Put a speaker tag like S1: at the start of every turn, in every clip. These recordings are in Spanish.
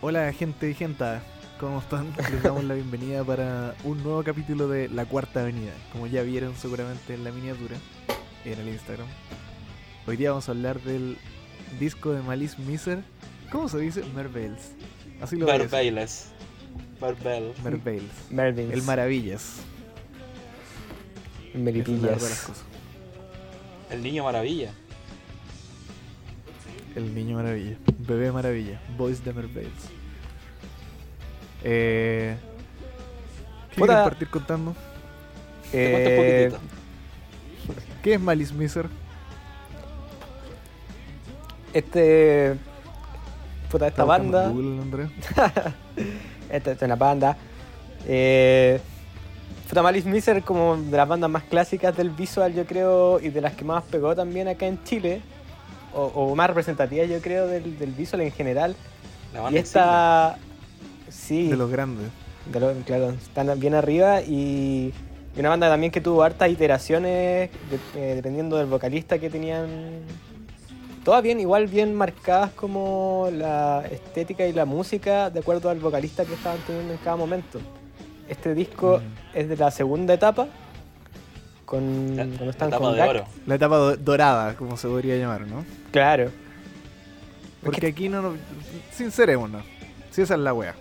S1: Hola gente y genta, ¿cómo están? Les damos la bienvenida para un nuevo capítulo de La Cuarta Avenida, como ya vieron seguramente en la miniatura, en el Instagram. Hoy día vamos a hablar del disco de Malice Miser, ¿cómo se dice? Merveils. Así lo voy a decir.
S2: Barbailes. Barbel.
S1: Merveils.
S3: Mervin.
S1: El Maravillas. Esa es la verdad de las
S3: Meritillas.
S1: cosas.
S2: El niño maravilla.
S1: El niño maravilla. Bebé maravilla. Voice de Merveils. Eh, ¿Qué
S3: Puta.
S1: quieren partir contando?
S2: Te cuento un
S3: Eh,
S2: poquitito.
S1: ¿Qué es Malice Miser?
S3: este. Puta, esta
S1: Está buscando
S3: banda.
S1: en Google, Andrés.
S3: Esta esta es una banda. Eh, puta, Malice Miser, como de las bandas más clásicas del visual, yo creo, y de las que más pegó también acá en Chile. O, o más representativas, yo creo, del, del visual en general.
S1: Ah,
S2: La
S3: Y
S2: banda
S3: esta. Sí.
S1: De los grandes.
S3: De lo- claro, están bien arriba y, y una banda también que tuvo hartas iteraciones de- eh, dependiendo del vocalista que tenían. Todas bien, igual bien marcadas como la estética y la música de acuerdo al vocalista que estaban teniendo en cada momento. Este disco
S1: Mm.
S3: es de la segunda etapa, con,
S2: extingue.
S3: cuando
S2: La-
S3: están
S2: la tapa
S3: con
S2: de
S3: Gak.
S2: oro.
S1: La etapa do- dorada, como se podría llamar, ¿no?
S3: Claro.
S1: Porque aquí no nos... Sincerémonos. Si esa es la wea.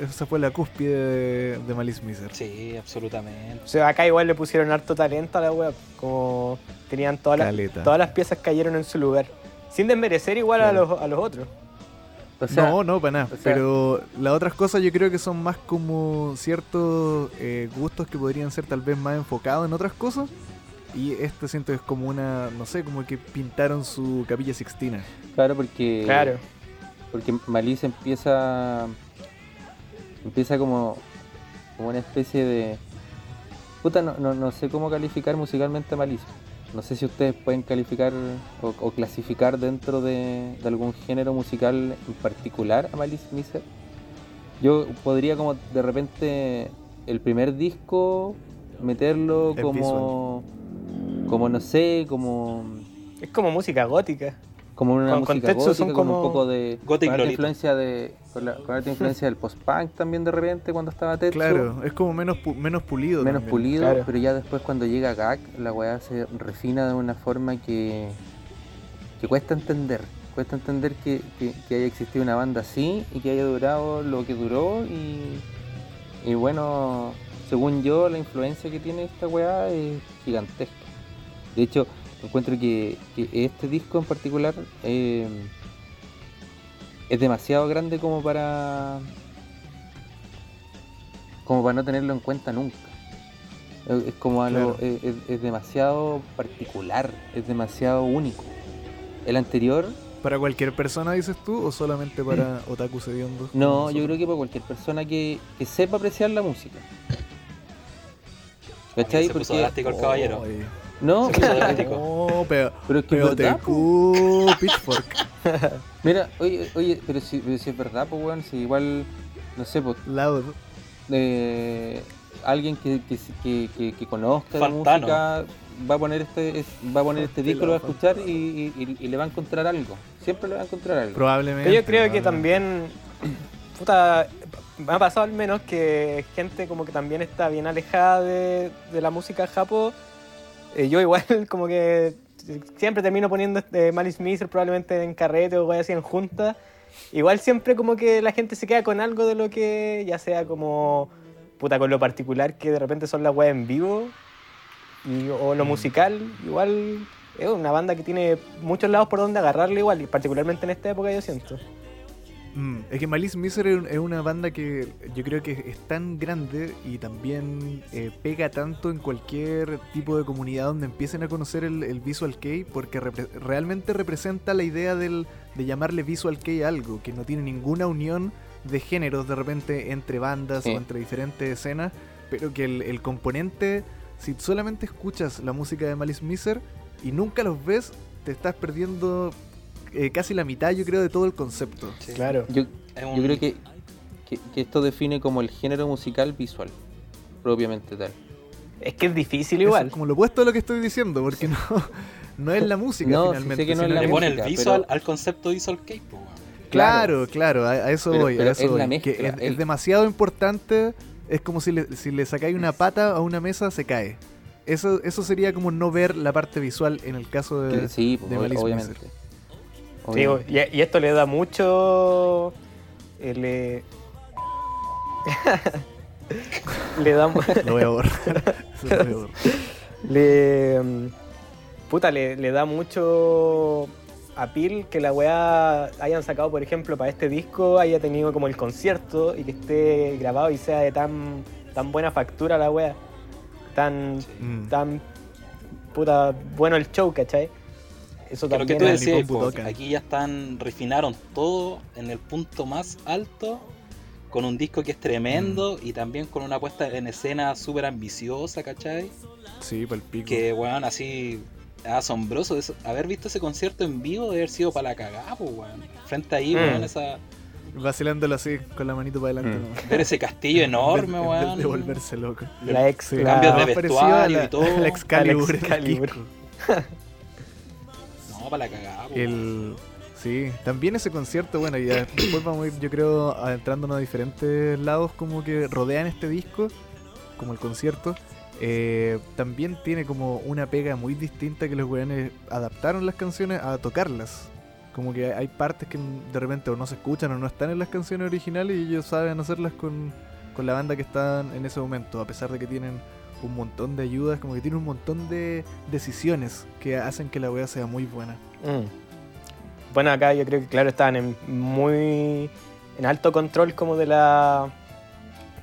S1: Esa fue la cúspide de, de Malice Miser.
S2: Sí, absolutamente.
S3: O sea, acá igual le pusieron harto talento a la web, como tenían todas las,
S1: Caleta.
S3: todas las piezas cayeron en su lugar, sin desmerecer igual a,
S1: Claro.
S3: los, a los otros.
S4: O sea,
S1: no, no, para nada.
S4: o sea-
S1: Pero las otras cosas yo creo que son más como ciertos eh, gustos que podrían ser tal vez más enfocados en otras cosas. Y este siento que es como una, no sé, como que pintaron su capilla sixtina.
S4: claro, porque,
S3: Claro.
S4: porque Malice empieza empieza como, como una especie de... Puta, no, no, no sé cómo calificar musicalmente a Malice. No sé si ustedes pueden calificar o, o clasificar dentro de, de algún género musical en particular a Malice Miser. Yo podría como de repente el primer disco meterlo
S1: Es
S4: como... Como no sé, como...
S3: Es como música gótica.
S4: como una
S3: Con
S4: música
S3: contexto
S4: gótica,
S3: son
S4: con
S3: como
S4: un poco de
S2: Gothic
S4: con harta
S2: Lolita.
S4: influencia de con, la- con harta influencia del post-punk también de repente cuando estaba Tetsu,
S1: Claro, es como menos, pu- menos pulido.
S4: menos
S1: también.
S4: pulido,
S3: Claro.
S4: pero ya después cuando llega Gag la weá se refina de una forma que que cuesta entender, cuesta entender que, que- que haya existido una banda así y que haya durado lo que duró y y bueno, según yo, la influencia que tiene esta weá es gigantesca. De hecho, encuentro que, que este disco en particular eh, es demasiado grande como para. como para no tenerlo en cuenta nunca. Es es como algo.
S1: Claro.
S4: Es, es- es demasiado particular, es demasiado único. El anterior,
S1: ¿Para cualquier persona dices tú o solamente para otaku sediondos? como
S4: Mm. no, yo
S1: nosotros?
S4: creo que para cualquier persona que, que sepa apreciar la múca.
S2: También
S4: ¿Cachai? oh,
S2: Se puso elástico el caballero.
S1: Oy.
S4: No,
S2: Se puso
S4: pero,
S2: elástico.
S1: No, pero,
S4: pero es que es
S1: pero
S4: verdad,
S1: te
S4: po.
S1: cu- Pitchfork,
S4: Mira, oye, oye, pero si, pero si es verdad, pues weón, si igual, no sé, pues
S1: loud.
S4: eh, alguien que, que, que, que- que conozca de
S2: Fantano.
S4: música va a poner este, es- va a poner este disco, lo va a
S1: Fantano.
S4: escuchar y, y- y- y le va a encontrar algo. Siempre le va a encontrar algo.
S1: Probablemente.
S3: Pero yo creo que
S1: probablemente.
S3: también. Puta, me ha pasado al menos que gente como que también está bien alejada de, de la música japo. Eh, yo igual como que siempre termino poniendo este Malice Miser probablemente en carrete o algo así en junta. Igual siempre como que la gente se queda con algo de lo que ya sea como puta con lo particular que de repente son las weas en vivo y- o
S1: Mm.
S3: lo musical. Igual es una banda que tiene muchos lados por donde agarrarle igual y particularmente en esta época yo siento.
S1: Mm, es que Malice Miser es un- es una banda que yo creo que es tan grande y también eh, pega tanto en cualquier tipo de comunidad donde empiecen a conocer el, el Visual Kei porque repre- realmente representa la idea del, de llamarle Visual Kei a algo, que no tiene ninguna unión de géneros de repente entre bandas
S4: Sí.
S1: o entre diferentes escenas, pero que el, el componente, si solamente escuchas la música de Malice Miser y nunca los ves, te estás perdiendo eh, casi la mitad, yo creo, de todo el concepto.
S2: Sí.
S3: Claro.
S4: Yo,
S2: Es
S4: yo
S2: un-
S4: creo que, que- que esto define como el género musical visual, propiamente tal.
S3: Eh, Es que es difícil
S1: Eso
S3: igual.
S1: es como lo opuesto a lo que estoy diciendo, porque no, no es la música
S4: No, sí
S1: finalmente.
S4: sé que no es
S1: sino
S4: la
S2: Le
S1: que-
S2: pone el
S4: música,
S2: visual
S4: pero-
S2: al concepto visual cake, po, weón.
S1: Claro, claro, a, a eso
S4: Pero-
S1: voy. a
S4: pero
S1: eso
S4: es la
S1: voy,
S4: mezcla,
S1: que es, es
S4: el-
S1: demasiado importante. Es como si le, si le sacáis una pata a una mesa, se cae. Eso, eso sería como no ver la parte visual en el caso de.
S4: sí, pues,
S1: de
S4: ob-
S1: Malice
S4: obviamente.
S1: Miser.
S3: Sí,
S4: Obviamente.
S3: y, y esto le da mucho. eh, le. le da. mu-
S1: Lo voy a borrar. Eso lo voy a borrar.
S3: Le. mm, Puta, le, le da mucho. Apil que la weá hayan sacado, por ejemplo, para este disco, haya tenido como el concierto y que esté grabado y sea de tan, tan buena factura la weá. Tan.
S1: Mm.
S3: tan. puta, bueno el show, ¿cachai? Eso
S2: Que lo que
S3: también
S2: tú
S1: Daniel
S3: es-
S2: decías,
S1: Budokan.
S2: pues, aquí ya están, refinaron todo en el punto más alto, con un disco que es tremendo
S3: Mm.
S2: y también con una puesta en escena súper ambiciosa, ¿cachai?
S1: Sí, para el pico.
S2: Que, weón, así asombroso. eso- haber visto ese concierto en vivo debe haber sido para la cagada, pues, weón. Frente ahí,
S3: Mm.
S2: weón, esa,
S1: Vacilándolo así, con la manito para adelante.
S4: Mm.
S1: nomás.
S2: ver ese castillo enorme,
S1: En vez- en vez
S2: weón.
S1: de volverse loco.
S3: la ex.
S1: Sí.
S3: la-
S2: Cambios de
S1: Más parecido a
S2: vestuario
S1: la-
S2: y todo.
S1: la Excalibur.
S3: Al Excalibur.
S1: el disco.
S2: No, para la cagada, pues, weón.
S1: El, sí, también ese concierto, bueno, y ya después vamos a ir, yo creo, adentrándonos a diferentes lados como que rodean este disco, como el concierto. Eh, también tiene como una pega muy distinta que los weones adaptaron las canciones a tocarlas. Como que hay partes que de repente o no se escuchan o no están en las canciones originales y ellos saben hacerlas con, con la banda que están en ese momento, a pesar de que tienen un montón de ayudas, como que tienen un montón de decisiones que hacen que la wea sea muy buena.
S3: Mm. Bueno, acá yo creo que, claro, estaban en muy. en alto control como de la.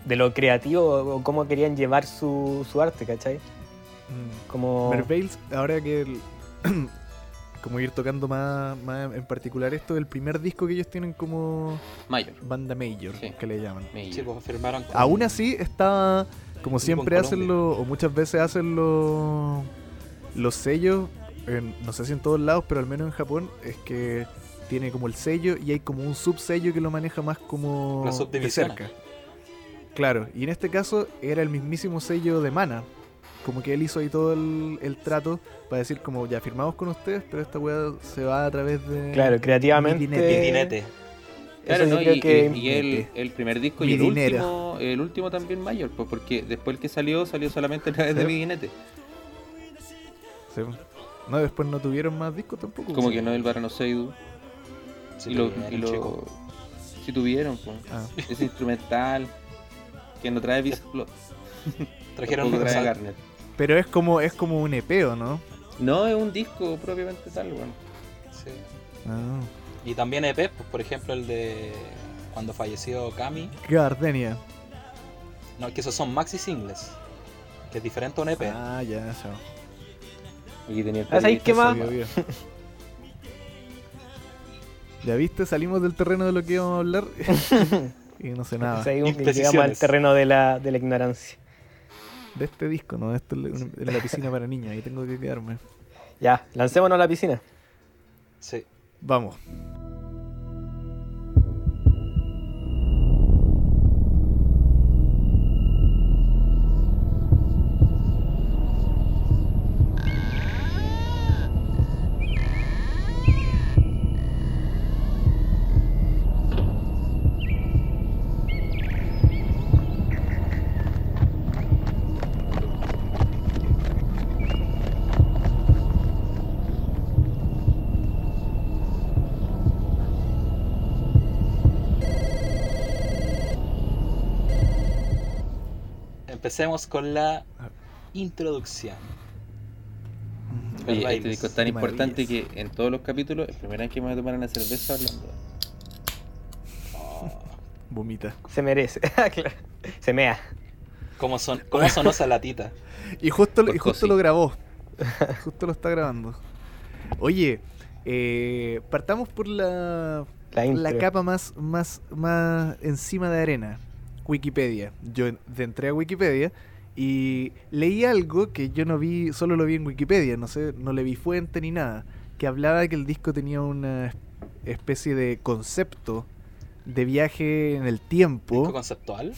S3: de lo creativo o cómo querían llevar su, su arte, ¿cachai?
S1: Mm.
S3: Como.
S1: Merveils, ahora que el- como ir tocando más, más en particular esto, el primer disco que ellos tienen como
S4: Mayor.
S1: banda major,
S4: Sí.
S1: que le llaman.
S4: Mayor.
S2: Sí, pues, firmaron con-
S1: Aún así estaba, como siempre
S2: Colombia.
S1: hacen lo, o muchas veces hacen lo- los sellos, en- no sé si en todos lados, pero al menos en Japón, es que tiene como el sello y hay como un subsello que lo maneja más como
S2: La
S1: de
S2: subdivisión.
S1: cerca. Claro, y en este caso era el mismísimo sello de Mana. Como que él hizo ahí todo el, el trato para decir como ya firmamos con ustedes, pero esta weá se va a través de...
S3: Claro, creativamente.
S1: Midinete.
S2: Y Dinete.
S4: Claro,
S3: eso
S4: ¿no?
S3: yo creo
S4: y,
S3: que-
S4: y- y el, el primer disco y el
S1: Midinera.
S4: último, el último también mayor, pues porque después el que salió, salió solamente a través de
S1: Sí.
S4: mi dinete.
S1: Sí. No, después no tuvieron más discos tampoco. pues.
S4: Como
S1: sí.
S4: que no el Baranoceidu.
S2: Sí,
S4: Y lo,
S2: bien,
S4: y lo
S2: chico.
S4: si tuvieron, pues.
S1: Ah.
S4: Ese instrumental que no trae Bisplot,
S2: Trajeron
S4: tampoco
S2: un
S4: trae
S2: sal-
S4: Garner.
S1: Pero es como, es como un epeo, ¿no?
S4: No es un disco propiamente tal, bueno.
S2: sí.
S1: Ah.
S2: Y también EP, pues, por ejemplo, el de cuando falleció Cami.
S1: Gardenia.
S2: No, que esos son maxi singles. Que es diferente a un E EP.
S1: Ah, ya, ya.
S4: Y tenía el
S3: Ah, ¿sabéis
S4: periodista
S3: qué más?
S1: Obvio, obvio. Ya viste, salimos del terreno de lo que íbamos a hablar y no sé nada.
S3: Seguimos que
S2: Imprecisiones.
S3: llegamos al terreno de la, de la ignorancia.
S1: De este disco, ¿no? Esto es una- en la piscina para niños, ahí tengo que quedarme.
S3: Ya, lancémonos a la piscina.
S2: Sí.
S1: Vamos.
S2: Empecemos con la introducción.
S4: Oye,
S2: Bailes.
S4: este disco es tan
S1: Qué
S4: importante que en todos los capítulos, es la primera vez que me voy a tomar una cerveza hablando.
S1: Vomita.
S3: Se merece. Claro. Se mea.
S2: ¿Cómo, son, cómo sonó esa latita?
S1: Y justo,
S4: Por
S1: y justo
S4: cosi.
S1: lo grabó. Justo lo está grabando. Oye, eh, partamos por la,
S3: La intro.
S1: la capa más, más, más encima de arena, Wikipedia. Yo en- entré a Wikipedia y leí algo que yo no vi, solo lo vi en Wikipedia, no sé, no le vi fuente ni nada, que hablaba que el disco tenía una especie de concepto de viaje en el tiempo.
S2: ¿Disco conceptual?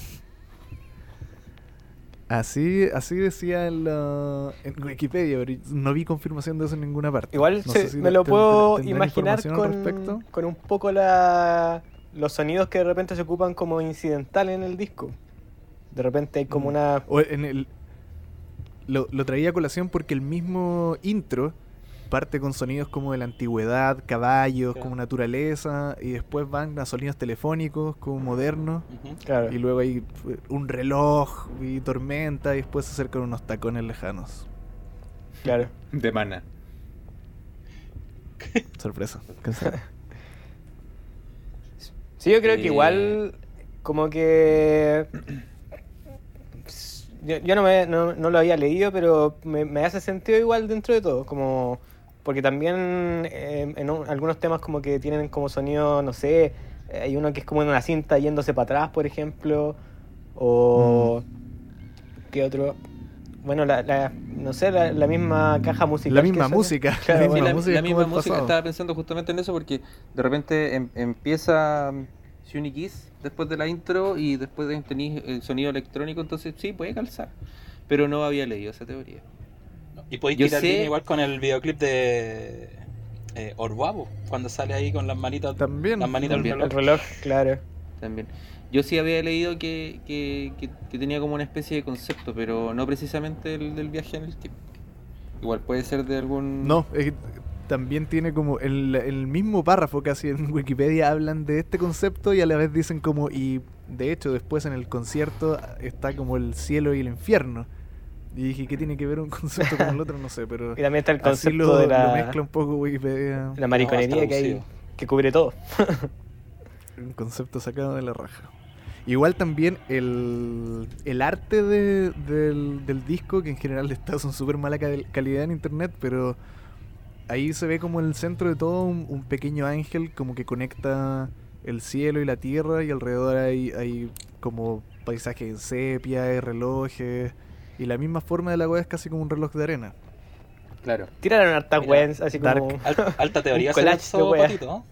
S1: Así, así decía en, la, en Wikipedia, pero no vi confirmación de eso en ninguna parte.
S3: Igual
S1: No
S3: se-
S1: sé si
S3: me lo
S1: ten-
S3: puedo
S1: tendrán
S3: imaginar
S1: información al respecto.
S3: con, con un poco la, los sonidos que de repente se ocupan como incidental en el disco. De repente hay como
S1: Mm.
S3: una...
S1: O en el, lo, lo traía a colación porque el mismo intro parte con sonidos como de la antigüedad, caballos,
S2: Claro.
S1: como naturaleza, y después van a sonidos telefónicos, como modernos,
S2: Ujú.
S3: Claro.
S1: y luego hay eh, un reloj y tormenta, y después se acercan unos tacones lejanos.
S3: Claro.
S5: De mana.
S1: Sorpresa. ¿Quién sabe?
S3: Sí, yo creo que
S2: Eh.
S3: igual como que... Yo, yo no, me, no, no lo había leído, pero me, me hace sentido igual dentro de todo, como... Porque también eh, en un- algunos temas como que tienen como sonido, no sé, eh, hay uno que es como en una cinta yéndose para atrás, por ejemplo, o...
S1: Mm.
S3: ¿Qué otro? Bueno, la, la- no sé, la, la misma caja musical.
S1: La
S3: que
S1: misma
S3: suena.
S1: música.
S3: Claro,
S1: la
S3: sí,
S1: misma
S4: la,
S1: música.
S4: la
S1: es como
S4: misma
S1: del
S4: música,
S1: pasado.
S4: estaba pensando justamente en eso porque de repente em- empieza mm, Sunny Kiss después de la intro y después de ahí tenéis el sonido electrónico, entonces sí, puede calzar. Pero no había leído esa teoría.
S2: Y podéis
S4: Yo
S2: tirar
S4: sé-
S2: línea igual con el videoclip de eh, Orwabo, cuando sale ahí con las manitas.
S1: También.
S2: Las manitas
S1: también.
S2: del
S3: El
S2: reloj.
S3: reloj, claro.
S4: También. Yo sí había leído que, que- que- que tenía como una especie de concepto, pero no precisamente el del viaje en el tiempo. Igual puede ser de algún...
S1: No, es que también tiene como el, el mismo párrafo casi en Wikipedia hablan de este concepto y a la vez dicen como y de hecho después en el concierto está como el cielo y el infierno. Y dije, ¿qué tiene que ver un concepto con el otro? No sé, pero
S3: Y también está el
S1: así
S3: concepto
S1: lo,
S3: de la...
S1: lo mezcla un poco Wikipedia.
S3: La mariconería
S2: No,
S3: que hay,
S2: traducido.
S3: que cubre todo.
S1: Un concepto sacado de la raja. Igual también el, el arte de- del, del disco, que en general está en súper mala cal- calidad en internet, pero ahí se ve como en el centro de todo un, un pequeño ángel como que conecta el cielo y la tierra y alrededor hay, hay como paisajes en sepia, hay relojes y la misma forma de la web es casi como un reloj de arena.
S4: Claro.
S3: Tiraron hartas
S2: Mira,
S3: webs, así
S1: Dark.
S3: como.
S2: Al- alta teoría
S3: Un
S2: se
S3: collage de
S2: lanzó,
S3: wea.
S2: Patito, ¿no?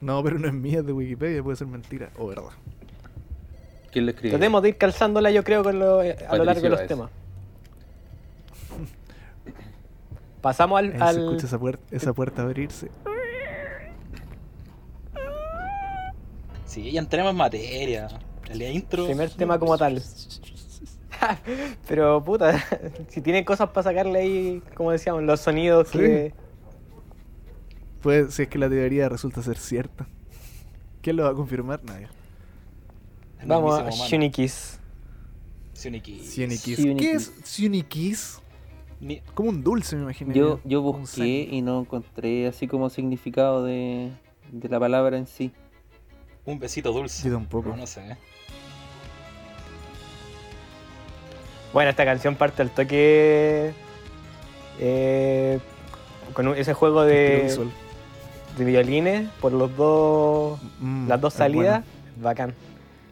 S1: No, pero no es mía, es de Wikipedia, puede ser mentira o verdad.
S4: ¿Quién lo escribió?
S3: Tratemos de ir calzándola, yo creo, con lo- a lo
S4: Patricio
S3: largo de los
S4: Baez.
S3: temas. Pasamos
S1: Ahí
S3: al.
S1: Eh, Se
S3: al-
S1: escucha esa, puer- esa puerta abrirse.
S2: Sí, ya entremos en materia. El intro.
S3: Primer tema como tal. Pero puta, si tiene cosas para sacarle ahí, como decíamos, los sonidos
S1: Sí.
S3: que.
S1: Pues si es que la teoría resulta ser cierta. ¿Quién lo va a confirmar? Nadie.
S2: El
S3: Vamos a
S2: mismísimo humano.
S3: Shunikis.
S2: Shuniki.
S1: Sionikis.
S4: Sionikis.
S1: ¿Qué es Sionikis?
S2: Ni-
S1: Como un dulce, me imagino.
S4: Yo, yo
S1: Un
S4: busqué y no encontré así como significado de, de la palabra en sí.
S2: Un besito dulce.
S1: Yo tampoco.
S2: No, no sé. ¿eh?
S3: Bueno, esta canción parte al toque. eh, con un- ese juego
S1: estilo
S4: Eh,
S3: de,
S1: visual.
S3: de violines por los dos
S1: Mm,
S3: Las dos
S1: es
S3: salidas, bacán.
S1: bueno.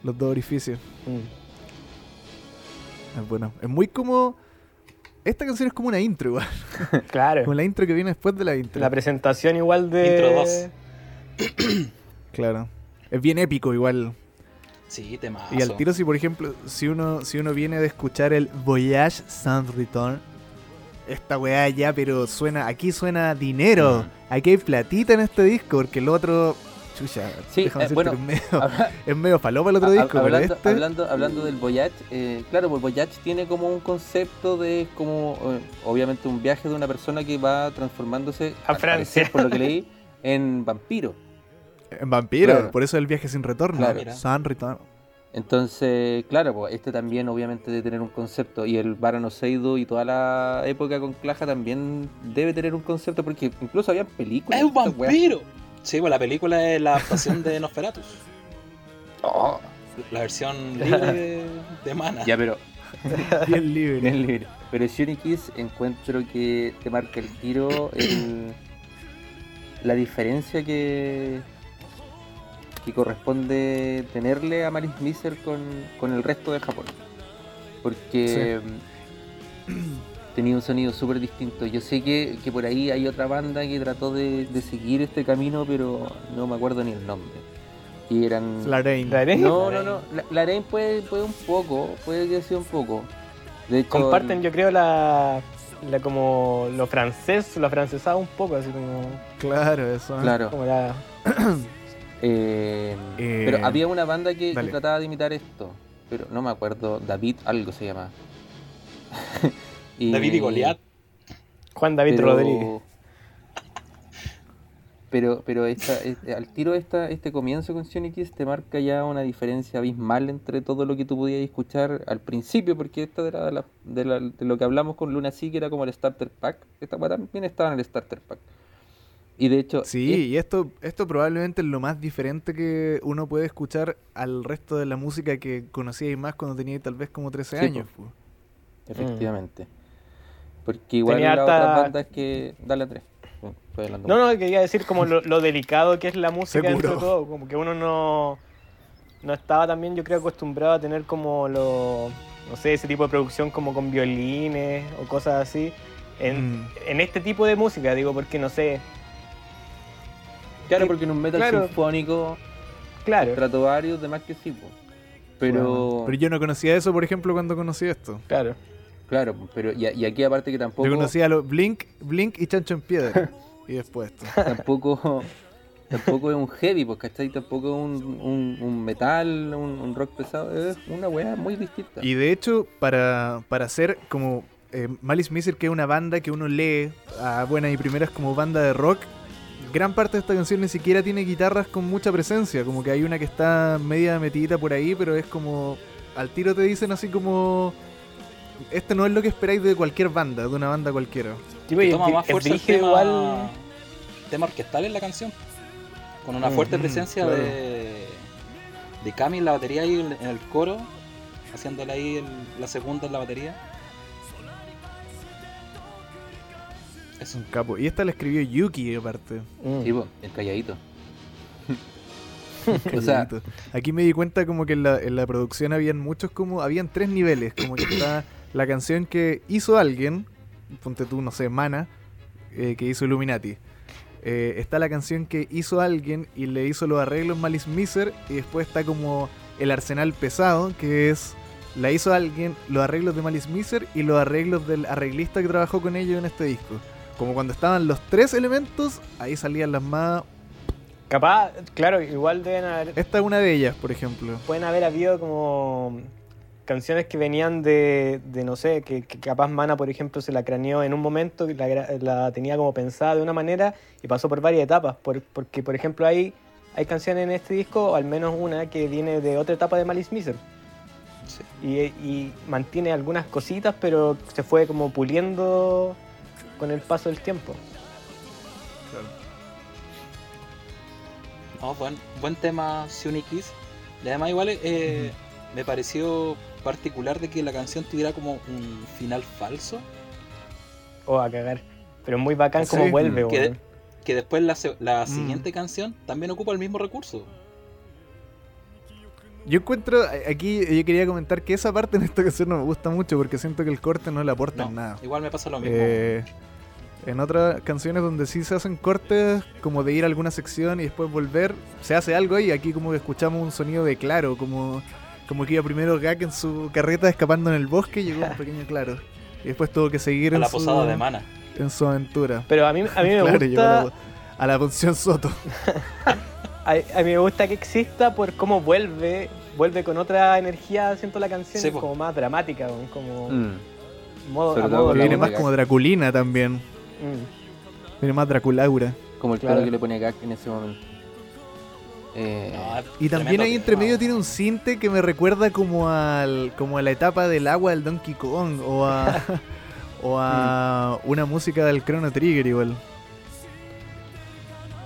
S1: Los dos orificios.
S3: Mm.
S1: Es bueno. Es muy como. Esta canción es como una intro, igual. Como
S3: Claro.
S1: la intro que viene después de la intro.
S3: La presentación igual de...
S2: Intro dos.
S1: claro. Es bien épico, igual.
S2: Sí, tema.
S1: Y al tiro, si por ejemplo, si uno, si uno viene de escuchar el Voyage Sans Return, esta weá ya, pero suena, aquí suena dinero.
S4: Mm.
S1: Aquí hay platita en este disco, porque el otro. Chucha,
S4: Sí,
S1: déjame
S4: eh,
S1: decirte
S4: bueno,
S1: que es medio,
S4: Habla-
S1: es medio falopa el otro
S4: ha-
S1: disco, pero
S4: hablando,
S1: este.
S4: hablando, hablando del Voyage, eh, claro, pues Voyage tiene como un concepto de como, eh, obviamente, un viaje de una persona que va transformándose,
S3: A
S4: al
S3: Francia.
S4: parecer, por lo que leí, en vampiro.
S1: En vampiro,
S4: Claro.
S1: por eso el viaje sin retorno.
S4: Claro.
S2: Mira.
S1: Sans Return.
S4: Entonces, claro, pues este también obviamente debe tener un concepto. Y el Barano Seido y toda la época con Claja también debe tener un concepto, porque incluso había películas.
S2: ¡Es un
S4: de estas weas.
S2: vampiro! Sí, pues la película es la adaptación de Nosferatu.
S4: Oh,
S2: La versión libre de, de Mana.
S4: ya, pero
S1: Bien libre.
S4: Bien libre. Pero Shuri Kiss encuentro que te marca el tiro, el- la diferencia que, que corresponde tenerle a Maris Miser con, con el resto de Japón. Porque mm, tenía un sonido súper distinto. Yo sé que, que por ahí hay otra banda que trató de, de seguir este camino, pero no me acuerdo ni el nombre. que eran...
S1: Laraine.
S3: Laraine.
S4: No, no, no. La, la Arena puede, puede un poco, puede que sea un poco. De hecho,
S3: Comparten, yo creo, la, la como lo francés, lo francesado un poco, así como,
S1: Claro, eso. ¿eh?
S4: Claro.
S3: como la...
S4: Eh,
S1: Eh,
S4: pero había una banda que, que
S1: dale.
S4: trataba de imitar esto, pero no me acuerdo, David algo se llama.
S2: David y Goliat.
S3: Juan David
S4: pero-
S3: Rodríguez.
S4: Pero, pero esta, este- al tiro esta, este comienzo con Sonic Kiss te marca ya una diferencia abismal entre todo lo que tú podías escuchar al principio, porque esta era de, la- de la- de lo que hablamos con Luna Sí, que era como el Starter Pack. Esta weá también estaba en el Starter Pack. Y de hecho,
S1: Sí, y esto, esto probablemente es lo más diferente que uno puede escuchar al resto de la música que conocíais más cuando tenía tal vez como 13
S4: Sí,
S1: años. pu.
S3: Mm.
S4: es- efectivamente. Porque igual
S3: Tenía
S4: las
S3: harta- Mm,
S4: otras bandas que. Dale, Andrés. Estoy hablando
S3: No, no, quería decir como lo, lo delicado que es la música dentro de
S1: Seguro.
S3: todo, como que uno no, no estaba también, yo creo, acostumbrado a tener como lo, no sé, ese tipo de producción como con violines o cosas así, en,
S1: Mm.
S3: en este tipo de música, digo, porque no sé,
S4: Claro, porque en un metal
S3: Claro.
S4: sinfónico,
S3: claro,
S4: Stratovarius, demás que sí, po. Pero.
S1: Pero yo no conocía eso, por ejemplo, cuando conocí esto.
S3: claro.
S4: Claro, pues, pero y, y aquí aparte que tampoco,
S1: Yo conocía los Blink, Blink y Chancho en Piedra. y después esto.
S4: tampoco, tampoco es un heavy, pues, ¿cachai? Tampoco es un, un, un metal, un, un rock pesado, es una weá muy distinta.
S1: Y de hecho, para, para hacer como eh, Malice Miser, que es una banda que uno lee a buenas y primeras como banda de rock, gran parte de esta canción ni siquiera tiene guitarras con mucha presencia. Como que hay una que está media metidita por ahí, pero es como. Al tiro te dicen así como. Este no es lo que esperáis de cualquier banda, de una banda cualquiera.
S3: Tipo,
S2: Que
S3: pues, y
S2: toma
S3: es-
S2: más
S3: es
S2: fuerza el
S3: brígido
S2: tema,
S3: igual-
S2: tema orquestal en la canción. Con una fuerte
S1: Mm,
S2: presencia
S1: claro.
S2: de, de Cami en la batería y en en el coro, haciéndole ahí el- la segunda en la batería. Eso.
S1: Capo. Y esta la escribió Yuki, aparte.
S4: Sí, po, el calladito. o sea,
S1: Calladito. aquí me di cuenta como que en la, en la producción habían muchos como habían tres niveles como que está la canción que hizo alguien ponte tú no sé Mana eh, que hizo Illuminati Eh, está la canción que hizo alguien y le hizo los arreglos Malice Miser y después está como el arsenal pesado que es la hizo alguien los arreglos de Malice Miser y los arreglos del arreglista que trabajó con ellos en este disco como cuando estaban los tres elementos ahí salían las más
S3: Capaz, claro, igual deben haber,
S1: esta es una de ellas por ejemplo
S3: pueden haber habido como canciones que venían de, de, no sé, que, que capaz Mana, por ejemplo, se la craneó en un momento, que la, gra- la tenía como pensada de una manera y pasó por varias etapas, por- porque por ejemplo hay, hay canciones en este disco, o al menos una, que viene de otra etapa de Malice Miser.
S2: Sí.
S3: Y, y mantiene algunas cositas, pero se fue como puliendo con el paso del tiempo.
S2: No, buen, buen tema Sunikis. Y además igual eh, me pareció particular de que la canción tuviera como un final falso.
S3: O Oh, a cagar. Pero es muy bacán
S1: Sí.
S3: como vuelve,
S2: Que,
S3: weón.
S2: que después la, se- la
S1: Mm.
S2: siguiente canción también ocupa el mismo recurso.
S1: Yo encuentro, a- aquí eh, yo quería comentar que esa parte en esta canción no me gusta mucho porque siento que el corte no le aporta
S2: No,
S1: en nada.
S2: igual me pasa lo mismo.
S1: Eh, en otras canciones donde sí se hacen cortes, como de ir a alguna sección y después volver, se hace algo y aquí como que escuchamos un sonido de claro, como, como que iba primero Gak en su carreta escapando en el bosque y llegó a un pequeño claro. Y después tuvo que seguir
S2: a
S1: en
S2: la
S1: su,
S2: posada de Mana.
S1: en su aventura.
S3: Pero a mí, a mí me
S1: claro, llegó
S3: gusta.
S1: a la, a la Ponción Soto.
S3: A, a mí me gusta que exista por cómo vuelve. Vuelve con otra energía, siento la canción,
S2: Sí,
S3: es
S2: po.
S3: como más dramática, weón, como
S4: mm,
S3: modo,
S4: Sobre
S3: a
S4: todo
S3: modo
S4: con la
S1: Viene
S3: Laura.
S1: más
S4: Gak.
S1: como Draculina también.
S3: Mm.
S1: Viene más Draculaura.
S4: como el
S3: Claro.
S4: claro que le pone Gak en ese momento. Eh,
S2: No, es
S1: Y también
S2: tremendo
S1: ahí entre
S2: tema.
S1: medio tiene un cinte que me recuerda como al como a la etapa del agua del Donkey Kong o a o a una música del Chrono Trigger igual.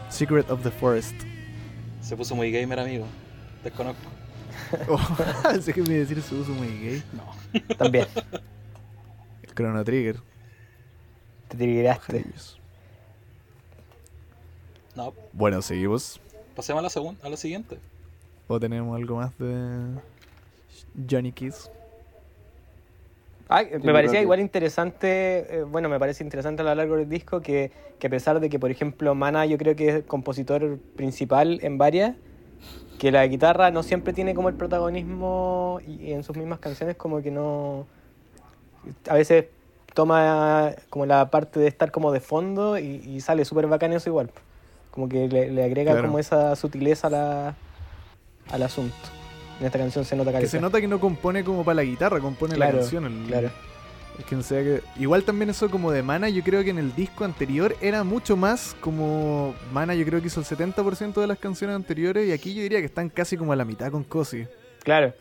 S1: Secret of the Forest.
S2: Se puso muy gamer, amigo. Desconozco.
S1: Oh, sé que me iba a decir su uso muy gay.
S2: No.
S3: También,
S1: El Chrono Trigger.
S3: te tirigraste.
S1: Dios.
S2: No,
S1: Bueno, seguimos.
S2: pasemos a la segunda, a la siguiente.
S1: O tenemos algo más de Johnny Kiss.
S3: Ah, me
S4: creo
S3: parecía
S4: que-
S3: igual interesante, eh, bueno, me parece interesante a lo largo del disco que, que a pesar de que, por ejemplo, Mana yo creo que es compositor principal en varias, que la guitarra no siempre tiene como el protagonismo y en sus mismas canciones como que no... A veces toma como la parte de estar como de fondo y, y sale súper bacán eso igual. Como que le, le agrega
S1: Claro.
S3: como esa sutileza a la- al asunto. En esta canción se nota
S1: Que
S3: caleta.
S1: se nota que no compone como para la guitarra, compone
S3: Claro,
S1: la canción. el-
S3: Claro.
S1: el quien sea que- Igual también eso como de Mana, yo creo que en el disco anterior era mucho más como Mana, yo creo que hizo el 70% de las canciones anteriores y aquí yo diría que están casi como a la mitad con Cosi.
S3: Claro.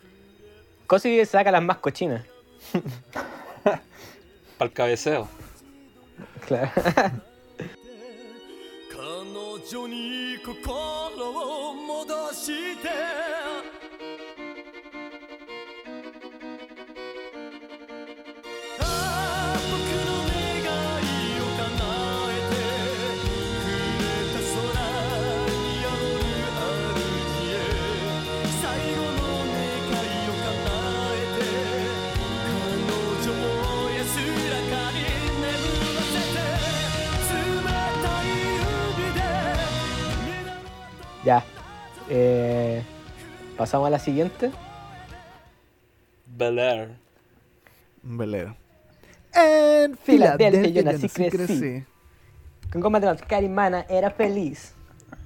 S3: Cosi saca las más cochinas.
S2: Para el cabeceo.
S3: Claro.
S5: 彼女に心を戻して「ああ僕の願いを叶えてくれた空に宿る主へ」「最後の願いを叶えて」彼女を安らかに眠らせて」「冷たい海で」
S3: Ya. Eh, Pasamos a la siguiente.
S2: Bel Air.
S1: Velero. En
S3: Filadelfia,
S1: Filadelfia
S3: yo nací, crecí. Con Goma de Carimana era feliz.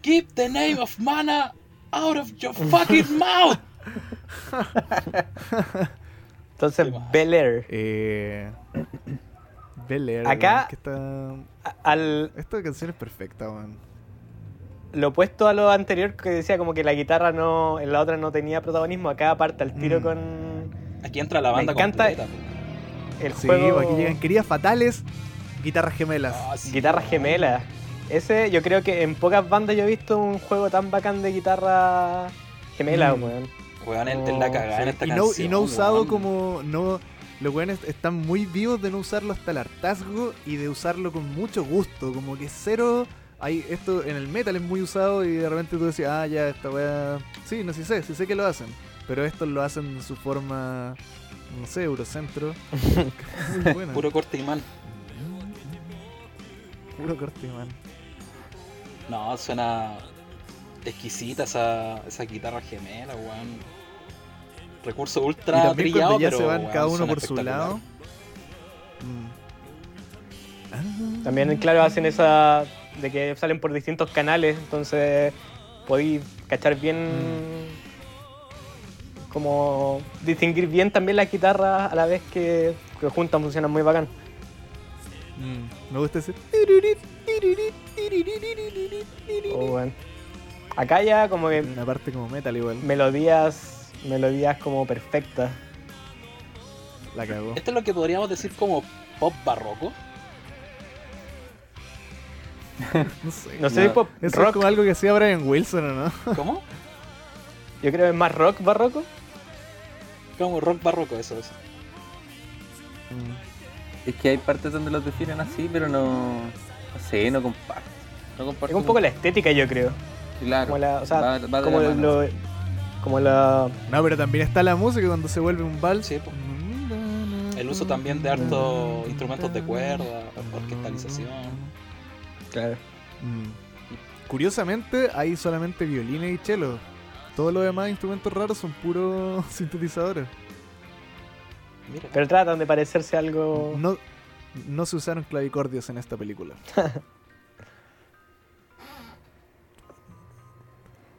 S2: Keep the name of mana out of your fucking mouth.
S3: Entonces,
S2: Qué mal.
S3: Bel Air.
S1: Eh, Bel Air,
S3: Acá-
S1: weón, que está-
S3: A- Al,
S1: Esta canción es perfecta, weón.
S3: lo opuesto a lo anterior que decía como que la guitarra no, en la otra no tenía protagonismo, acá aparte al tiro
S1: Mm.
S3: con
S2: Aquí entra la
S3: Me
S2: banda
S3: encanta-
S2: completa. po.
S3: el
S1: Sí, pues,
S3: juego
S1: aquí llegan queridas fatales, guitarras gemelas.
S2: Ah, sí.
S3: guitarra gemela. Ese yo creo que en pocas bandas yo he visto un juego tan bacán de guitarra gemela,
S1: Mm.
S3: weón.
S2: Weón, esta es la cagada en esta
S1: Oh, y, no,
S2: canción.
S1: y no usado
S2: weón.
S1: como. no Los weones están muy vivos de no usarlo hasta el hartazgo y de usarlo con mucho gusto. Como que cero. Hay, esto en el metal es muy usado y de repente tú decías, ah, ya, esta weá. Sí, no, sí sé, sí sé que lo hacen. Pero estos lo hacen en su forma. No sé, Eurocentro. muy buena.
S2: Puro corte imán.
S1: Puro corte, man.
S2: No, suena exquisita esa, esa guitarra gemela, weón. Recurso ultra
S1: y también
S2: trillado,
S1: cuando ya
S2: pero,
S1: se van
S2: weón,
S1: cada uno
S2: suena
S1: por su lado.
S2: espectacular.
S1: Mm.
S3: También, claro, hacen esa de que salen por distintos canales, entonces podéis cachar bien, como distinguir bien también las guitarras a la vez que, que juntas funcionan muy bacán.
S1: Mm, Me gusta ese.
S3: Oh, bueno. Acá ya como que
S1: Una parte como metal igual.
S3: melodías, melodías como perfectas.
S1: La cagó.
S2: Esto es lo que podríamos decir como pop barroco.
S1: No sé.
S3: No sé,
S4: No,
S3: pop,
S1: Eso es
S3: rock,
S1: como algo que hacía Brian Wilson, ¿o no?
S2: ¿Cómo?
S3: yo creo que es más rock barroco.
S2: Como rock barroco, eso es.
S4: Es que hay partes donde los definen así, pero no. No sé, no comparto. No comparto
S3: Es un poco la estética, yo creo.
S4: Claro.
S3: Como la, o sea,
S4: va- va de
S3: como
S4: la mano.
S3: lo- como la
S1: No, pero también está la música cuando se vuelve un vals.
S2: Sí, po. El uso también de hartos instrumentos de cuerda, orquestalización.
S3: Claro.
S1: Mm. Curiosamente, hay solamente violines y chelos. Todos los demás instrumentos raros son puros sintetizadores.
S2: Mira,
S3: Pero tratan de parecerse a algo.
S1: No, no se usaron clavicordios en esta película.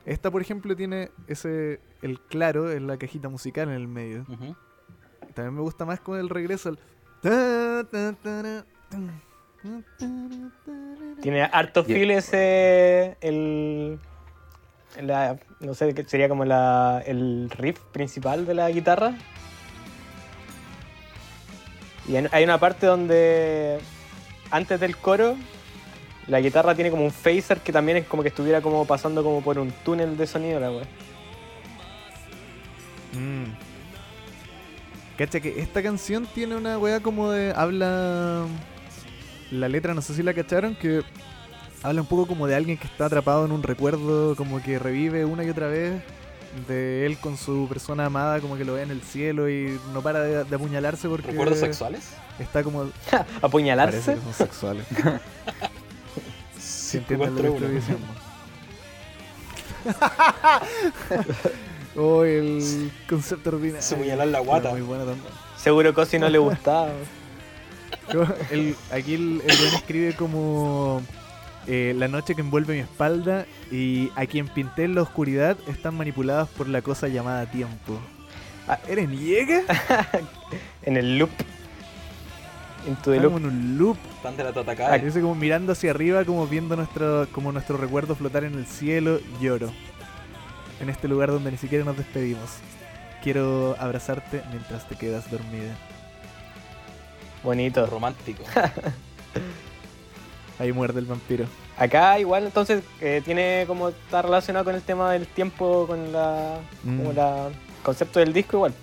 S1: Esta, por ejemplo, tiene ese el claro en la cajita musical en el medio.
S2: Ujú.
S1: También me gusta más con el regreso al ta, ta, tara, tum, tum, tara, tara.
S3: Tiene harto
S4: Yeah.
S3: feel ese. El. la- no sé, que sería como la, el riff principal de la guitarra. Y hay- hay una parte donde. Antes del coro. La guitarra tiene como un phaser que también es como que estuviera como pasando como por un túnel de sonido la wea.
S1: Mm. Cacha que esta canción tiene una weá como de. habla. La letra, no sé si la cacharon, que habla un poco como de alguien que está atrapado en un recuerdo, como que revive una y otra vez de él con su persona amada, como que lo ve en el cielo y no para de, de apuñalarse porque
S2: ¿Recuerdos sexuales?
S1: está como
S3: Apuñalarse.
S1: parece homosexual. Se
S2: Sí,
S1: entiende el
S2: encuentro uno.
S1: estrabismo. O Oh, el concepto ordinario.
S2: Se puñalan la
S1: Era
S2: guata.
S1: Muy bueno también.
S3: Seguro Cosi no le gustaba.
S1: El- aquí el, el weón escribe como eh, la noche que envuelve mi espalda y a quien pinté en la oscuridad están manipuladas por la cosa llamada tiempo.
S3: Ah,
S1: ¿Eres niega?
S3: En el loop. En tu
S1: Estamos
S3: loop.
S1: en Ah, un loop.
S2: Están de la
S1: Ah,
S2: tatacada.
S1: Dice como mirando hacia arriba, como viendo nuestro, como nuestro recuerdo flotar en el cielo, lloro. En este lugar donde ni siquiera nos despedimos. Quiero abrazarte mientras te quedas dormida.
S3: Bonito.
S2: Romántico.
S1: Ahí muerde el vampiro.
S3: Acá igual entonces eh, tiene como está relacionado con el tema del tiempo, con la,
S1: Mm.
S3: como la concepto del disco igual.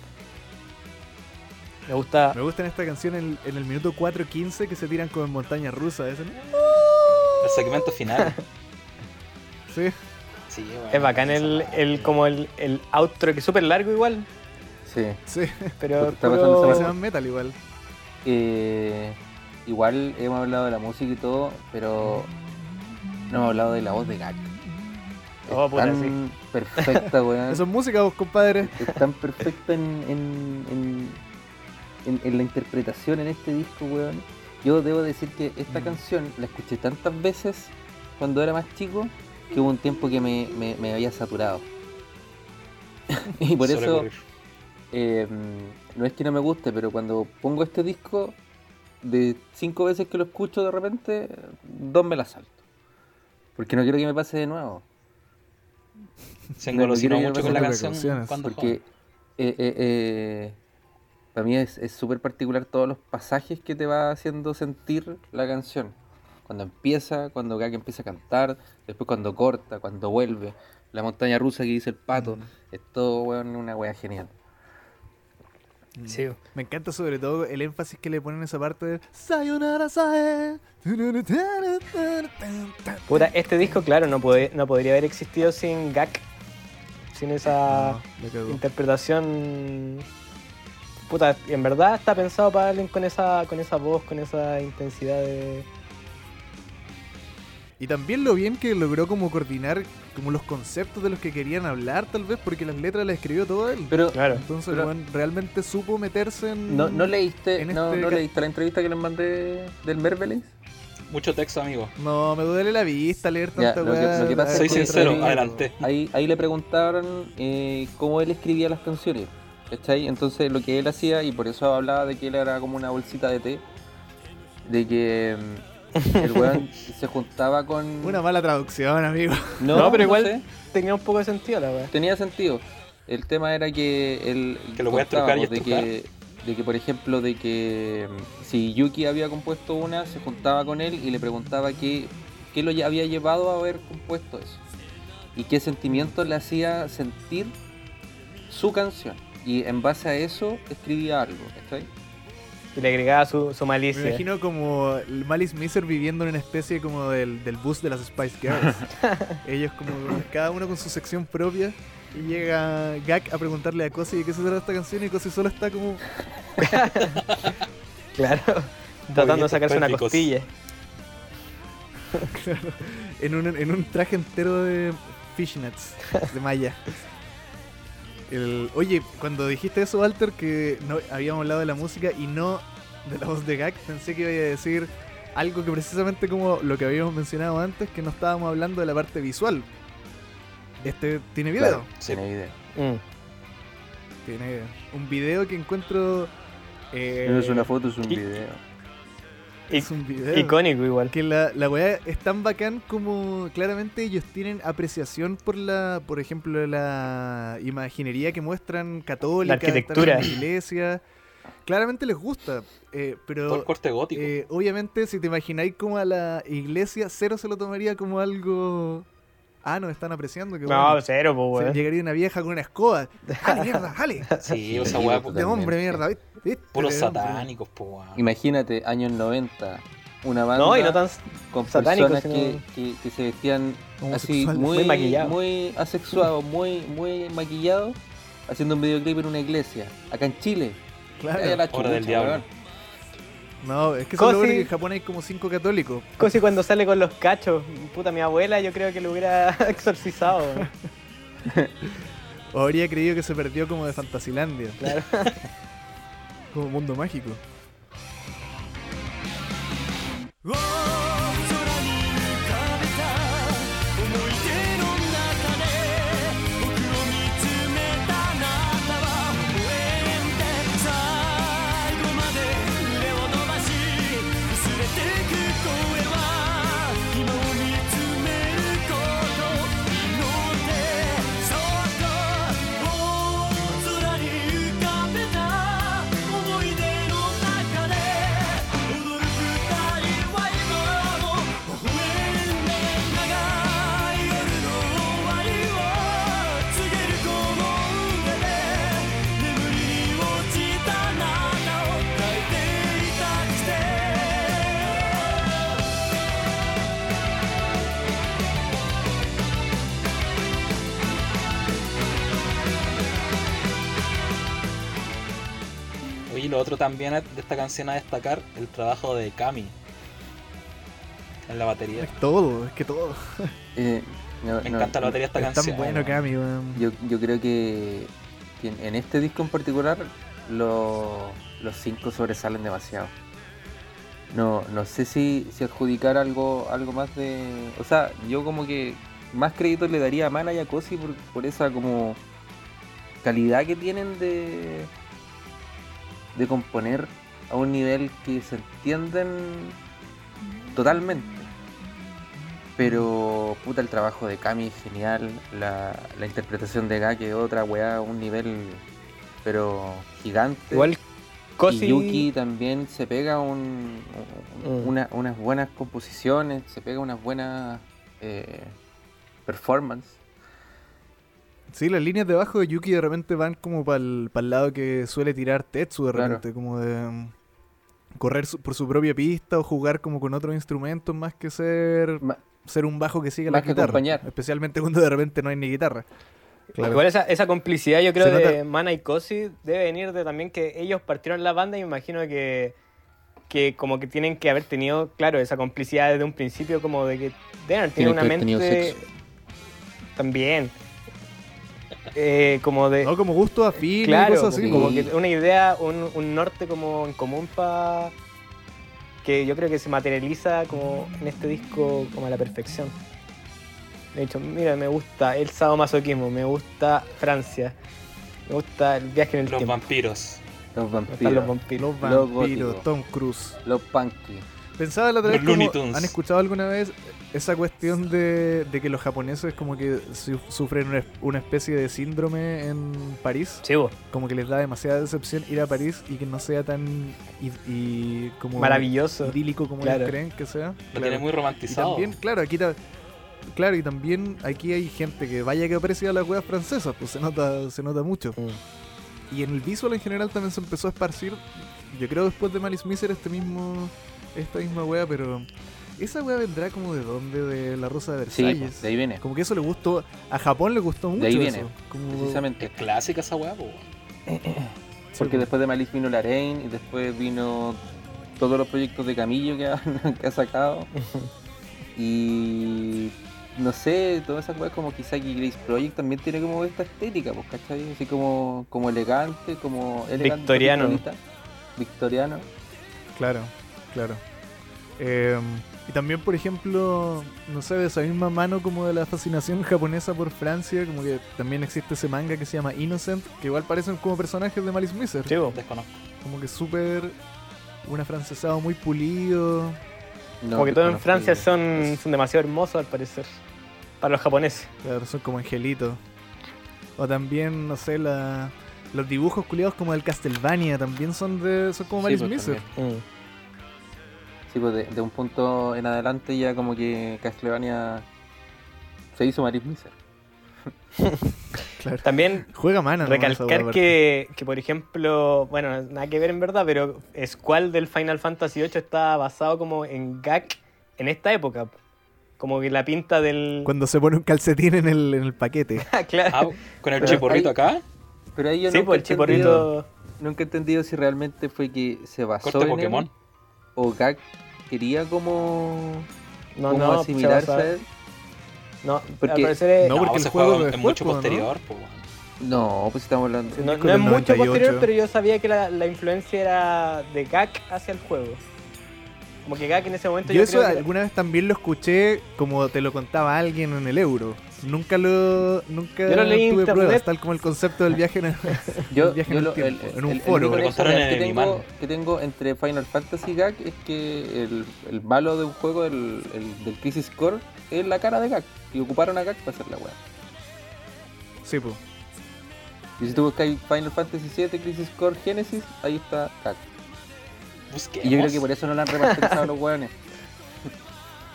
S3: Me gusta.
S1: Me gusta en esta canción el- en el minuto 4.15 que se tiran como en montaña rusa. Ese, ¿no?
S2: El segmento final.
S1: Sí.
S2: Sí,
S3: Es bacán el, el como el, el outro que es súper largo igual,
S4: Sí.
S1: Sí,
S3: pero
S4: Está pasando
S3: puro-
S1: pero
S4: esa
S1: se llama metal igual.
S4: Eh, igual hemos hablado de la música y todo, pero no hemos hablado de la voz de Gak.
S3: Oh,
S4: es
S3: puta,
S4: tan
S3: sí.
S4: perfecta, weón.
S1: Eso es música, vos, compadre.
S4: Es tan perfecta en, en, en, en- en la interpretación en este disco, weón. Yo debo decir que esta
S1: Mm.
S4: canción la escuché tantas veces cuando era más chico que hubo un tiempo que me, me- me había saturado. y por
S2: Suele
S4: eso
S2: ocurrir.
S4: eh, no es que no me guste, pero cuando pongo este disco, de cinco veces que lo escucho de repente, dos me la salto. Porque no quiero que me pase de nuevo.
S2: Se engolosinó
S4: Mira,
S2: mucho con la
S1: mira,
S2: canción
S1: canciones,
S2: cuando
S4: Porque
S2: joven.
S4: eh, eh, eh, para mí es es súper particular todos los pasajes que te va haciendo sentir la canción. Cuando empieza, cuando Gak empieza a cantar, después cuando corta, cuando vuelve, la montaña rusa que dice el pato. Es todo, weón, una wea genial.
S1: Mm.
S3: Sí.
S1: Me encanta sobre todo el énfasis que le ponen a esa parte de Sayonara Sae.
S3: Puta, este disco, claro, no, pode- no podría haber existido sin Gak. Sin esa
S4: Ah,
S1: No, la Ah, cagó.
S3: interpretación. Puta, en verdad está pensado para alguien con esa, con esa voz, con esa intensidad de.
S1: Y también lo bien que logró como coordinar como los conceptos de los que querían hablar, tal vez, porque las letras las escribió todo él.
S4: Pero,
S3: Claro.
S1: Entonces,
S4: pero-
S1: el weón realmente supo meterse en.
S4: ¿no, no leíste,
S1: En
S4: no,
S1: este
S4: no
S1: ca-
S4: leíste la entrevista que les mandé del Mervelis?
S2: Mucho texto, amigo.
S1: No, me duele la vista leer
S4: Ya,
S1: tanta
S4: lo que-
S1: weá.
S4: lo que pasa es
S2: Soy
S4: que-
S2: sincero,
S4: Sí.
S2: adelante.
S4: Ahí, ahí le preguntaron eh, cómo él escribía las canciones. ¿Cachai? Entonces lo que él hacía, y por eso hablaba de que él era como una bolsita de té, de que mm, el weón se juntaba con...
S1: Una mala traducción, amigo.
S4: no,
S3: No, pero igual-
S4: sé,
S3: Tenía un poco de sentido la verdad.
S4: tenía sentido. El tema era que él...
S2: Que lo voy a
S4: contaba,
S2: trucar y
S4: pues, de que, de que, por ejemplo, de que mm, si Yuki había compuesto una, se juntaba con él y le preguntaba qué, qué lo lle- había llevado a haber compuesto eso. y qué sentimientos le hacía sentir su canción. Y en base a eso escribía algo, ¿cachai?
S3: Y le agregaba su, su
S1: Me
S3: malicia.
S1: imagino como el Malice Miser viviendo en una especie como del, del bus de las Spice Girls. Ellos como cada uno con su sección propia y llega Gak a preguntarle a Cosi de qué se trata esta canción y Cosi solo está como...
S3: Claro. Tratando de
S2: Movimientos
S3: sacarse una
S2: pélvicos.
S3: costilla.
S1: en un, en un traje entero de fishnets, de malla. El- oye, cuando dijiste eso, Walter, que no, habíamos hablado de la música y no de la voz de Gak, pensé que iba a decir algo que precisamente como lo que habíamos mencionado antes, que no estábamos hablando de la parte visual. Este tiene video.
S4: Claro,
S2: Sí.
S4: tiene video.
S3: Mm.
S1: Tiene un video que encuentro... eh,
S4: No es una foto, es un
S3: y-
S4: video.
S1: es un video.
S3: Icónico igual.
S1: Que la, la weá es tan bacán como claramente ellos tienen apreciación por la, por ejemplo, la imaginería que muestran católica,
S3: La arquitectura.
S1: están en la iglesia. Claramente les gusta, eh,
S2: Todo el
S1: pero
S2: corte gótico.
S1: eh, obviamente si te imagináis como a la iglesia, cero se lo tomaría como algo... Ah, nos están apreciando, que
S3: No, cero, pues, weón.
S1: Llegaría una vieja con una escoba. ¡Jale, mierda, jale!
S2: Sí, esa
S4: Sí,
S2: weá,
S4: total.
S1: De hombre,
S4: Totalmente.
S1: mierda. ¿viste? ¿viste?
S2: puros
S1: De hombre".
S2: satánicos, po, weón.
S4: Imagínate, años 90, una banda
S3: No, y no tan.
S4: con
S3: satánico,
S4: personas que,
S3: sino-
S4: que- que se vestían así
S1: Homosexuales.
S4: muy,
S3: Muy maquillados.
S4: muy asexuados, muy, muy maquillados, haciendo un videoclip en una iglesia, acá en Chile.
S1: Claro.
S4: Calla la
S2: Hora del
S4: chucha,
S2: diablo.
S4: weón.
S1: No, es que solo
S3: Cosi-
S1: que en Japón hay como cinco católicos.
S3: Cosi cuando sale con los cachos. Puta, mi abuela yo creo que lo hubiera exorcizado.
S1: O habría creído que se perdió como de Fantasilandia,
S3: Claro.
S1: como mundo mágico.
S5: 「空に浮かべた思い出の中で僕を見つめたあなたは応援で最後まで腕を伸ばし薄れてく声は今を見つめること祈ってそっと空に浮かべた思い出の中で踊る二人は今も微笑んで長い夜の終わりを告げるこの上で眠りに落ちたあなたを抱いていたくて
S2: Oye, lo otro también es- de esta canción a destacar, el trabajo de Kami en la batería.
S1: Es todo, es que todo.
S4: Eh, no,
S2: Me
S4: no,
S2: encanta la batería de esta
S1: Es
S2: canción.
S1: tan bueno, Cami, weón.
S4: Yo, yo creo que, que en- en este disco en particular lo- los cinco sobresalen demasiado. No, no sé si, si adjudicar algo, algo más de. O sea, yo como que más crédito le daría a Mana y a Cosi por, por esa como calidad que tienen de, de componer a un nivel que se entienden totalmente. Pero puta el trabajo de Kami es genial, la, la interpretación de Gak es otra weá, un nivel pero gigante.
S3: Igual Cosi.
S4: Y Yuki también se pega un, un-
S3: Mm.
S4: una- unas buenas composiciones, se pega unas buenas eh, performances.
S1: Sí, las líneas de abajo de Yuki de repente van como para el lado que suele tirar Tetsu de
S4: Claro.
S1: repente, como de mm, correr su- por su propia pista o jugar como con otros instrumentos más que ser
S4: Ma-
S1: ser un bajo que sigue la
S4: Más que
S1: guitarra.
S4: acompañar.
S1: Especialmente cuando de repente no hay ni guitarra. Claro.
S3: Igual esa, esa complicidad yo creo
S1: Se nota-
S3: de Mana y Cosi debe venir de también que ellos partieron la banda y me imagino que, que como que tienen que haber tenido, claro, esa complicidad desde un principio como de que deben haber tenido
S4: Tienen que
S3: una
S4: haber tenido
S3: mente
S4: sexo.
S3: también eh, como de
S1: No como gusto afín y
S3: claro, pues,
S1: cosas así.
S3: como
S1: Como...
S3: que una idea, un, un norte como en común para que yo creo que se materializa como en este disco como a la perfección. De hecho, mira, me gusta el sadomasoquismo, me gusta Francia, me gusta el viaje en el
S2: Los
S3: tiempo.
S2: vampiros.
S4: Los
S3: me gustan los
S4: vampiros,
S3: vampiros.
S1: Los
S4: Los
S1: vampiros,
S4: góticos.
S1: Tom Cruise.
S4: los punky.
S1: Pensaba la otra vez,
S2: Los
S1: como,
S2: Looney Tunes.
S1: ¿han escuchado alguna vez esa cuestión de, de que los japoneses como que su- sufren una, una especie de síndrome en París?
S3: Chivo,
S1: Como que les da demasiada decepción ir a París y que no sea tan y, y como
S3: maravilloso.
S1: idílico como
S3: Claro.
S1: ellos creen que sea.
S2: Lo
S1: Claro.
S2: tiene muy
S1: Y
S2: romantizado.
S1: también, claro, aquí ta- claro, y también aquí hay gente que vaya que aprecia las weas francesas, pues se nota, se nota mucho.
S4: Mm.
S1: Y en el visual en general también se empezó a esparcir, yo creo después de Malice Miser este mismo, esta misma wea, pero esa wea vendrá como de dónde, de la Rosa de
S4: Sí, pues,
S1: Versalles.
S4: de ahí viene,
S1: Como que eso le gustó, a Japón le gustó mucho.
S4: ahí
S1: eso.
S4: viene,
S1: Como-
S4: precisamente.
S2: Es clásica esa weá, po.
S1: sí,
S4: Porque
S1: pues.
S4: después de Malice vino Larain y después vino todos los proyectos de Camillo que ha, que ha sacado. Y no sé, todas esas cosas como quizá que Grace Project también tiene como esta estética, pues, ¿cachai? Así como, como elegante, como elegante,
S3: Victoriano.
S4: victorita- Victoriano.
S1: Claro, claro. Eh, y también, por ejemplo, no sé, de esa misma mano como de la fascinación japonesa por Francia, como que también existe ese manga que se llama Innocent, que igual parecen como personajes de Malice Miser.
S3: Chivo.
S2: Desconozco.
S1: Como que súper, un afrancesado muy pulido.
S4: No,
S3: Como que todos en
S4: desconozco
S3: Francia
S4: yo.
S3: son, son demasiado hermosos al parecer. Para los japoneses.
S1: Claro, son como angelitos. O también, no sé, la, los dibujos culiados como del Castlevania también son de son como
S4: Sí,
S1: Malice
S4: pues,
S1: Miser.
S4: también. Sí, pues de, de un punto en adelante ya como que Castlevania se hizo Malice Miser.
S1: Claro.
S3: También
S1: Juega mana. nomás esa wea,
S3: Recalcar
S1: aparte.
S3: que, que, por ejemplo, bueno, nada que ver en verdad, pero Squall del Final Fantasy VIII está basado como en Gak en esta época. Como que la pinta del...
S1: Cuando se pone un calcetín en el, en el paquete.
S3: Ah, claro.
S2: Ah, con el
S4: Pero
S2: chiporrito
S4: hay-
S2: acá.
S4: Pero ahí yo
S3: sí,
S4: nunca
S3: pues el
S4: he entendido-
S3: chiporrito...
S4: Nunca he entendido si realmente fue que se basó
S2: Corte
S4: en él,
S2: Pokémon.
S4: o Gag quería como,
S3: No,
S4: como
S3: no,
S1: pues,
S3: se
S4: asimilarse
S3: basa-
S4: a él.
S3: No,
S4: Porque-
S3: al parecer es-
S1: No,
S3: no,
S1: porque el
S2: ese
S1: juego
S2: es
S1: es
S2: mucho
S1: después, ¿no?
S2: posterior, po, weón.
S4: No, pues estamos hablando.
S3: no
S1: disco
S3: es
S1: del
S3: mucho
S1: 98.
S3: posterior, pero yo sabía que la, la influencia era de Gak hacia el juego. Como que Gak en ese momento
S1: Yo,
S3: yo,
S1: eso
S3: creo que-
S1: alguna vez también lo escuché como te lo contaba alguien en el euro. Nunca lo nunca
S3: Yo lo leí en
S1: tuve
S3: internet.
S1: pruebas, tal como el concepto del viaje en el,
S4: Yo,
S1: el viaje en
S4: yo
S1: el
S4: lo- el-
S1: tiempo, en un
S4: el- el
S1: foro.
S4: único
S2: Pero
S4: referente
S2: contaron en
S4: que
S2: el
S4: tengo,
S2: Animal.
S4: que tengo entre Final Fantasy Gag es que el, el malo de un juego, el, el- del Crisis Core, es la cara de Gag. Y ocuparon a Gag para hacer la weá.
S1: Sí, po.
S4: Y si tú buscas Final Fantasy VII, Crisis Core, Genesis, ahí está Gag.
S2: Busquemos.
S4: Y yo creo que por eso no la han remasterizado los weones.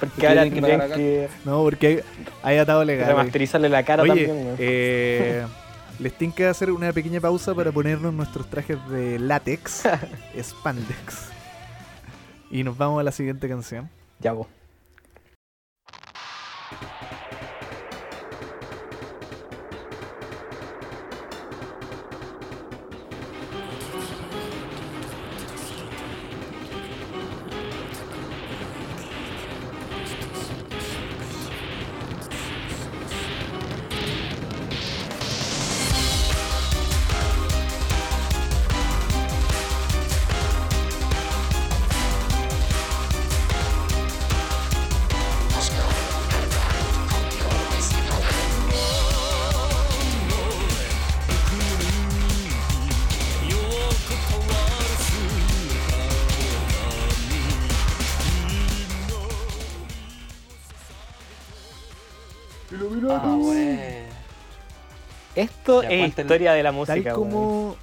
S3: porque ahora
S4: tienen que
S3: tendrían
S4: pagar a
S3: que
S1: No, porque hay, hay atado legal.
S3: remasterizarle la cara
S1: Oye,
S3: también. weón.
S1: eh, les tengo que hacer una pequeña pausa para ponernos nuestros trajes de látex, spandex. Y nos vamos a la siguiente canción.
S3: Ya vos.
S2: Ah, wey.
S3: Esto
S2: Ya,
S3: es
S2: cuéntale.
S3: historia de la
S1: Tal
S3: música. weón.
S1: como...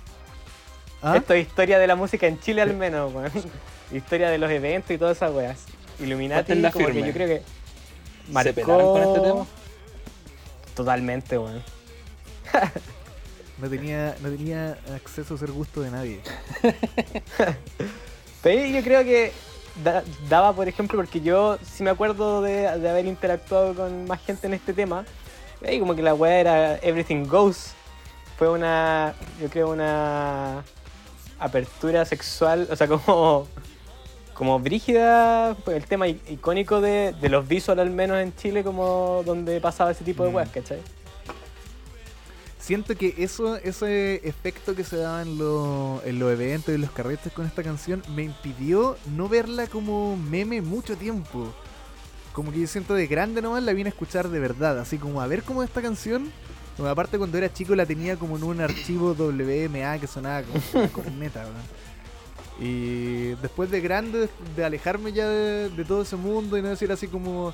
S1: ¿Ah?
S3: Esto es historia de la música en Chile al menos, weón. Historia de los eventos y todas esas weas. Illuminati,
S2: Ponte en la
S3: como que
S2: firme.
S3: yo creo que marcó...
S2: ¿Se pelaron con este tema?
S3: Totalmente, weón.
S1: No tenía, no tenía acceso a ser gusto de nadie.
S3: Pero ahí yo creo que da- daba, por ejemplo, porque yo sí me acuerdo de, de haber interactuado con más gente en este tema. Y como que la wea era Everything Goes. Fue una, yo creo, una apertura sexual, o sea, como, como brígida, pues, el tema i- icónico de, de los visual al menos en Chile, como donde pasaba ese tipo de
S1: Mm.
S3: weas, ¿cachai?
S1: Siento que eso, ese efecto que se daba en, lo- en los eventos y en los carretes con esta canción me impidió no verla como meme mucho tiempo. Como que yo siento de grande nomás la vine a escuchar de verdad, así como a ver cómo esta canción. bueno, aparte cuando era chico la tenía como en un archivo WMA que sonaba como una corneta, weón. Y después de grande, de alejarme ya de, de todo ese mundo y no decir así como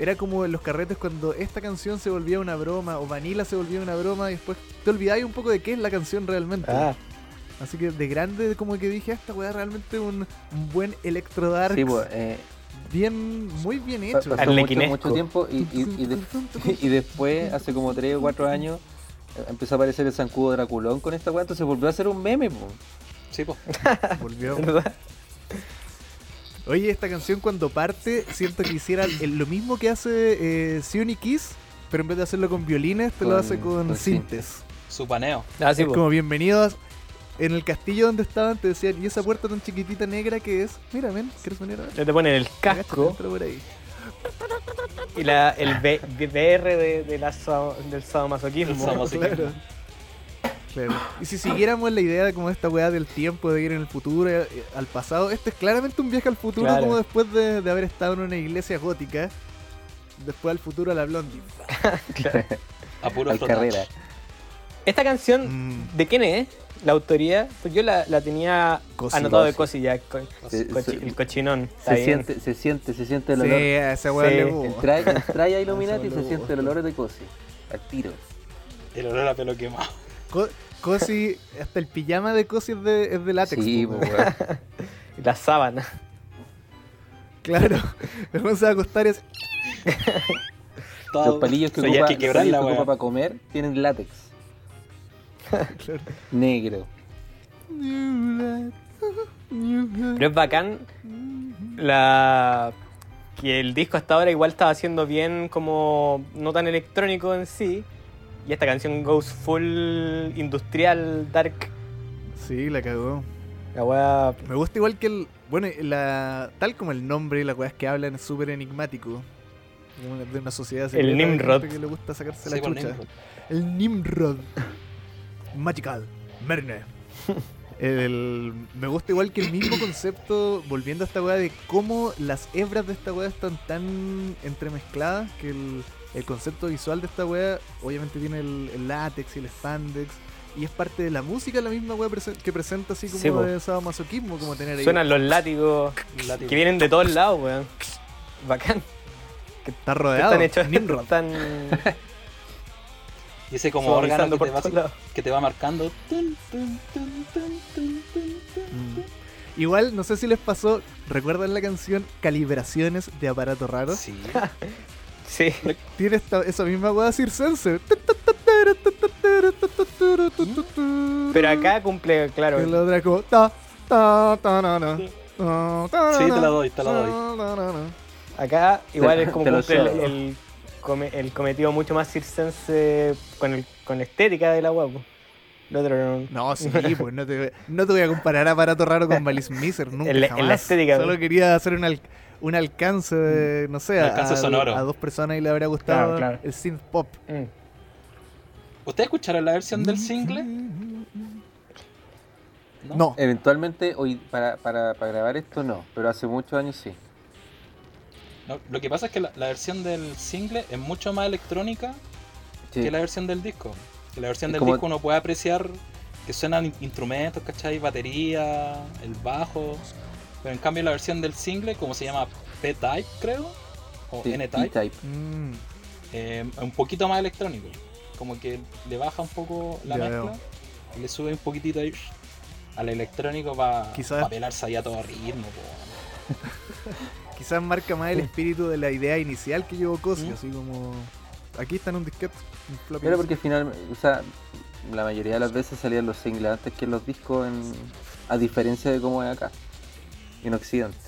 S1: era como en los carretes cuando esta canción se volvía una broma o Vanilla se volvía una broma y después te olvidáis un poco de qué es la canción realmente.
S3: Ah.
S4: Ah.
S1: Así que de grande como que dije, "Ah, esta weá realmente un, un buen electro dark,
S4: Sí, pues, eh,
S1: bien, muy bien
S4: pa-
S1: hecho.
S4: pasó mucho,
S3: Arlequinesco.
S4: mucho tiempo y, y- y de- y después, hace como 3 o 4 años, eh, empezó a aparecer el zancudo Draculón con esta weá, entonces volvió a ser un meme, po.
S2: Sí, po.
S1: Volvió.
S3: ¿Verdad?
S1: Oye, esta canción cuando parte, siento que hiciera el- lo mismo que hace eh, Sion y Kiss, pero en vez de hacerlo con violines, te lo
S4: Con-
S1: hace con,
S4: con
S1: sintes.
S2: Su paneo.
S3: Ah, sí,
S1: Es
S3: po.
S1: como bienvenidos. En el castillo donde estaban te decían, y esa puerta tan chiquitita negra que es. Mira, men, ¿quieres venir a ver?
S3: Ya Te ponen el
S1: Agáchate,
S3: casco
S1: entra por ahí.
S3: y la, el B- VR de, de la sao- del sadomasoquismo.
S2: El sadomasoquismo.
S1: Claro. Claro. Y si siguiéramos la idea de como esta weá del tiempo, de ir en el futuro, eh, al pasado, este es claramente un viaje al futuro,
S3: Claro.
S1: como después de, de haber estado en una iglesia gótica, después al futuro a la blondie.
S2: A puro
S4: Al
S2: frontal.
S4: carrera.
S3: Esta canción
S1: Mm,
S3: ¿De quién es la autoría? Pues yo la, la tenía
S1: Cosi.
S3: anotado de
S4: Cosi.
S3: Cosi ya. co-
S4: Se-
S3: cochi-
S4: se-
S3: el cochinón. Está
S4: Se
S3: bien.
S4: siente, se siente, se siente el
S1: sí,
S4: olor.
S1: a esa weá
S3: Sí,
S1: le bobo.
S4: Entra, entra a Illuminati y
S1: Eso
S4: se
S1: lo-
S4: siente el olor de cosi. Al tiro.
S2: El olor a pelo quemado.
S1: Co- Cosi, hasta el pijama de Cosi es de, es de látex.
S4: Sí,
S1: po,
S4: po,
S1: weón.
S4: weón.
S3: La sábana.
S1: Claro, el weón se va a acostar y es. Ah,
S4: Los palillos que
S2: Había
S4: ocupa,
S2: que
S4: los
S2: quebrar
S4: palillos
S2: la
S4: que ocupa
S2: weá.
S4: para comer tienen látex.
S1: Claro.
S4: Negro.
S3: Pero es bacán la... que el disco hasta ahora igual estaba siendo bien como no tan electrónico en sí. Y esta canción goes full industrial, dark.
S1: Sí, la cagó.
S3: La weá...
S1: Me gusta igual que el, Bueno, y la, tal como el nombre y las weas que hablan es súper enigmático. De una, de una sociedad secreta de
S3: Nimrod.
S1: gente que le gusta sacarse
S2: Sí,
S1: la
S2: con
S1: chucha.
S2: Nimrod.
S1: El Nimrod. Magical. Merne. El- me gusta igual que el mismo concepto, volviendo a esta weá de cómo las hebras de esta weá están tan entremezcladas que el, el concepto visual de esta weá obviamente tiene el, el látex y el spandex y es parte de la música la misma weá prese- que presenta así como
S3: Sí, po.
S1: de sadomasoquismo, como tener ahí
S3: Suenan los látigos
S2: Látigo.
S3: que vienen de todos lados, weón. Bacán.
S1: está rodeado,
S3: Están hechos,
S1: Nimrod.
S3: están
S2: Y ese como órgano
S3: sonorizando
S2: que
S3: por
S2: te, va,
S3: todos lados.
S2: que te va marcando. Tun, tun, tun, tun, tun, tun, tun.
S1: Mm. Igual, no sé si les pasó, ¿recuerdan la canción Calibraciones de Aparato Raro?
S2: Sí.
S3: Sí.
S1: Tiene esta- esa misma weá circense.
S3: Pero acá cumple, claro.
S1: Y la otra como, ta, ta, ta, na, na,
S2: Sí.
S1: ta, ta, na,
S2: Sí, te
S1: na,
S2: la doy, te la doy.
S1: na, na, na.
S3: Acá igual
S4: Te-
S3: es como
S4: te lo
S3: cumple el,
S4: cedo.
S3: el come- el cometido mucho más circense con, el, con la estética de la guapo. Lo otro no.
S1: No, sí, pues no te, no te voy a comparar aparato raro con Malice Miser, nunca.
S3: En la- en
S1: jamás.
S3: la estética,
S1: Solo
S3: güey.
S1: quería hacer un, al- un alcance, de, no sé,
S2: Un
S1: a,
S2: alcance sonoro.
S1: a dos personas y le habrá gustado
S3: Claro, claro.
S1: el synth pop.
S3: Mm.
S2: ¿Ustedes escucharon la versión
S1: Mm,
S2: del single? Eh,
S1: No,
S4: Eventualmente, hoy para, para, para grabar esto no, pero hace muchos años sí.
S2: No, Lo que pasa es que la, la versión del single es mucho más electrónica
S4: Sí.
S2: que la versión del disco. Que la versión
S4: Es
S2: del
S4: como-
S2: disco uno puede apreciar que suenan in- instrumentos, ¿cachai? Batería, el bajo. Pero en cambio la versión del single, como se llama P-Type, creo, o
S4: Sí,
S2: N-Type,
S4: E-Type.
S1: Mm,
S2: eh, es un poquito más electrónico. Como que le baja un poco la
S1: Ya
S2: mezcla,
S1: veo.
S2: y le sube un poquitito ahí al electrónico para
S1: Quizás-
S2: pelarse ahí a todo ritmo. po.
S1: quizás marca más el espíritu de la idea inicial que llevó Cosio,
S2: Mm.
S1: así como. Aquí está en un disquete. un floppy disk.
S4: Pero porque al final, o sea, la mayoría de las veces salían los singles antes que los discos, en- a diferencia de cómo es acá, en Occidente.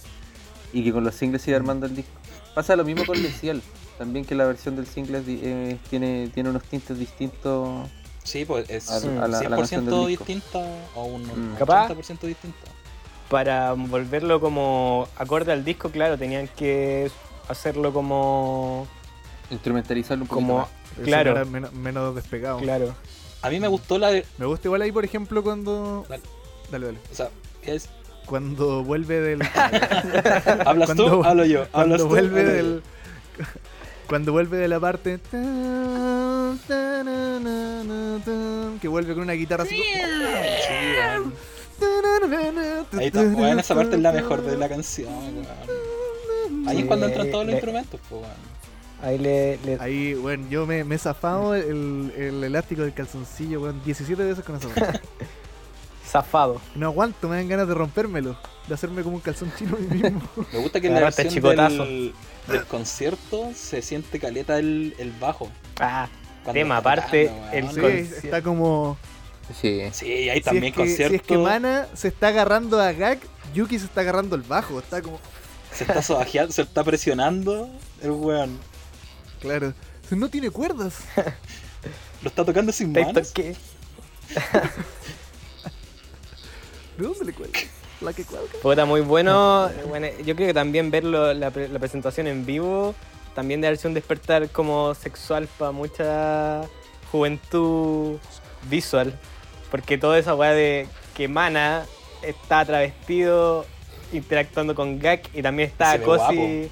S4: Y que con los singles sigue armando el disco. Pasa lo mismo con Lesial, también que la versión del single es di- eh, tiene, tiene unos tintes distintos.
S2: Sí, pues es
S4: A-
S3: a
S4: la- a la
S2: 100%
S4: canción del disco.
S2: distinta o un
S4: Mm.
S2: 80%
S3: Capaz.
S2: distinta.
S3: Para volverlo como acorde al disco, claro, tenían que hacerlo como.
S4: Instrumentalizarlo un poco
S3: como
S1: Eso
S3: claro.
S1: era menos, menos despegado.
S3: Claro.
S2: A mí me gustó la de.
S1: Me gusta igual ahí, por ejemplo, cuando.
S2: Dale.
S1: Dale, dale.
S2: O sea, es-
S1: Cuando vuelve del.
S2: ¿Hablas tú?
S1: Cuando-
S2: Hablo yo.
S1: cuando
S2: ¿Hablas tú?
S1: vuelve
S2: Hablo yo.
S1: del cuando vuelve de la parte tan, tan, na, na, na, tan, que vuelve con una guitarra así
S2: Sí, weón.
S1: tan, na, na, na,
S2: Ahí está.
S1: tan,
S2: Weón, esa parte es la
S1: tan,
S2: mejor de la
S1: tan,
S2: canción, weón.
S1: tan,
S2: Ahí es
S3: Sí,
S2: cuando entran todos los
S3: le-
S2: instrumentos, pues, weón.
S3: Ahí le. le-
S1: Ahí, bueno, yo me, me he zafado el, el elástico del calzoncillo, weón, 17 veces con esa weá.
S3: Zafado.
S1: No aguanto, me dan ganas de rompérmelo, de hacerme como un calzón chino a mí mismo.
S2: Me gusta que en la
S3: Agarraste
S2: versión
S3: chicotazo.
S2: del, del concierto se siente caleta el, el bajo.
S3: Ah,
S2: Cuando
S3: Tema
S2: está
S3: aparte,
S2: tocando,
S3: el
S2: weón.
S1: Sí,
S3: Con-
S1: está como...
S4: Sí.
S2: Sí, hay
S1: Si
S2: también
S1: es, que, si es
S2: concierto.
S1: que Mana se está agarrando a Gak, Yuki se está agarrando el bajo, está como...
S2: Se está sobajeando, se está presionando el weón.
S1: Claro. Si No tiene cuerdas.
S2: Lo está tocando sin
S3: te
S2: manos.
S3: toqué.
S1: ¿De dónde le cuelga? ¿La que cuelga?
S3: Puta, muy bueno. Bueno, Yo creo que también ver lo- la, pre- la presentación en vivo también de haberse un despertar como sexual para mucha juventud visual. Porque toda esa weá de que Mana está travestido interactuando con Gak y también
S2: Se
S3: está
S2: ve
S3: Cosi.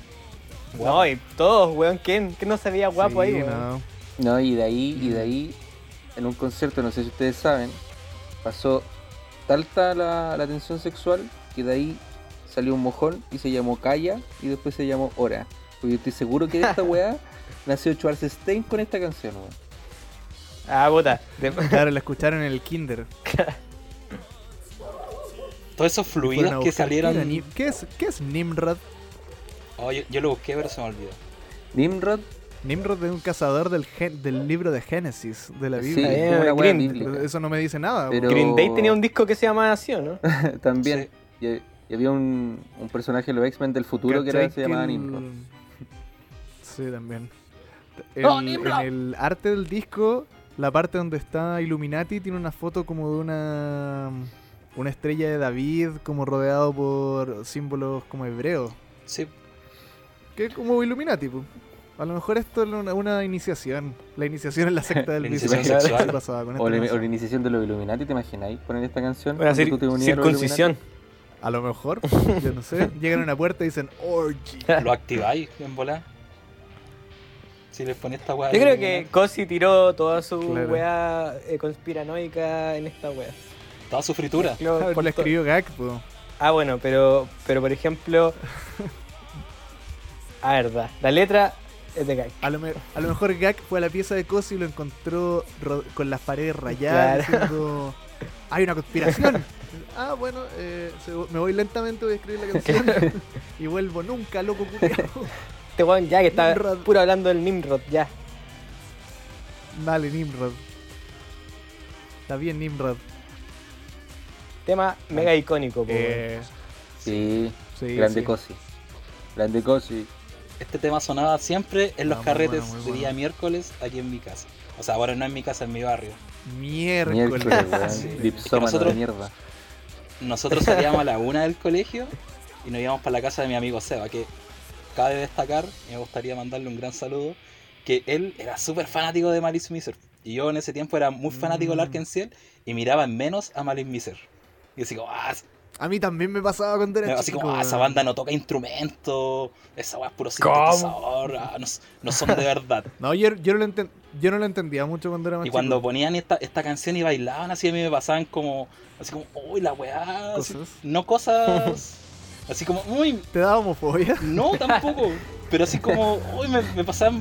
S2: guapo.
S3: No, y todos, weón, ¿quién, quién no se veía guapo ahí, weón?
S1: no.
S4: No, y de ahí, y de ahí, en un concierto, no sé si ustedes saben, pasó tanta la, la tensión sexual que de ahí salió un mojón y se llamó Calla y después se llamó Hora. Porque yo estoy seguro que de esta weá nació Schwarzenstein con esta canción, weón.
S3: Ah, puta. De-
S1: Claro, la escucharon en el kinder.
S2: Todos esos
S1: Fueron a
S2: fluidos que
S1: buscar,
S2: salieron.
S1: mira, Nim- ¿Qué es, ¿Qué es Nimrod?
S2: Oh, yo, yo lo busqué, pero se me olvidó.
S4: Nimrod,
S1: Nimrod es un cazador del, gen- del libro de Génesis, de la
S4: sí, eh,
S1: Biblia. eh,
S4: es como una weá
S3: Grimm.
S4: bíblica.
S1: Eso no me dice nada.
S4: Pero-
S3: Green Day tenía un disco que se llamaba así, ¿o no?
S4: También. Y, y había un, un personaje de los X-Men del futuro que era, se llamaba Nimrod.
S1: Sí, también. El-
S2: ¡No, Nimrod!
S1: En el arte del disco, la parte donde está Illuminati tiene una foto como de una una estrella de David como rodeado por símbolos como hebreos.
S2: Sí,
S1: Que es como Illuminati, po. A lo mejor esto es una, una iniciación. La iniciación en la secta del
S2: La
S1: Beatles.
S2: iniciación
S1: Claro.
S2: sexual.
S1: ¿Qué pasaba con este
S4: O
S1: esto?
S4: la,
S1: No sé.
S4: o la iniciación de los Illuminati, ¿te imagináis poner esta canción?
S3: Una
S4: cuando
S3: cir-
S4: tú te unías a los
S3: circuncisión.
S1: A lo mejor, yo no sé. Llegan a una puerta y dicen "Oh, Orgy.
S2: lo activáis en volar. Si les ponía esta weá.
S3: Yo
S2: de
S3: creo
S2: Illuminati.
S3: que Cosi tiró toda su
S1: Claro.
S3: weá eh, conspiranoica en esta weá.
S2: Toda su fritura.
S3: Mezcló
S1: Ah,
S3: por
S1: la
S3: to-
S1: escribió Gag, po.
S3: Ah, bueno, pero, pero por ejemplo. Ah, verdad. La letra es de Guy.
S1: A lo, me- a lo mejor Gag fue a la pieza de Cosi y lo encontró ro- con las paredes rayadas diciendo, hay una conspiración. ah, bueno, eh, se- me voy lentamente, voy a escribir la canción. y vuelvo nunca, loco culiao.
S3: Este weón ya que está
S1: Nimrod.
S3: puro hablando del Nimrod, ya.
S1: Dale, Nimrod. Está bien, Nimrod.
S2: Oh,
S3: Tema mega icónico, po, weón.
S1: Eh,
S4: Sí,
S1: sí,
S4: grande
S1: sí.
S4: Cosi. Grande Cosi.
S2: Este tema sonaba siempre en
S1: Ah,
S2: los
S1: muy
S2: carretes
S1: bueno, muy
S2: de día miércoles aquí en mi casa. O sea, bueno, no en mi casa, en mi barrio.
S1: Miércoles.
S4: Miércoles, weón.
S2: Sí.
S4: Dipsómano
S2: Nosotros-
S4: de mierda.
S2: Nosotros salíamos a la una del colegio y nos íbamos para la casa de mi amigo Seba, que cabe destacar, y me gustaría mandarle un gran saludo, que él era súper fanático de Malice Miser. Y yo en ese tiempo era muy fanático
S1: Mm.
S2: del Arkansas y miraba en menos a Malice Miser. Y así como, ah,
S1: A mí también me pasaba cuando era
S2: así
S1: chico,
S2: como, ah, esa
S1: weón.
S2: banda no toca instrumento, esa weá es puro sintetizador, ah, no, s- no son de verdad.
S1: No, yo, yo no lo enten- yo no lo entendía mucho cuando era más
S2: Y
S1: chico.
S2: cuando ponían esta, esta canción y bailaban así, a mí me pasaban como, así como, uy, la weá, así-
S1: Cosas.
S2: no cosas, así como, uy,
S1: Te daba homofobia.
S2: no tampoco, pero así como, uy, me, me pasaban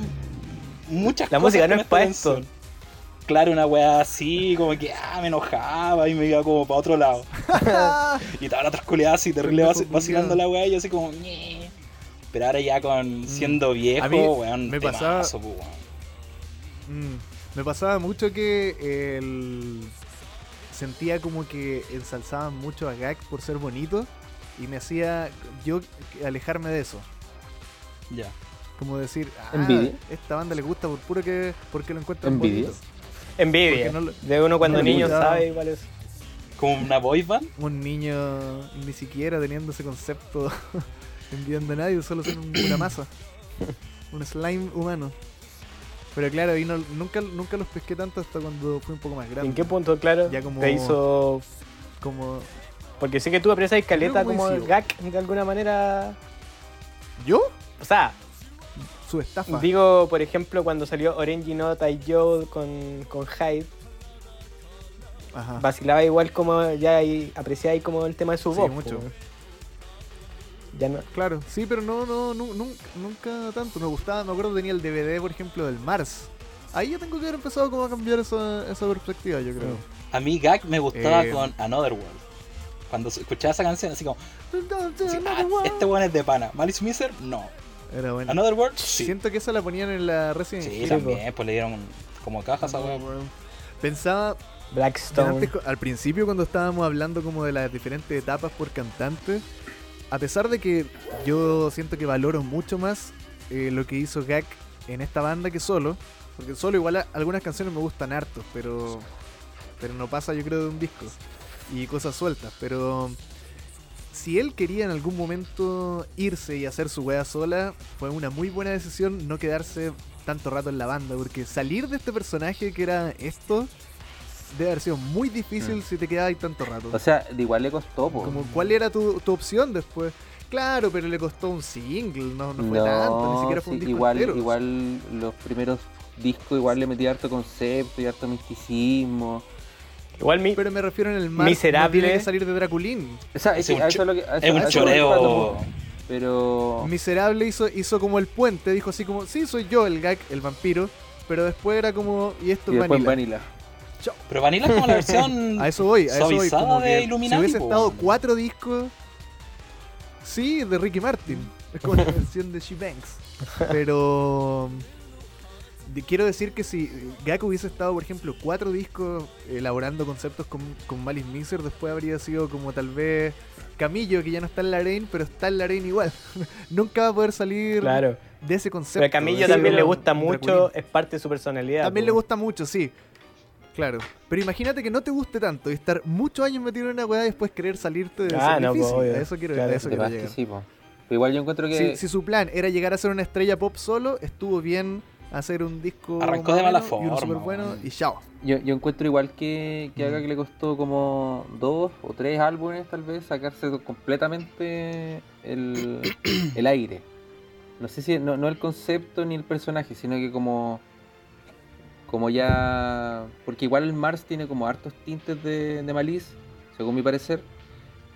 S2: muchas
S3: La
S2: cosas.
S3: música
S2: con
S3: no es
S2: esta
S3: pa'
S2: canción.
S3: esto.
S2: Claro, una weá así, como que, ah, me enojaba y me iba como para otro lado. Y estaban otras culiadas así, terrible
S1: Pendejo
S2: vaci- vacilando la weá y yo así como, "Ñe". Pero ahora ya con siendo viejo,
S1: Mm. A mí
S2: weón,
S1: me pasaba-
S2: temazo, po, weón.
S1: Mm, me pasaba mucho que el... sentía como que ensalzaban mucho a Gag por ser bonito y me hacía yo alejarme de eso.
S2: Ya.
S1: Como decir, ah,
S4: Envidia.
S1: esta banda le gusta por puro que porque lo encuentran
S4: Envidia.
S1: bonito.
S3: Envidia.
S1: Porque no lo-
S3: de uno cuando
S1: no lo
S3: niño
S1: escuchaba.
S3: sabe cuál es.
S2: Como una boy band.
S1: Un niño ni siquiera teniendo ese concepto enviando a nadie, solo son un- una masa. Un slime humano. Pero claro, ahí no- nunca, nunca los pesqué tanto hasta cuando fui un poco más grande.
S3: ¿En qué punto, claro?
S1: Ya como-
S3: Te hizo.
S1: Como...
S3: Porque sé que tú aprecias caleta
S1: Creo que
S3: como
S1: sí,
S3: el
S1: weón.
S3: gag de alguna manera.
S1: ¿Yo?
S3: O sea,
S1: Su estafa.
S3: digo, por ejemplo, cuando salió Orange Nota y Joe con, con Hyde,
S1: Ajá.
S3: vacilaba igual como ya ahí, apreciaba ahí como el tema de su
S1: Sí,
S3: voz.
S1: mucho.
S3: po. Ya no.
S1: Claro, sí, pero no, no, nu- nun- nunca, tanto. Me gustaba, me acuerdo que tenía el DVD, por ejemplo, del Mars. Ahí ya tengo que haber empezado como a cambiar esa, esa perspectiva, yo creo.
S2: A mí Gag me gustaba
S1: Eh.
S2: con Another World. Cuando se- escuchaba esa canción, así como,
S1: Entonces,
S2: así,
S1: no
S2: ah,
S1: te voy a-
S2: este weón es de pana. Malice Miser, no.
S1: Era bueno.
S2: Another World, sí.
S1: Ah, Siento que esa la ponían en la Resident
S2: Sí,
S1: Evil.
S2: también, pues le dieron como cajas a weón.
S1: Pensaba
S3: Blackstone.
S1: antes, al principio cuando estábamos hablando como de las diferentes etapas por cantante, a pesar de que yo siento que valoro mucho más eh, lo que hizo Gak en esta banda que solo, porque solo igual a- algunas canciones me gustan hartos, pero pero no pasa yo creo de un disco y cosas sueltas, pero si él quería en algún momento irse y hacer su wea sola, fue una muy buena decisión no quedarse tanto rato en la banda, porque salir de este personaje que era esto debe haber sido muy difícil
S4: Mm.
S1: si te quedabas ahí tanto rato.
S4: O sea, de igual le costó, po.
S1: Como, ¿Cuál era tu, tu opción después? Claro, pero le costó un single, no, no fue tanto, ni siquiera fue un
S4: sí,
S1: disco
S4: igual,
S1: entero.
S4: igual los primeros discos igual le metí harto concepto y harto misticismo.
S3: Igual mi.
S1: Pero me refiero en el mar, no
S3: Miserable.
S1: tiene que salir de Draculín.
S4: O sea, es,
S2: Es
S4: que
S2: un
S4: a
S2: cho-
S4: eso es lo que- a eso-
S2: Es
S4: a
S2: un
S4: eso es lo que trato,
S2: choreo.
S4: po. Pero
S1: Miserable hizo, hizo como el puente, dijo así como, sí, soy yo el gag, el vampiro, pero después era como, y esto
S4: y
S1: es
S4: después
S1: Vanilla.
S4: Vanilla.
S2: Pero Vanilla es como la versión.
S1: A eso voy, a eso voy.
S2: Suavizada
S1: como
S2: de
S1: que si
S2: Illuminati,
S1: hubiese
S2: po.
S1: estado cuatro discos, sí, de Ricky Martin. Es como la versión de She Banks. Pero de- quiero decir que si Gaku hubiese estado, por ejemplo, cuatro discos elaborando conceptos con, con Malice Miser, después habría sido como tal vez Camillo, que ya no está en la arena, pero está en la arena igual. Nunca va a poder salir
S3: Claro.
S1: de ese concepto.
S3: Pero a Camillo
S1: Sí,
S3: también
S1: pero
S3: le gusta
S1: un
S3: mucho,
S1: Draculín.
S3: es parte de su personalidad.
S1: También
S3: po.
S1: le gusta mucho, sí. Claro. Pero imagínate que no te guste tanto y estar muchos años metido en una weá y después querer salirte de
S3: Ah,
S1: ser
S3: no,
S1: difícil.
S3: pues, obvio.
S1: a eso quiero,
S3: Claro,
S1: a eso
S4: De
S1: quiero
S4: más que
S1: llegar.
S4: sí, po. Pero igual yo encuentro que.
S1: Si, si su plan era llegar a ser una estrella pop solo, estuvo bien hacer un disco
S2: Arrancó de mala
S1: malo y uno
S2: forma,
S1: súper bueno
S2: weón.
S1: y chao.
S4: Yo, yo encuentro igual que, que acá que le costó como dos o tres álbumes tal vez sacarse completamente el, el aire. No sé si, no, no el concepto ni el personaje, sino que como, como ya... Porque igual el Mars tiene como hartos tintes de, de Malice, según mi parecer,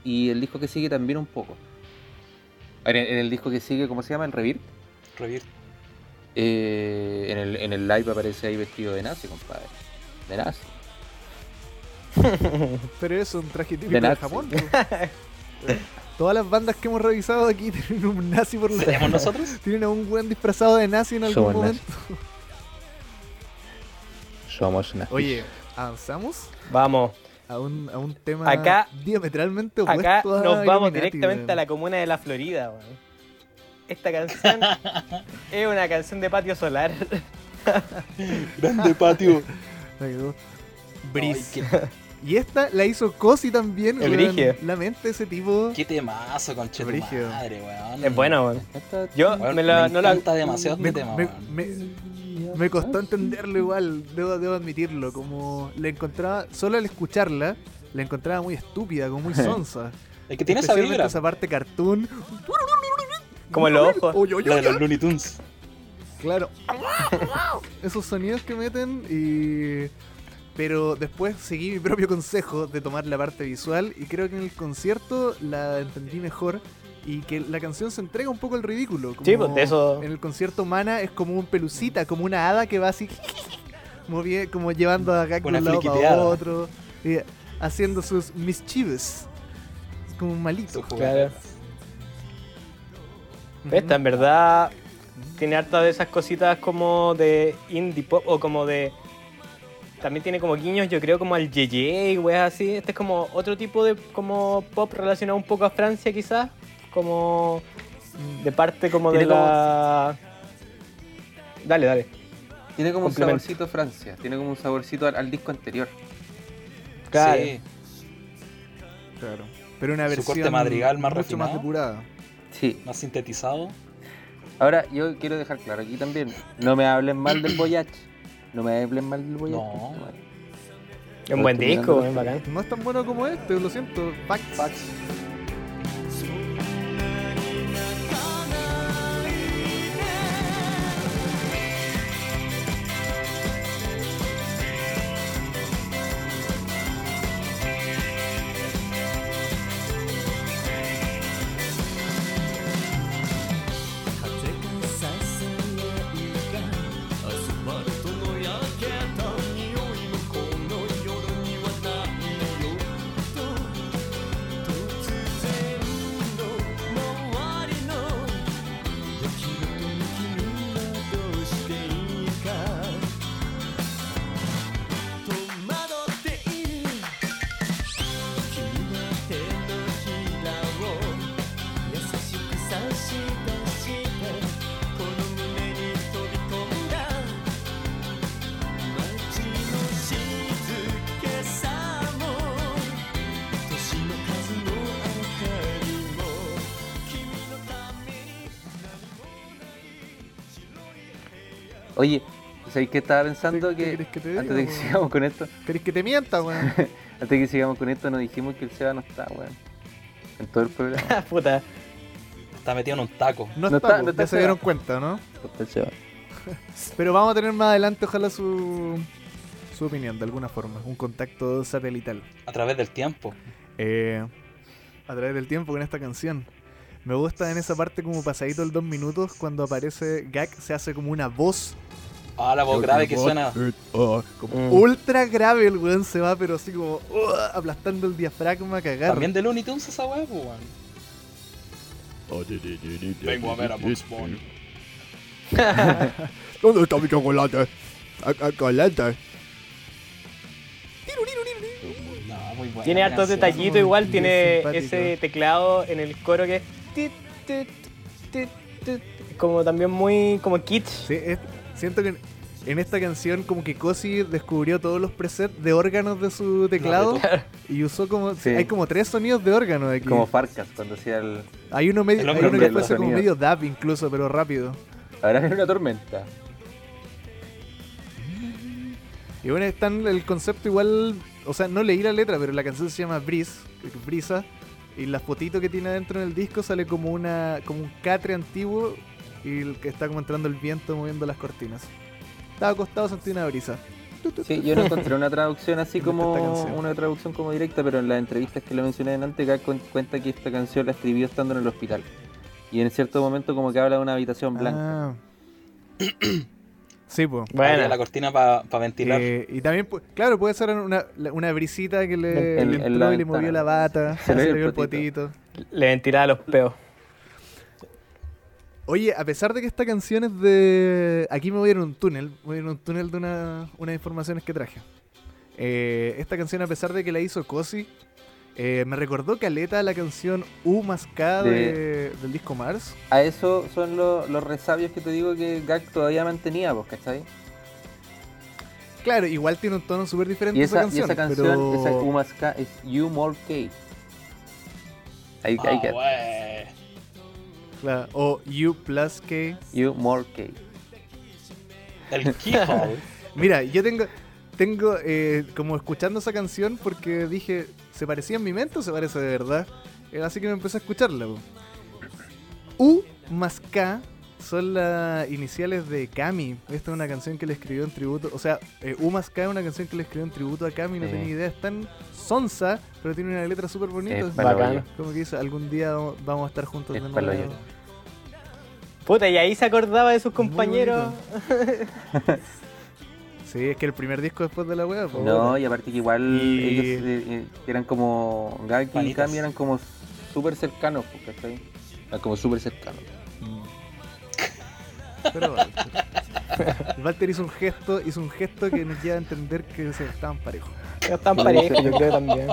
S4: y el disco que sigue también un poco. En el, en el disco que sigue, ¿cómo se llama? El Revir.
S2: Revir.
S4: Eh, en, el, en el live aparece ahí vestido de nazi, compadre. De nazi.
S1: Pero eso es un traje típico
S4: De
S1: de
S4: nazi.
S1: Japón. po. Todas las bandas que hemos revisado aquí tienen un nazi por la
S2: ¿Seríamos nosotros?
S1: Tienen a un weón disfrazado de nazi en algún
S4: Somos
S1: momento.
S4: Somos nazis.
S1: Oye, avanzamos
S3: Vamos,
S1: a un, a un tema
S3: Acá-
S1: diametralmente opuesto
S3: acá
S1: a
S3: nos vamos
S1: Illuminati,
S3: directamente a la comuna de la Florida, weón. Esta canción es una canción de patio solar.
S2: Grande patio.
S1: weón. Ahí va.
S2: Bris.
S1: Breeze.
S2: Qué,
S1: Y esta la hizo Cosi también.
S3: El
S1: weón.
S3: brígido.
S1: La mente de ese tipo.
S2: qué temazo, conche tu
S1: Brígido.
S2: madre,
S1: Mm.
S2: weón.
S3: Es buena, weón. Yo
S2: Weón,
S3: me la,
S2: me
S3: no la-
S2: encanta demasiado
S1: Me,
S2: este tema,
S1: me-
S2: weón.
S1: me- me costó entenderlo igual, debo, debo admitirlo. Como le encontraba, solo al escucharla, la encontraba muy estúpida, como muy sonsa.
S2: El que tiene esa
S1: Especialmente
S2: vibra.
S1: esa parte cartoon.
S3: Como los ojos.
S1: Oy, oy,
S2: La de
S1: oy,
S2: los Looney Tunes.
S1: Claro. Esos sonidos que meten y... Pero después seguí mi propio consejo de tomar la parte visual y creo que en el concierto la entendí mejor y que la canción se entrega un poco al ridículo. Como
S3: Sí, pues, de eso-
S1: En el concierto Mana es como un pelucita, como una hada que va así movi- como llevando a Gak de
S2: Una
S1: un lado para
S2: fliquiteada.
S1: otro, y haciendo sus mischievous. Es como un malito.
S2: Su jugador.
S3: Esta en verdad tiene harta de esas cositas como de indie pop o como de... También tiene como guiños, yo creo, como al Yeye y weas así. Este es como otro tipo de como pop relacionado un poco a Francia quizás. Como
S1: Mm.
S3: de parte como de
S4: Tiene como-
S3: la... Dale, dale.
S4: Tiene como un
S3: Complemento.
S4: saborcito Francia, tiene como un saborcito al, al disco anterior.
S3: Claro.
S2: Sí.
S1: Claro. Pero una
S2: Su
S1: versión
S2: corte madrigal más
S1: mucho más
S2: refinado.
S1: depurada.
S4: Sí.
S2: Más sintetizado.
S4: Ahora, yo quiero dejar claro aquí también, no me hablen mal del Voyage. No me hablen mal del Voyage.
S2: No.
S4: compadre.
S3: Es un buen
S4: Estoy
S3: disco,
S4: mirando
S3: es bacán.
S1: No es tan bueno como este, lo siento. Facts.
S2: Facts.
S5: 風がささやいたアスファルトの焼けた匂いもこの夜にはないよと突然の周りの焼きのとき君はどうしていいか戸惑っている君は手のひらを優しく差し出してこの胸に飛び込んだ街の静けさも年の数の明かりも君のために
S4: Oye, ¿sabéis qué estaba pensando?
S1: ¿Qué- qué
S4: Que
S1: querés que te diga,
S4: antes de que
S1: weón?
S4: sigamos con esto,
S1: ¿Querés que te mienta, weón?
S4: antes de que sigamos con esto, nos dijimos que el Seba no está, weón. En todo el programa.
S3: Puta.
S2: Está metido en un taco.
S1: No,
S4: No
S1: está,
S4: está-
S1: po,
S4: no está
S1: ya se
S4: Seba.
S1: dieron cuenta, ¿no?
S4: No está el Seba.
S1: Pero vamos a tener más adelante, ojalá su, su opinión, de alguna forma. Un contacto satelital.
S2: A través del tiempo.
S1: Eh, a través del tiempo con esta canción. Me gusta en esa parte como pasadito el dos minutos cuando aparece Gak, se hace como una voz.
S2: Ah, la voz grave que suena.
S1: Como
S3: Mm.
S1: ultra grave el weón se va, pero así como uah, aplastando el diafragma, cagar.
S2: También de Looney Tunes esa weá, pues, weón.
S6: Vengo a ver a Box Bunny.
S1: ¿Dónde está mi chocolate? Chocolate.
S2: No, muy buena.
S3: Tiene hartos
S2: canción.
S3: detallitos igual,
S1: Y es
S3: tiene
S1: simpático.
S3: ese teclado en el coro que es tit, tit, tit, tit, como también muy como kitsch.
S1: Sí, es- siento que En esta canción como que Cosi descubrió todos los presets de órganos de su teclado y usó como...
S4: Sí.
S1: Hay como tres sonidos de órgano aquí.
S4: Como Farcas cuando hacía el.
S1: Hay uno, medio,
S2: El
S1: hay
S2: hombre
S1: uno que
S4: de los
S1: fuese como
S4: sonidos.
S1: medio dab incluso, pero rápido.
S4: Ahora viene una tormenta.
S1: Y bueno, están el concepto igual, o sea, no leí la letra, pero la canción se llama Breeze, Brisa, y la fotito que tiene adentro en el disco sale como una como un catre antiguo y el que está como entrando el viento moviendo las cortinas. Estaba acostado sentí una brisa. Tu, tu,
S4: Sí,
S1: tu.
S4: yo no encontré una traducción así
S1: Me encanta esta
S4: como
S1: canción.
S4: una traducción como directa, pero en las entrevistas que lo mencioné antes, Gag cuen- cuenta que esta canción la escribió estando en el hospital. Y en cierto momento como que habla de una habitación blanca.
S1: Ah. sí, pues.
S2: Abría
S3: Bueno,
S2: la cortina para ventilar.
S1: y también, pu- claro, puede ser una, la- una brisita que le,
S4: En-
S1: le
S4: en
S1: entró
S4: la
S1: y le movió
S4: ventana.
S1: la bata, se le vio el potito.
S3: le ventilaba los peos.
S1: Oye, a pesar de que esta canción es de. Aquí me voy a ir a un túnel. Voy a ir a un túnel de una, unas informaciones que traje. Eh, esta canción, a pesar de que la hizo Cosi, eh, me recordó caleta a la canción U más K de- del disco Mars.
S4: A eso son lo- los resabios que te digo que Gag todavía mantenía, vos, ¿cachai?
S1: Claro, igual tiene un tono súper diferente
S4: Y esa,
S1: esa canción.
S4: y esa canción,
S1: pero...
S4: esa U más K, es You More K. Ahí,
S2: Ah,
S4: ahí queda.
S2: wey.
S1: Claro, o U plus K.
S4: You More K.
S2: El keyhole.
S1: Mira, yo tengo. Tengo eh, como escuchando esa canción porque dije, ¿se parecía en mi mente o se parece de verdad? Eh, así que me empecé a escucharla. po. U más K son las iniciales de Cami. Esta es una canción que le escribió en tributo. O sea, eh, U más K es una canción que le escribió en tributo a Cami. No
S4: Sí.
S1: tenía idea. Es tan sonsa, pero tiene una letra súper bonita.
S4: Es pa'l
S3: Bacán.
S4: hoyo.
S1: Como que dice, algún día vamos a estar juntos
S4: Es
S1: de
S4: pa'l
S1: nuevo.
S4: hoyo.
S3: Puta, y ahí se acordaba de sus compañeros.
S1: Sí, es que el primer disco después de la wea. po.
S4: No, y aparte que igual
S1: Y-
S4: ellos eh, eh, eran como. Gag y
S2: Panitas.
S4: Cami eran como súper cercanos, pues, ¿cachai? Eran como súper cercanos.
S1: Pero Walter. El Walter hizo un gesto, hizo un gesto que nos lleva a entender que se estaban parejos.
S3: Ya están parejos, yo creo también.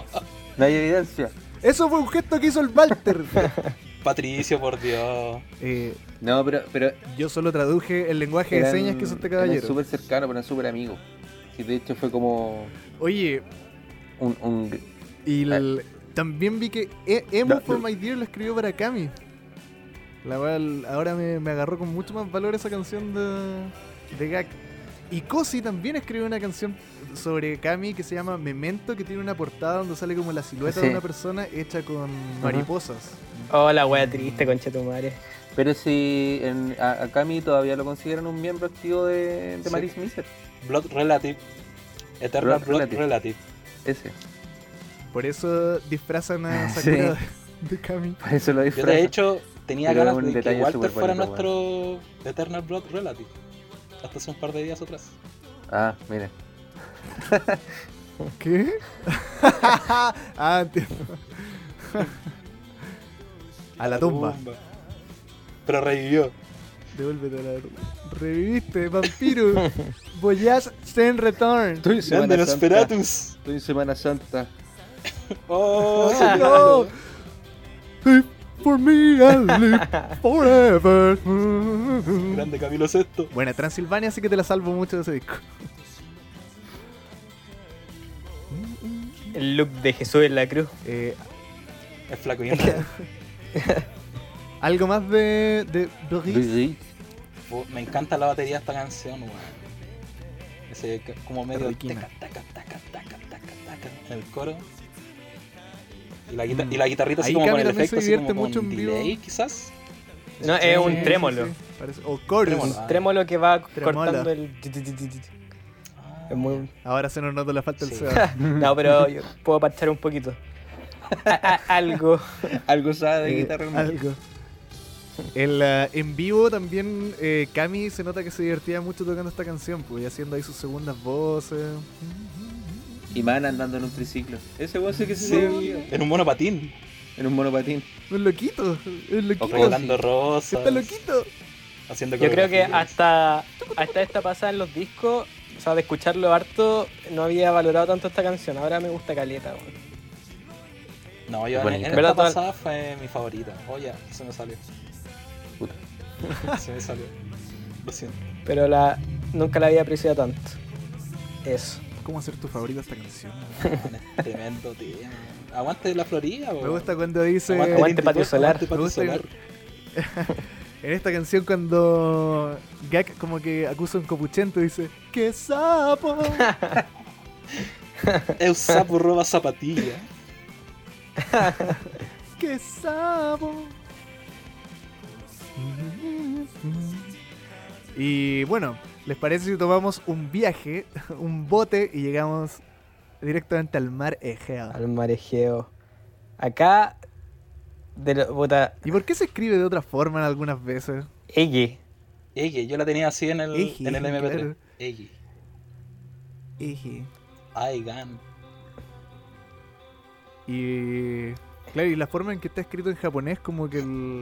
S4: No hay evidencia.
S1: Eso fue un gesto que hizo el Walter.
S2: Patricio, por Dios.
S1: Eh,
S4: No, pero, pero
S1: yo solo traduje el lenguaje de
S4: eran-
S1: señas que hizo este
S4: eran
S1: caballero.
S4: súper cercanos, pero eran súper amigos. Y de hecho fue como
S1: Oye,
S4: un... un-
S1: y el- también vi que E- Emo
S4: No,
S1: for
S4: no.
S1: My Dear lo escribió para Cami. La cual ahora me, me agarró con mucho más valor esa canción de, de Gak. Y Cosi también escribió una canción sobre Cami que se llama Memento, que tiene una portada donde sale como la silueta de
S4: Sí.
S1: una persona hecha con mariposas.
S3: Oh, la wea triste, concha tu madre.
S4: Pero si en- a, a Cami todavía lo consideran un miembro activo de, de
S2: Sí.
S4: Maris Miser.
S2: Blood Relative. Eternal
S4: Blood
S2: Blood
S4: Relative.
S2: Relative.
S4: Ese.
S1: Por eso disfrazan a Sakura de, de Kami.
S4: Por eso lo
S2: Yo de
S4: disfrazan.
S2: hecho tenía
S4: Pero un
S2: ganas de que
S4: detalle
S2: Walter
S4: súper
S2: fuera
S4: bonito,
S2: nuestro Eternal Blood Relative. Hasta hace un par de días atrás.
S4: Ah, mira.
S1: ¿Qué? ah, entiendo. a la tumba.
S2: Pero revivió.
S1: Devuélvete a la tumba. Reviviste, vampiro. Voyage Sen Return.
S4: Estoy
S2: Grande
S4: en Semana Santa.
S2: Nosferatus.
S4: Estoy en Semana Santa.
S2: Oh,
S1: No. Live For me, I'll live forever.
S2: grande Camilo Sexto.
S1: Buena, Transilvania, así que te la salvo mucho de ese disco.
S3: El look de Jesús en la cruz.
S1: Eh,
S2: Es flaco y enano.
S1: algo más de, de Doris.
S2: Oh, Me encanta la batería de esta canción, weón. Ese ca- como medio
S1: Riquina.
S2: taca, taca, taca, taca, taca, taca en el coro. Y la, guita- y la guitarrita así
S1: Mm. Ahí
S2: como
S1: Cami
S2: con el
S1: también se
S2: efecto, así
S1: divierte
S2: como
S1: mucho
S2: con
S1: en vivo.
S2: delay quizás.
S3: No, es
S1: Sí,
S3: un
S1: sí,
S3: trémolo.
S1: sí, parece- O chorus.
S2: Trémolo.
S3: Un trémolo que va
S1: Tremola.
S3: cortando el. ti, ti, ti, ti, ti. Es muy...
S1: Ahora se nos nota la falta del
S2: Sí.
S1: Seba.
S3: No, pero yo puedo parchar un poquito. A- a- algo.
S4: Algo sabe de
S1: Eh,
S4: guitarra. hermano.
S1: algo. El, ah, en vivo también eh, Cami se nota que se divertía mucho tocando esta canción, pues y haciendo ahí sus segundas voces.
S4: Y van andando en un triciclo. Ese goce que se
S2: Sí,
S4: movía.
S2: Ah, en un monopatín.
S4: En un monopatín.
S1: Es loquito, es
S2: O
S1: loquito.
S2: regalando rosas.
S1: Está loquito.
S2: Haciendo
S3: Yo creo que
S2: coreografías.
S3: hasta, hasta esta pasada en los discos, o sea, de escucharlo harto, no había valorado tanto esta canción. Ahora me gusta caleta, weón.
S2: No, yo en,
S4: Bonito.
S2: en
S3: ¿Verdad,
S2: esta
S3: Tom?
S2: pasada fue mi favorita. Oh, ya, se me salió.
S4: Puta.
S2: Se me salió. Lo siento.
S3: Pero la, Nunca la había apreciado tanto. Eso.
S1: ¿Cómo hacer tu favorita esta canción?
S2: Tremendo tema. Aguante la Florida, po.
S1: Me gusta cuando dice.
S2: Aguante
S3: Aguante
S2: Lindy
S3: Patio
S2: Pop,
S3: Solar.
S2: aguante
S1: Me
S2: Patio
S1: gusta
S2: Solar.
S1: En esta canción cuando Gak como que acusa a un copuchento dice ¡Qué sapo!
S2: El sapo roba zapatilla.
S1: ¡Qué sapo! Y bueno, ¿les parece si tomamos un viaje, un bote y llegamos directamente al mar Egeo?
S3: Al marejeo. Acá. De la puta.
S1: ¿Y por qué se escribe de otra forma algunas veces?
S3: Ege.
S2: Ege, yo la tenía así en el,
S1: Ege,
S2: en el MP3.
S1: claro.
S2: Ege.
S1: Eje.
S2: Ay, gan.
S1: Y claro, y la forma en que está escrito en japonés, como que el,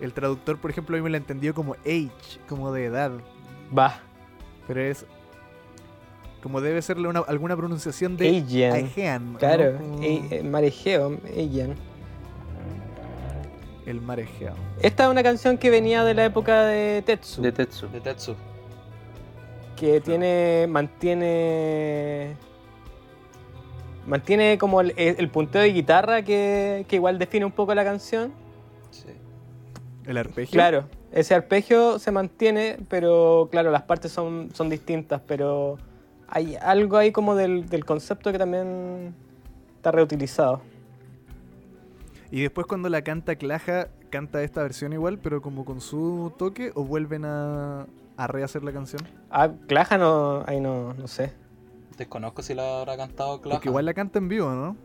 S1: el traductor, por ejemplo, a mí me la entendió como age, como de edad.
S3: Va.
S1: Pero es como debe serle una, alguna pronunciación de
S3: Aegean.
S1: Aegean. ¿no?
S3: Claro.
S1: Como
S3: e- eh, marejeo. Aegean.
S1: El mar Egeo.
S3: Esta es una canción que venía de la época de Tetsu.
S4: de Tetsu.
S2: De Tetsu.
S3: que tiene mantiene mantiene como el, el punteo de guitarra que, que igual define un poco la canción
S2: Sí.
S1: El arpegio.
S3: claro ese arpegio se mantiene pero claro las partes son, son distintas pero hay algo ahí como del, del concepto que también está reutilizado
S1: Y después cuando la canta Claja, canta esta versión igual, pero como con su toque, o vuelven a, a rehacer la canción.
S3: ah Claja no ahí no no sé
S2: Desconozco si la habrá cantado Claro.
S1: Porque igual la canta en vivo, ¿no?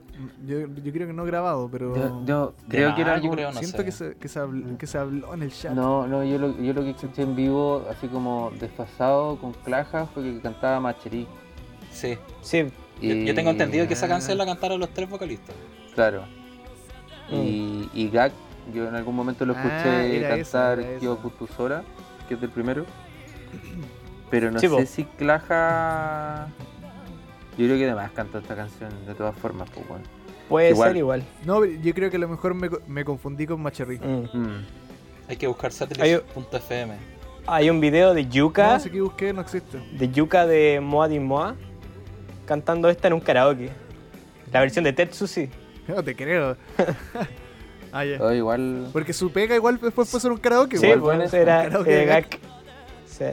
S1: Yo, yo creo que no grabado, pero...
S4: Yo, yo creo que era
S2: yo
S4: algún...
S2: creo, no
S1: Siento
S2: sé.
S1: que se, que, se habl- que se habló en el chat.
S4: No, no, yo lo, yo lo que escuché en vivo, así como desfasado con clajas, fue que cantaba Macherí.
S2: Sí.
S3: sí
S2: Yo, yo tengo
S4: Y-
S2: entendido que
S3: Ah.
S2: esa canción la cantaron los tres vocalistas.
S4: Claro. Y, y Gak, yo en algún momento lo
S1: Mm. Ah,
S4: escuché
S1: era esa,
S4: cantar
S1: era esa.
S4: Kyo Kutusora, que es del primero. Pero no
S3: Sí, po.
S4: sé si Claja. Yo creo que además cantó esta canción de todas formas, pues bueno.
S3: puede
S4: Igual.
S3: ser igual
S1: No, yo creo que a lo mejor me, co- me confundí con Macherry.
S3: Mm.
S4: Mm.
S2: Hay que buscar
S3: Hay-
S2: satellite.fm.
S3: hay un video de Yuka
S1: No sé qué busqué, no existe.
S3: de Yuka de Moa Di Moa cantando esta en un karaoke. La versión de Tetsu sí.
S1: No te creo. ah, ya.
S4: Oh, igual.
S1: Porque su pega igual después fue ser un karaoke.
S3: sí,
S1: igual.
S4: bueno,
S3: pues, era
S1: un karaoke
S3: era
S1: de
S3: Gak. Sí.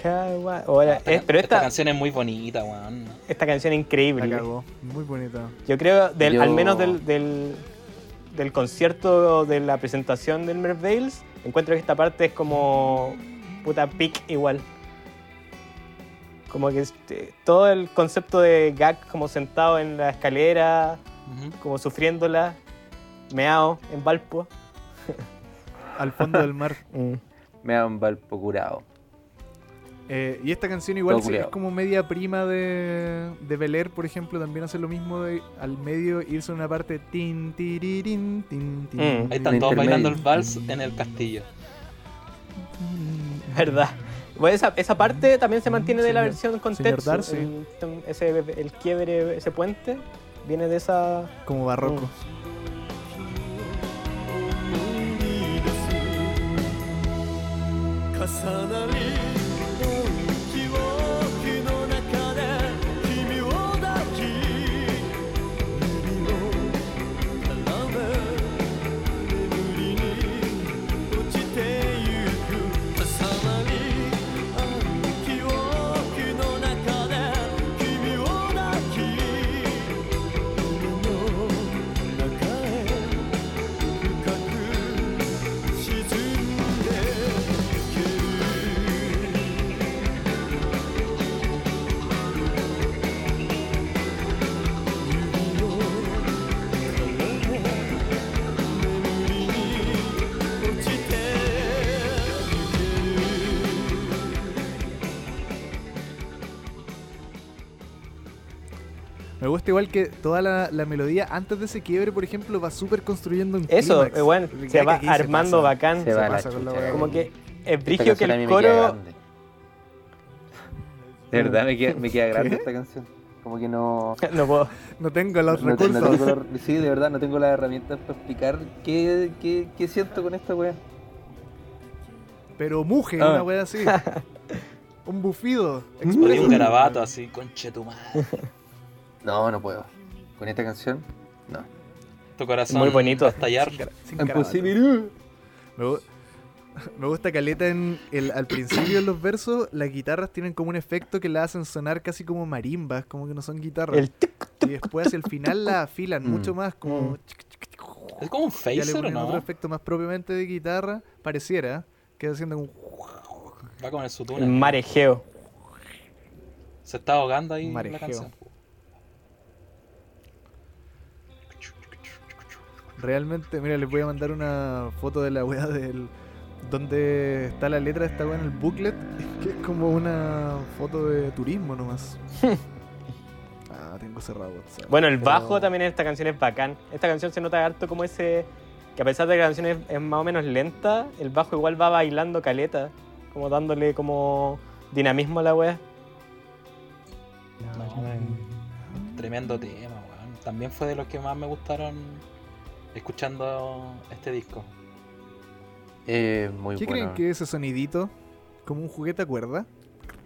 S3: Kawa- o era-
S2: Esta
S3: eh,
S2: can-
S3: pero esta,
S2: canción es muy bonita, weón.
S3: esta canción es
S1: La
S3: increíble.
S1: cagó. Muy bonita.
S3: Yo creo, del,
S4: Yo-
S3: al menos del, del, del concierto de la presentación del Merv Dales, encuentro que esta parte es como puta pic igual. Como que este, todo el concepto de Gak como sentado en la escalera,
S2: Ujú.
S3: como sufriéndola, meao en Valpo.
S1: Al fondo del mar.
S4: Me han valpo curado.
S1: Eh, y esta canción igual sí,
S4: Todo
S1: es
S4: culiao.
S1: como media prima de, de Bel Air, por ejemplo. También hace lo mismo de al medio irse a una parte. Tin, tiririn, tin, tin,
S3: Mm.
S2: Ahí
S4: De
S2: están todos bailando el
S4: intermedio.
S2: vals en el castillo.
S3: ¿Verdad? Bueno, esa, esa parte también se mantiene de la
S1: Señor-
S3: versión con
S1: señor
S3: Tetsu.
S1: Darcy.
S3: El, ese, el quiebre, ese puente, viene de esa...
S1: Como barroco.
S3: Mm.
S5: 重なり記憶の中で君を抱き指を絡め眠りに落ちてゆく重なり記憶の中で君を抱き夢の中へ深く沈んで
S1: Me gusta igual que toda la, la melodía antes de ese quiebre, por ejemplo, va súper construyendo un
S3: Eso,
S1: clímax.
S3: eh, bueno,
S1: Porque
S3: se
S1: ya
S3: va
S1: que aquí
S3: armando
S1: pasa.
S3: bacán.
S4: Se va la
S1: pasa con la
S4: chucha,
S1: weá.
S3: Como que es
S4: Esta
S3: brillo que
S4: canción a mí
S3: el
S4: me queda
S3: coro...
S4: grande. De verdad me queda, me queda grande esta canción. Como que no.
S3: No puedo.
S1: No tengo los
S4: no- no
S1: recursos.
S4: tengo la- sí, de verdad, no tengo las herramientas para explicar qué, qué, qué siento con esta weá.
S1: Pero muje,
S4: Ah.
S1: una wea así. Un bufido.
S2: Por ahí
S1: expreso.
S2: un garabato así, conche tu madre.
S4: No, no puedo. Con esta canción, no.
S2: Tu corazón
S3: Muy bonito.
S2: va a estallar.
S1: Sin cara- sin garabato. Me, gu- me gusta caleta en el, al principio de los versos, las guitarras tienen como un efecto que la hacen sonar casi como marimbas, como que no son guitarras.
S3: El tic,
S1: Y después hacia el final la afilan
S4: Mm.
S1: mucho más, como
S2: ¿Es como un
S1: ya le
S2: phaser o
S1: ponen otro
S2: no?
S1: efecto más propiamente de guitarra, pareciera, que haciendo un
S2: Va con el
S3: el
S2: sutuna.
S3: marejeo.
S2: Se está ahogando ahí en la
S1: Marejeo.
S2: canción.
S1: realmente, mira, les voy a mandar una foto de la weá del donde está la letra de esta weá en el booklet, que es como una foto de turismo nomás. ah, tengo cerrado WhatsApp.
S3: Bueno, el
S4: Oh.
S1: Pero-
S3: bajo también en esta canción es bacán. Esta canción se nota harto como ese. Que a pesar de que la canción es, es más o menos lenta, el bajo igual va bailando caleta. Como dándole como dinamismo a la wea.
S2: Tremendo tema, weón. También fue de los que más me gustaron escuchando este disco.
S4: Eh, muy
S1: ¿Qué
S4: bueno.
S1: creen que es ese sonidito? Como un juguete a cuerda.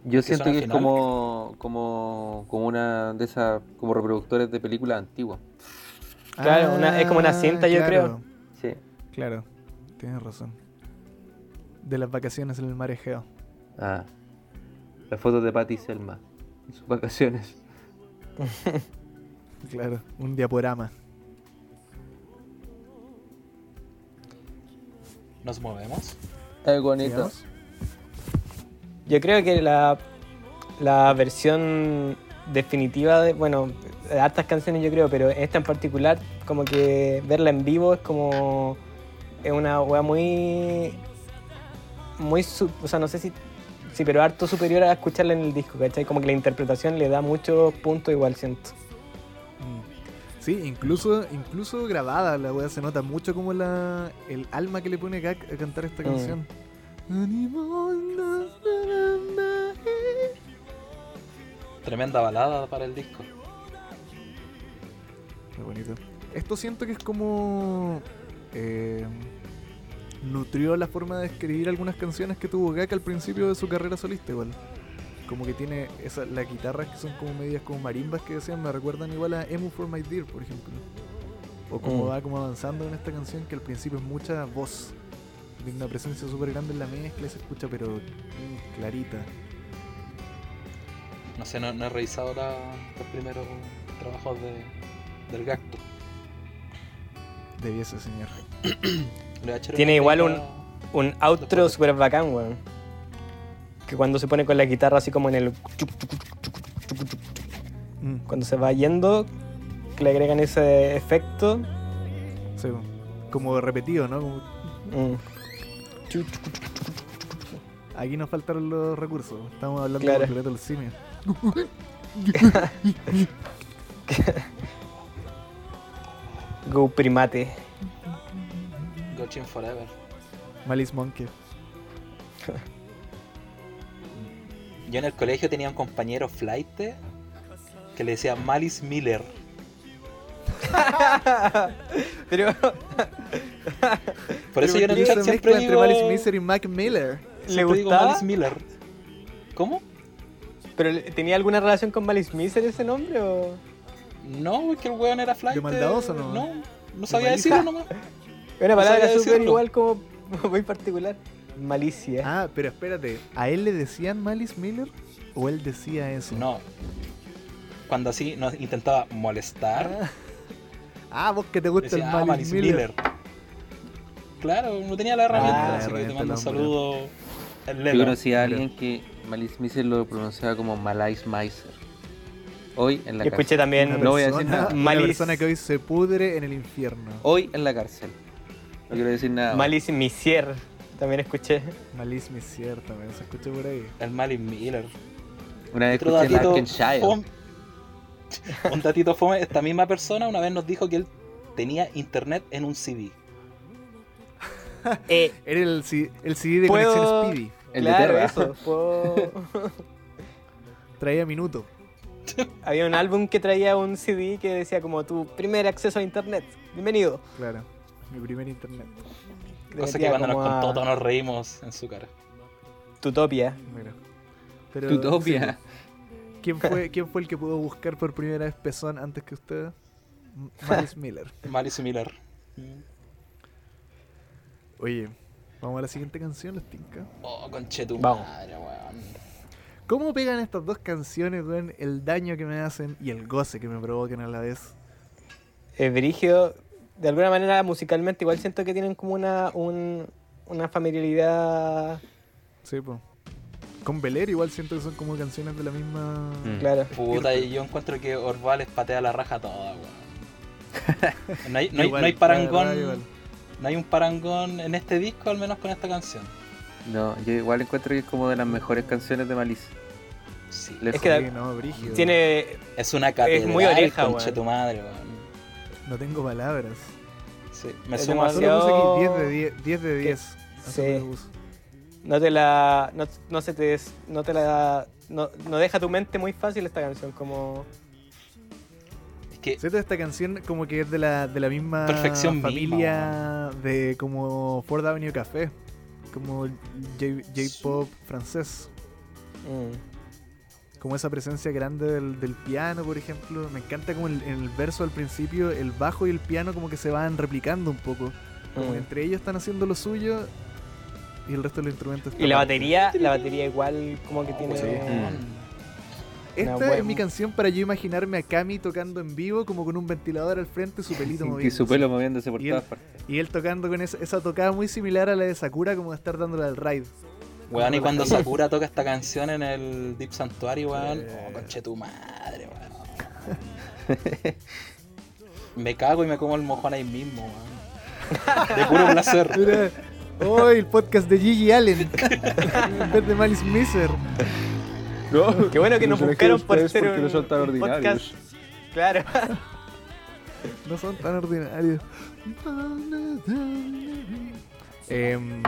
S4: Yo
S2: que suena
S4: siento que es
S2: final?
S4: como, como, como una de esas, como reproductores de películas antiguas.
S3: Claro, una- es como una cinta, yo
S1: claro,
S4: Sí.
S1: Ah, Claro, tienes razón. De las vacaciones en el mar Egeo.
S4: Ah. Las fotos de Patty y Selma. En sus vacaciones.
S1: Claro, un diaporama.
S2: Nos movemos.
S4: Es bonito.
S1: digamos.
S3: Yo creo que la, la versión definitiva de, bueno, de hartas canciones yo creo, pero esta en particular, como que verla en vivo es como es una wea muy muy su- o sea, no sé si sí, pero harto superior a escucharla en el disco, ¿cachai? Como que la interpretación le da muchos puntos igual siento.
S1: Mm. Sí, incluso, incluso grabada la weá se nota mucho como la, el alma que le pone Gak a cantar esta
S3: Mm.
S1: canción. Me
S2: Tremenda balada para el disco.
S1: bonito. Esto siento que es como. eh, nutrió la forma de escribir algunas canciones que tuvo Gak al principio de su carrera solista, igual. Como que tiene esa, las guitarras que son como medias como marimbas que decían, me recuerdan igual a Emu for My Dear, por ejemplo. O como
S3: Mm.
S1: va como avanzando en esta canción que al principio es mucha voz. Tiene una presencia súper grande en la mezcla y se escucha, pero mm, clarita.
S2: No sé, no, no he revisado la- los primeros trabajos de, del Gacto.
S1: Debiese, señor.
S2: Le voy a echar
S3: Tiene
S2: una
S3: igual un-
S2: mirada.
S3: Un outro super bacán, weón. Que cuando se pone con la guitarra así como en el
S1: Mm,
S3: cuando se va yendo que le agregan ese efecto
S1: sí, como repetido, ¿no? Como-
S3: Mm.
S1: Aquí nos faltaron los recursos. Estamos hablando
S3: Claro.
S1: de completo del simio.
S3: Go primate.
S2: Gochin Forever.
S1: Malice Monkey.
S2: Yo en el colegio tenía un compañero flight que le decía Malice Miller.
S3: Pero
S2: Por eso yo en el chat
S1: se mezcla
S2: siempre
S1: entre
S2: digo,
S1: Malice Miser y Mac Miller.
S3: le
S2: siempre digo
S3: gustaba.
S2: Malice Miller. ¿Cómo?
S3: ¿Pero le- tenía alguna relación con Malice Miser ese nombre o
S2: No, es que el weón era flight.
S1: ¿De maldadoso nomás?
S2: No, no sabía
S1: malicia.
S2: decirlo nomás.
S3: una
S2: sabía
S3: palabra súper
S2: decirlo.
S3: igual como muy particular? Malicia.
S1: Ah, pero espérate. ¿A él le decían Malice Miller? ¿O él decía eso?
S2: No. Cuando así nos intentaba molestar,
S1: Ah, Ah, vos que te gusta
S2: decía
S1: el
S2: ah,
S1: Malice,
S2: Malice
S1: Miller. Ah,
S2: Miller. Claro, no tenía la herramienta,
S1: la
S2: así que te
S1: herramienta
S2: mando un
S1: del
S2: saludo. al
S4: Yo
S2: Lelo.
S4: conocí a alguien que Malice Miser lo pronunciaba como Malice Miser. Hoy en la
S3: Yo escuché
S4: cárcel.
S3: también
S4: No voy a decir
S1: Persona-
S4: nada.
S1: una
S3: Malice.
S1: persona que hoy se pudre en el infierno.
S2: Oh.
S4: Hoy en la cárcel. No quiero decir
S2: Ah.
S4: nada. más.
S3: Malice Misier. También escuché.
S1: Malice Misier también se escucha por ahí.
S2: El Malice Miller.
S4: Una vez
S2: Otro
S4: escuché
S2: datito
S4: Larkenshire.
S2: fome- Un datito fome, esta misma persona una vez nos dijo que él tenía internet en un CD.
S3: Eh,
S1: Era el, C- el CD de
S3: ¿Puedo-
S1: conexión Speedy.
S4: El de
S3: claro,
S4: Terra.
S3: eso. puedo-
S1: Traía minuto.
S3: Había un álbum que traía un CD que decía como tu primer acceso a internet. Bienvenido.
S1: Claro. Mi primer internet.
S3: Le
S2: Cosa que
S3: metía
S2: cuando nos
S3: como a
S2: contó todos nos reímos en su cara.
S3: Tutopia.
S1: Mira. Pero,
S4: Tutopia.
S1: sí, pues, ¿quién, fue, ¿Quién fue el que pudo buscar por primera vez pezón antes que usted? M- Miles Miller.
S2: Malice Miller.
S1: Oye, vamos a la siguiente canción, les tinca.
S2: Oh, conchetum.
S3: Vamos.
S2: weón.
S1: ¿Cómo pegan estas dos canciones, weón? El daño que me hacen y el goce que me provocan a la vez.
S3: eh, Brigio, de alguna manera musicalmente igual siento que tienen como una, un- una familiaridad
S1: Sí, po. Con Beler igual siento que son como canciones de la misma...
S4: Mm.
S3: clara.
S2: Puta, y yo encuentro que Orvales patea la raja toda, weón. No hay, no hay- no
S1: Igual,
S2: hay
S1: la verdad, igual.
S2: parangón. No hay un parangón en este disco, al menos con esta canción.
S4: No, yo igual encuentro que es como de las mejores canciones de Malice.
S2: Sí.
S4: Le- Mm.
S3: Es que la-
S1: Sí, no, brígido.
S3: tiene
S2: Es una catedral,
S3: muy oreja,
S2: conche
S3: weón.
S2: tu madre, weón.
S1: No tengo palabras.
S2: Sí, me
S3: Es
S2: sumo a
S3: demasiado-
S2: eso.
S1: Solo puse aquí 10 de 10. 10 de 10. Así
S3: Sí.
S1: que lo puse.
S3: no te la no, no se te des- no te la no, no deja tu mente muy fácil esta canción como
S2: Es que
S1: ¿Cierto? Esta canción como que es de la, de la misma
S2: Perfección
S1: familia de como Ford Avenue Café. Como J- J-pop francés.
S3: mm,
S1: Como esa presencia grande del, del piano, por ejemplo. Me encanta como el- en el verso al principio el bajo y el piano como que se van replicando un poco. Como
S3: mm.
S1: que entre ellos están haciendo lo suyo y el resto de los instrumentos.
S3: y
S1: están
S3: la
S1: ahí.
S3: batería la batería igual como que tiene
S2: weón.
S4: Mm.
S1: Esta
S3: Una
S1: es
S3: buena-
S1: mi canción para yo imaginarme a Cami tocando en vivo como con un ventilador al frente, su pelito
S4: Y
S1: moviéndose.
S4: su pelo moviéndose por
S1: Y
S4: todas
S1: el-
S4: partes.
S1: Y él tocando con esa, esa tocada muy similar a la de Sakura, como de estar dándole al raid.
S2: Weón, y cuando Sakura toca esta canción en el Deep Sanctuary, weón. Oh,
S1: Sí.
S2: conche tu madre, weón. me cago y me como el mojón ahí mismo, weón. De puro placer.
S1: Mira, hoy el podcast de Gigi Allen en vez de Malice Miser.
S3: qué bueno que nos
S4: Los
S3: buscaron
S4: elegí
S3: por
S4: ustedes
S3: ser
S4: porque
S3: un,
S4: no son tan
S3: un
S4: ordinarios.
S3: podcast claro
S1: No son tan ordinarios. Em,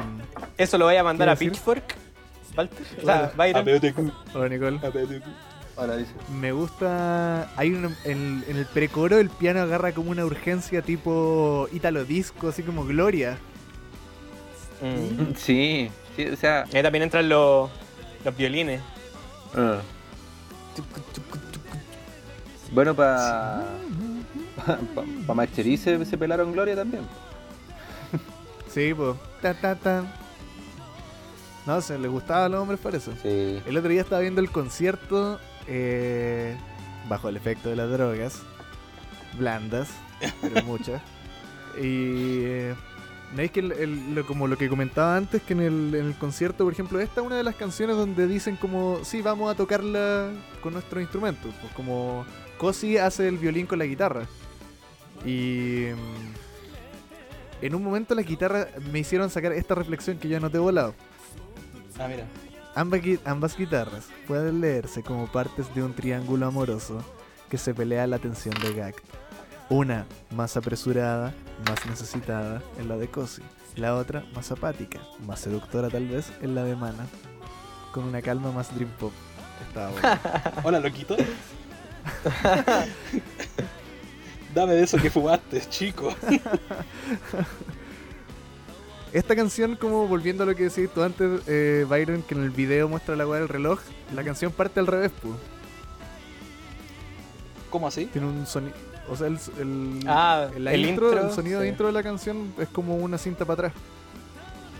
S3: eso lo voy a mandar
S1: ¿Qué
S3: a
S1: decir?
S3: Pitchfork Walter o sea
S1: Claro.
S3: Byron
S1: hola, Nicole.
S4: Ahora dice.
S1: Me gusta. Hay un, en, en el precoro el piano agarra como una urgencia tipo Italo Disco, así como Gloria.
S3: Mm.
S4: Sí, sí, o sea.
S3: ahí también entran los los violines
S4: ah. Bueno, para. Para Macherice se pelaron Gloria también.
S1: Sí, po. Ta, ta, ta. No sé, les gustaba a los hombres por eso.
S4: Sí.
S1: El otro día estaba viendo el concierto eh, bajo el efecto de las drogas, blandas, pero muchas. Y eh, no es que el- el- lo- como lo que comentaba antes, que en el, en el concierto, por ejemplo, esta es una de las canciones donde dicen como, sí, vamos a tocarla con nuestros instrumentos, pues como Cosi hace el violín con la guitarra. Y mm, en un momento las guitarras me hicieron sacar esta reflexión que yo no te he volado.
S2: Ah, mira.
S1: Ambas, gui- ambas guitarras pueden leerse como partes de un triángulo amoroso que se pelea la atención de Gag. Una más apresurada, más necesitada en la de Cosi. La otra más apática, más seductora tal vez en la de Mana. Con una calma más dream pop. Estaba bueno.
S2: Hola, loquito. Dame de eso que fumaste, chico.
S1: Esta canción, como volviendo a lo que decías tú antes, eh, Byron, que en el video muestra la weá del reloj, la canción parte al revés, pu.
S2: ¿Cómo así?
S1: Tiene un sonido. O sea, el, el,
S3: Ah,
S1: la
S3: el
S1: intro,
S3: intro,
S1: el sonido de
S3: sí.
S1: intro de la canción es como una cinta para atrás.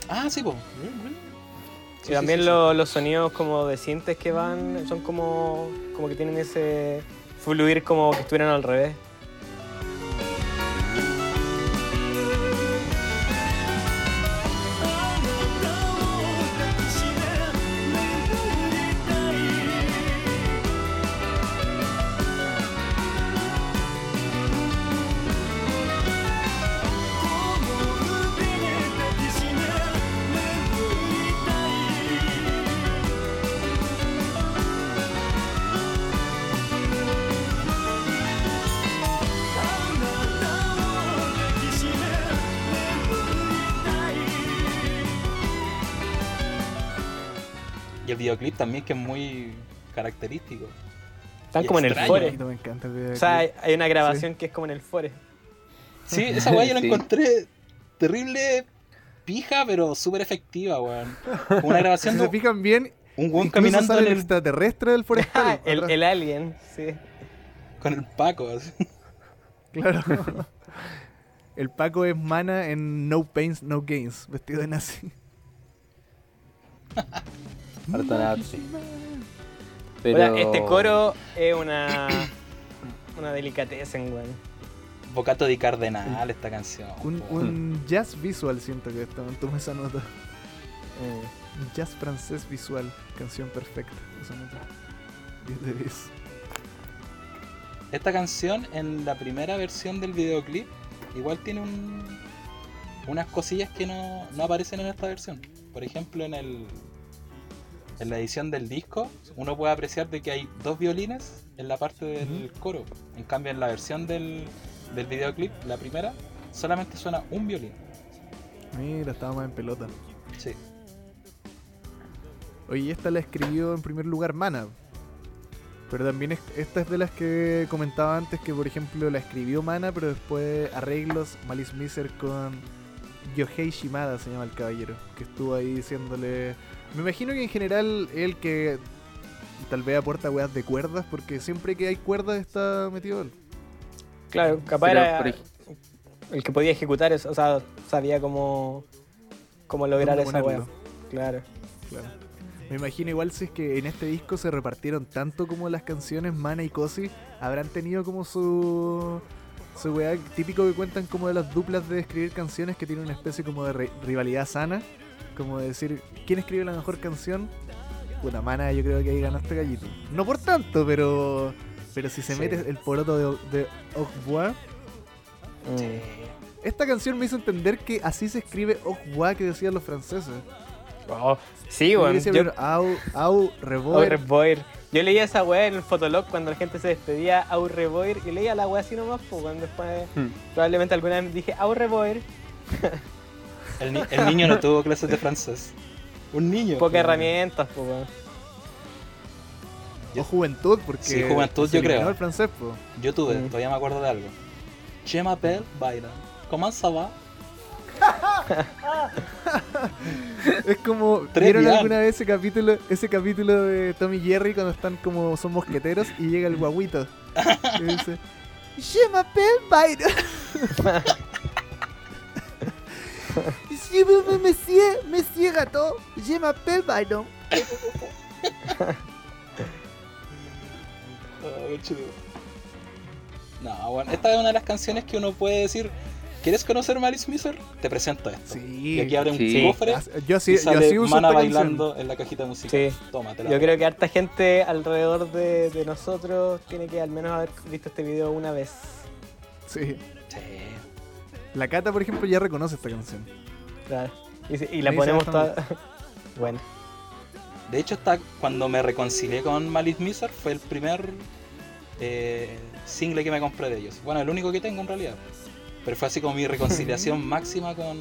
S2: Ah, sí, po.
S3: y
S2: Sí,
S3: también
S2: sí, sí,
S3: los- los sonidos como de sintes que van son como como que tienen ese fluir como que estuvieran al revés
S2: Y el videoclip también, que es muy característico.
S3: están
S2: Y
S3: como en el
S2: extraño.
S3: fore
S1: Bonito, me encanta el
S3: o
S1: videoclip.
S3: sea hay- hay una grabación que es como en el fore
S2: Sí, esa weá yo la
S4: Sí.
S2: encontré terrible pija, pero súper efectiva, weón. Como Una
S1: si
S2: grabación
S1: se
S2: de,
S1: fijan bien,
S2: Un
S1: Incluso
S2: weón caminando
S1: sale
S2: en
S1: el
S2: el-
S1: extraterrestre del forestal.
S3: Ah, el,
S1: atrás.
S3: el alien, sí.
S2: con el Paco. así.
S1: Claro. El Paco es mana en No Pains, No Gains, vestido de nazi.
S4: Harto nazi.
S3: O
S4: Pero...
S3: sea, este coro es una. una delicatez en weón.
S2: Bocato di Cardenal, esta canción.
S1: Un,
S2: po.
S3: Hmm.
S1: un jazz visual siento que está, tomé esa nota.
S3: Mm.
S1: Un jazz francés visual, canción perfecta. Esa nota. 10 de 10.
S2: Esta canción en la primera versión del videoclip igual tiene un, unas cosillas que no, no aparecen en esta versión. Por ejemplo, en, el, en la edición del disco uno puede apreciar de que hay dos violines en la parte del coro. En cambio, en la versión del, del videoclip, la primera, solamente suena un violín.
S1: Mira, estaba más en pelota.
S2: Sí.
S1: Oye, y esta la escribió en primer lugar Mana. Pero también es- esta es de las que comentaba antes que, por ejemplo, la escribió Mana, pero después arreglos Malice Miser con Yohei Shimada, se llama el caballero, que estuvo ahí diciéndole... Me imagino que en general él que tal vez aporta weas de cuerdas, porque siempre que hay cuerdas está metido él.
S3: Claro, capaz
S4: Pero,
S3: era
S4: por ej-
S3: el que podía ejecutar eso, o sea, sabía cómo, cómo lograr
S1: ¿Dónde
S3: esa weá.
S1: ponerlo?
S3: Claro.
S1: Claro. Me imagino igual si es que en este disco se repartieron tanto como las canciones Mana y Cosi habrán tenido como su su weá típico que cuentan como de las duplas de escribir canciones que tienen una especie como de re- rivalidad sana, como de decir quién escribe la mejor canción. Bueno, Mana yo creo que ahí ganaste gallito. No por tanto, pero pero si se
S3: Sí.
S1: mete el poroto de, de Au revoir,
S3: Mm.
S1: esta canción me hizo entender que así se escribe Au revoir que decían los franceses.
S3: Oh, sí,
S1: Yo
S3: weón.
S1: decía,
S3: Yo,
S1: pero, au, au
S3: Au
S1: revoir,
S3: revoir. Yo leía esa weá en el Fotolog cuando la gente se despedía Au revoir y leía la weá así nomás, pues cuando después
S4: Hmm.
S3: probablemente alguna vez dije Au revoir,
S2: El, ni- el niño no tuvo clases de francés. Un niño.
S3: pocas herramientas, pues weón.
S1: O juventud, porque.
S2: Sí, juventud,
S1: se
S2: yo creo.
S1: eliminó el francés, po.
S2: Yo tuve,
S3: Mm.
S2: todavía me acuerdo de algo. Je m'appelle Byron. ¿Cómo se va?
S1: Es como.
S2: Tres
S1: ¿Vieron
S2: días.
S1: alguna vez ese capítulo, ese capítulo de Tommy y Jerry cuando están como. son mosqueteros y llega el guaguito? Y dice. Je m'appelle Byron. Je me monsieur, monsieur gato. Je m'appelle Byron.
S2: Oh, No, bueno, esta es una de las canciones que uno puede decir, ¿quieres conocer Malice Miser? Te presento esto. Y
S1: Sí.
S2: aquí abre un
S4: Sí.
S2: cofre
S1: Yo así,
S2: y
S1: yo
S2: sale
S1: así uso
S2: Mana
S1: esta
S2: bailando
S1: canción.
S2: en la cajita musical.
S3: Sí.
S2: Toma, te la
S3: Yo
S2: doy.
S3: creo que harta gente alrededor de, de nosotros tiene que al menos haber visto este video una vez.
S1: Sí.
S2: Sí.
S1: La Cata, por ejemplo, ya reconoce esta canción.
S3: Claro. Y, si- y la
S1: Sí,
S3: ponemos
S1: sí,
S3: toda. bueno.
S2: De hecho, hasta cuando me reconcilié con Malice Miser fue el primer eh, single que me compré de ellos. Bueno, el único que tengo en realidad. Pero fue así como mi reconciliación máxima con,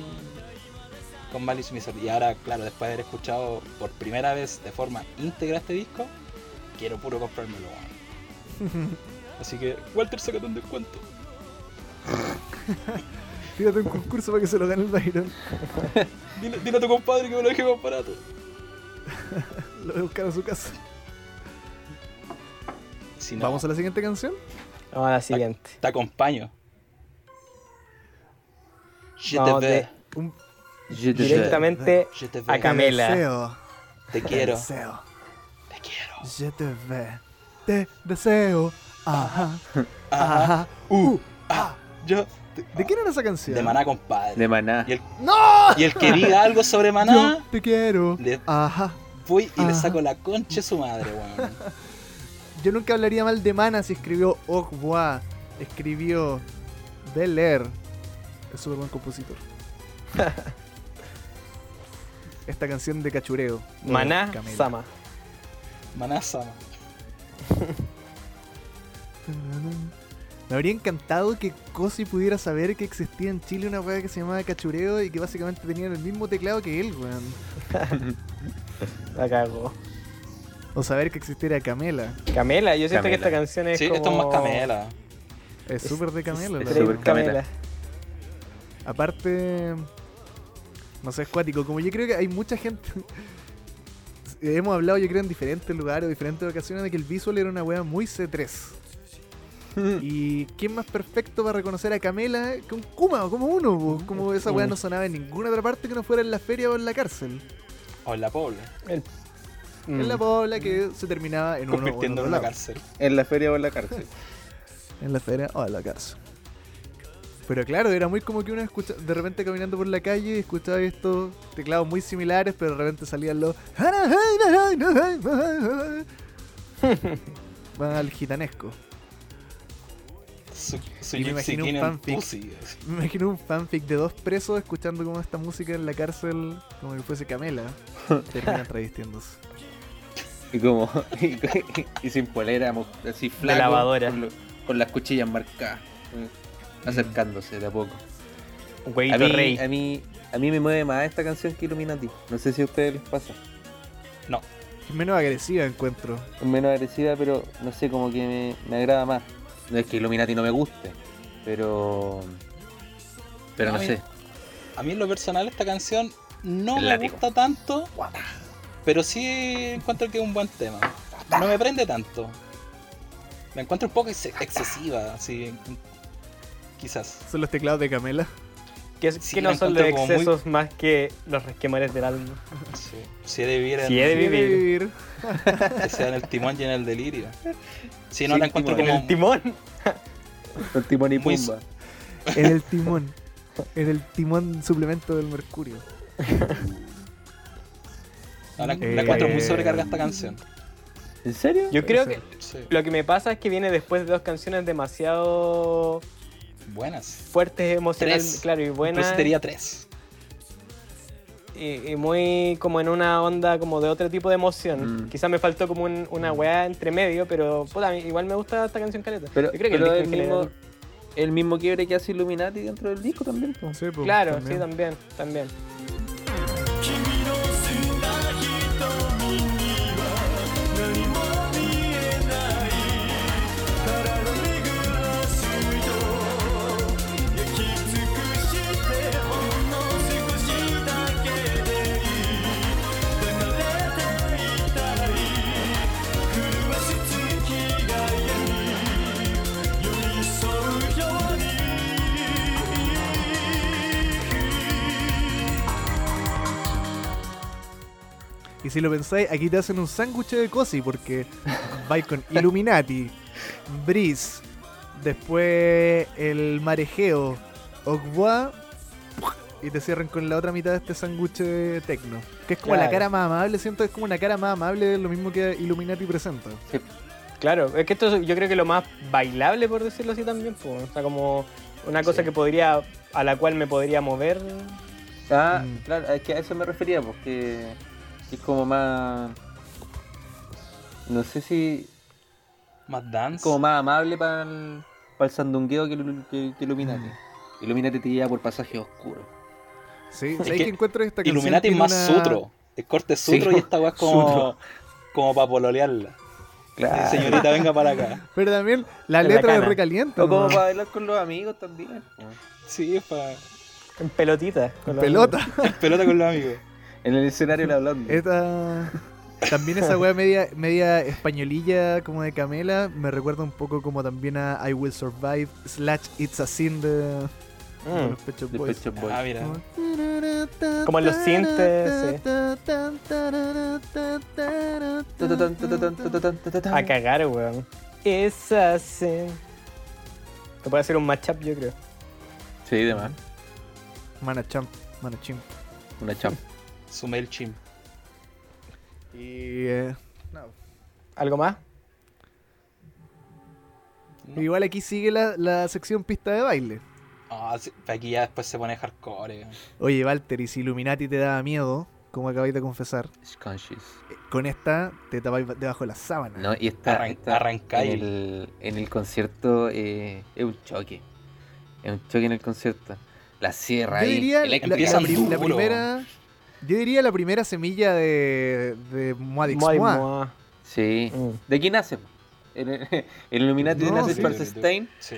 S2: con Malice Miser. Y ahora, claro, después de haber escuchado por primera vez de forma íntegra este disco, quiero puro comprármelo. weón. Así que, Walter, sácate un descuento.
S1: Fíjate un concurso para que se lo gane el Byron.
S2: Dile, dile a tu compadre que me lo deje más barato.
S1: Lo voy a buscar a su casa.
S2: Si no,
S1: Vamos a la siguiente canción.
S3: Vamos a la siguiente.
S2: te acompaño. Je te
S3: Vamos de-
S2: veux,
S1: Un
S4: Je te-
S3: Directamente
S2: je te veux,
S3: a Camela.
S1: deseo.
S2: te
S1: Te
S2: quiero,
S1: deseo.
S2: te quiero.
S1: Je te ve. Te deseo. Ajá.
S2: Ajá.
S1: Ajá.
S2: Uh. Ah. Yo.
S1: ¿De quién era esa canción?
S2: De Ah. Maná, compadre.
S4: De maná.
S2: Y el,
S1: ¡No!
S2: y el que diga algo sobre
S1: Yo ah.
S2: Maná,
S1: te quiero.
S2: le
S1: Ajá.
S2: voy y le
S1: Ajá.
S2: saco la concha de su madre, weón.
S1: Yo nunca hablaría mal de Mana si escribió Au revoir. Escribió Bel Air. Es súper buen compositor. Esta canción de cachureo. de
S3: Maná
S1: Camela.
S3: Sama.
S2: Maná Sama.
S1: Me habría encantado que Cosi pudiera saber que existía en Chile una weá que se llamaba Cachureo y que básicamente tenían el mismo teclado que él, weón.
S3: La cago.
S1: O saber que existiera Camela.
S3: Camela, yo siento
S4: Camela.
S3: que esta canción es.
S2: Sí,
S3: como...
S2: esto es más Camela.
S1: Es súper de Camela,
S3: Es
S1: la
S4: súper
S1: verdad.
S4: Camela.
S1: Aparte, no sé, es cuático. Como yo creo que hay mucha gente. hemos hablado, yo creo, en diferentes lugares o diferentes ocasiones de que el visual era una wea muy C3. y quién más perfecto para reconocer a Camela que un Kuma, como uno, po? como esa wea no sonaba en ninguna otra parte que no fuera en la feria o en la cárcel.
S2: O en la Pobla.
S1: En
S3: Mm.
S1: la pobla que se terminaba en uno o en
S2: convirtiendo
S1: otro
S2: en una
S1: lado.
S2: cárcel.
S4: En la feria o en la cárcel.
S1: En la feria o en la cárcel. Pero claro, era muy como que uno escucha, de repente caminando por la calle y escuchaba estos teclados muy similares, pero de repente salían los. Más al gitanesco.
S2: Su, su
S1: Y me
S2: gypsy
S1: imagino un
S2: king and
S1: fanfic.
S2: pussy.
S1: Me imagino un fanfic de dos presos escuchando como esta música en la cárcel, como que fuese Camela. Terminan travestiéndose.
S4: Y como. Y, y sin polera, mo- así flaco.
S3: lavadora.
S4: Con, lo- con las cuchillas marcadas. mm, Acercándose de a poco.
S3: Güey
S4: A
S3: de
S4: mí,
S2: eh,
S3: rey.
S4: a, mí, a mí me mueve más esta canción que Illuminati. No sé si a ustedes les pasa.
S1: Es menos agresiva, encuentro.
S4: Es menos agresiva, pero no sé, como que me, me agrada más. No es que Illuminati no me guste, pero. Pero
S2: No,
S4: no,
S2: a mí-
S4: sé.
S2: A mí en lo personal esta canción no
S4: El
S2: me
S4: látigo.
S2: gusta tanto, pero sí encuentro que es un buen tema. No me prende tanto. La encuentro un poco ex- excesiva, así. Quizás.
S1: Son los teclados de Camela.
S3: Que,
S2: Sí,
S3: que
S2: la
S3: no son los
S2: encuentro como muy-
S3: excesos más que los resquemores del alma.
S2: Sí. Si debiera
S3: Si he de
S1: Quiere
S3: vivir.
S1: vivir.
S2: que sea en el timón y en el delirio. Si no
S4: Sí,
S2: la encuentro
S4: timón.
S3: En
S2: como
S3: el timón.
S4: Con Timón y
S2: Muy-
S4: Pumba.
S1: En el timón. En el timón suplemento del mercurio.
S2: no, la, la
S1: Eh,
S2: encuentro muy sobrecargada esta canción.
S4: ¿En serio?
S3: Yo creo
S1: Puede
S3: que
S1: ser.
S2: Sí.
S3: lo que me pasa es que viene después de dos canciones demasiado
S2: Buenas.
S3: fuertes emocionalmente,
S2: Tres.
S3: claro, y buenas.
S2: Incluso diría tres.
S3: Y, y muy como en una onda como de otro tipo de emoción.
S4: Mm.
S3: Quizás me faltó como un- una weá entre medio, pero puta, a mí igual me gusta esta canción caleta.
S4: Pero,
S3: Yo creo que
S4: pero
S3: el
S4: el,
S3: disco en
S4: mismo,
S3: general-
S4: el mismo quiebre que hace Illuminati dentro del disco también. po.
S1: Sí, po,
S3: Claro,
S1: también.
S3: sí, también, también.
S5: 君の澄んだ瞳には何も見えないただの巡らしと焼き尽くしてほんの少しだけでいい抱かれていたい狂わし月が闇寄り添うように
S1: Y si lo pensáis, aquí te hacen un sándwich de cosi porque vais con Illuminati, Breeze, después el marejeo, Ogwa y te cierran con la otra mitad de este sándwich de tecno. Que es como la
S3: Claro.
S1: cara más amable, siento que es como una cara más amable de lo mismo que Illuminati presenta.
S3: Claro, es que esto es- yo creo que lo más bailable, por decirlo así también, pues. O sea, como una cosa
S4: Sí.
S3: que podría, a la cual me podría mover.
S4: Ah,
S1: Mm.
S4: claro, es que a eso me refería, porque es como más. No sé si.
S2: Más dance.
S4: como más amable para el, sandungueo que, Ilu- que- que Illuminati. Illuminati te lleva por pasajes oscuros.
S1: Sí, ¿sabéis
S2: que
S1: que encuentro esta canción?
S2: Illuminati es
S1: tiene
S2: más
S1: una-
S2: sutro. Es corte sutro
S4: Sí.
S2: y esta weá es como, como para pololearla. Sí, Señorita, venga para acá.
S1: Pero también la
S3: Es
S1: letra es
S3: bacana.
S1: recaliente.
S4: O como
S1: nomás.
S4: para bailar con los amigos también. po.
S2: Sí, es para.
S3: En pelotita. con la-
S1: Pelota.
S2: Pelota con los amigos.
S4: En el escenario la hablando.
S1: Esta... También esa wea media, media españolilla como de Camela me recuerda un poco como también a I Will Survive slash It's a Sin de, de
S3: Mm.
S1: los Pecho
S4: de
S1: Boys.
S4: Pet Shop Boys.
S2: Ah, mira.
S1: Como
S3: Como los synths,
S4: Tutatán, tutatán, tutatán, tutatán.
S3: A cagar, weón. Es así. Te puede hacer un matchup, yo creo.
S4: Sí, demás.
S1: Manachamp, Manachimp.
S4: Una champ.
S2: Su MailChimp.
S1: Y, eh, no.
S3: ¿Algo más?
S2: No.
S1: Igual aquí sigue la, la sección pista de baile.
S2: Ah, sí, aquí ya después se pone hardcore. eh.
S1: Oye, Walter, y si Illuminati te daba miedo, como acabáis de confesar,
S4: It's conscious.
S1: con esta te tapáis debajo de la sábana.
S4: No, y está,
S2: Arran-
S4: está
S2: arrancáis.
S4: en el, en el concierto eh, es un choque. Es un choque en el concierto. La sierra
S1: Yo
S4: ahí.
S1: diría la, la-
S4: eléctrica.
S1: la prim- la
S2: duro.
S1: primera. Yo diría la primera semilla de, de Moadix
S3: Moa y
S1: Moa.
S3: moa.
S4: Sí.
S3: Mm.
S4: ¿De quién nace? po? El, el Illuminati
S1: No,
S4: nace
S1: sí.
S4: Charles Stein
S2: Sí.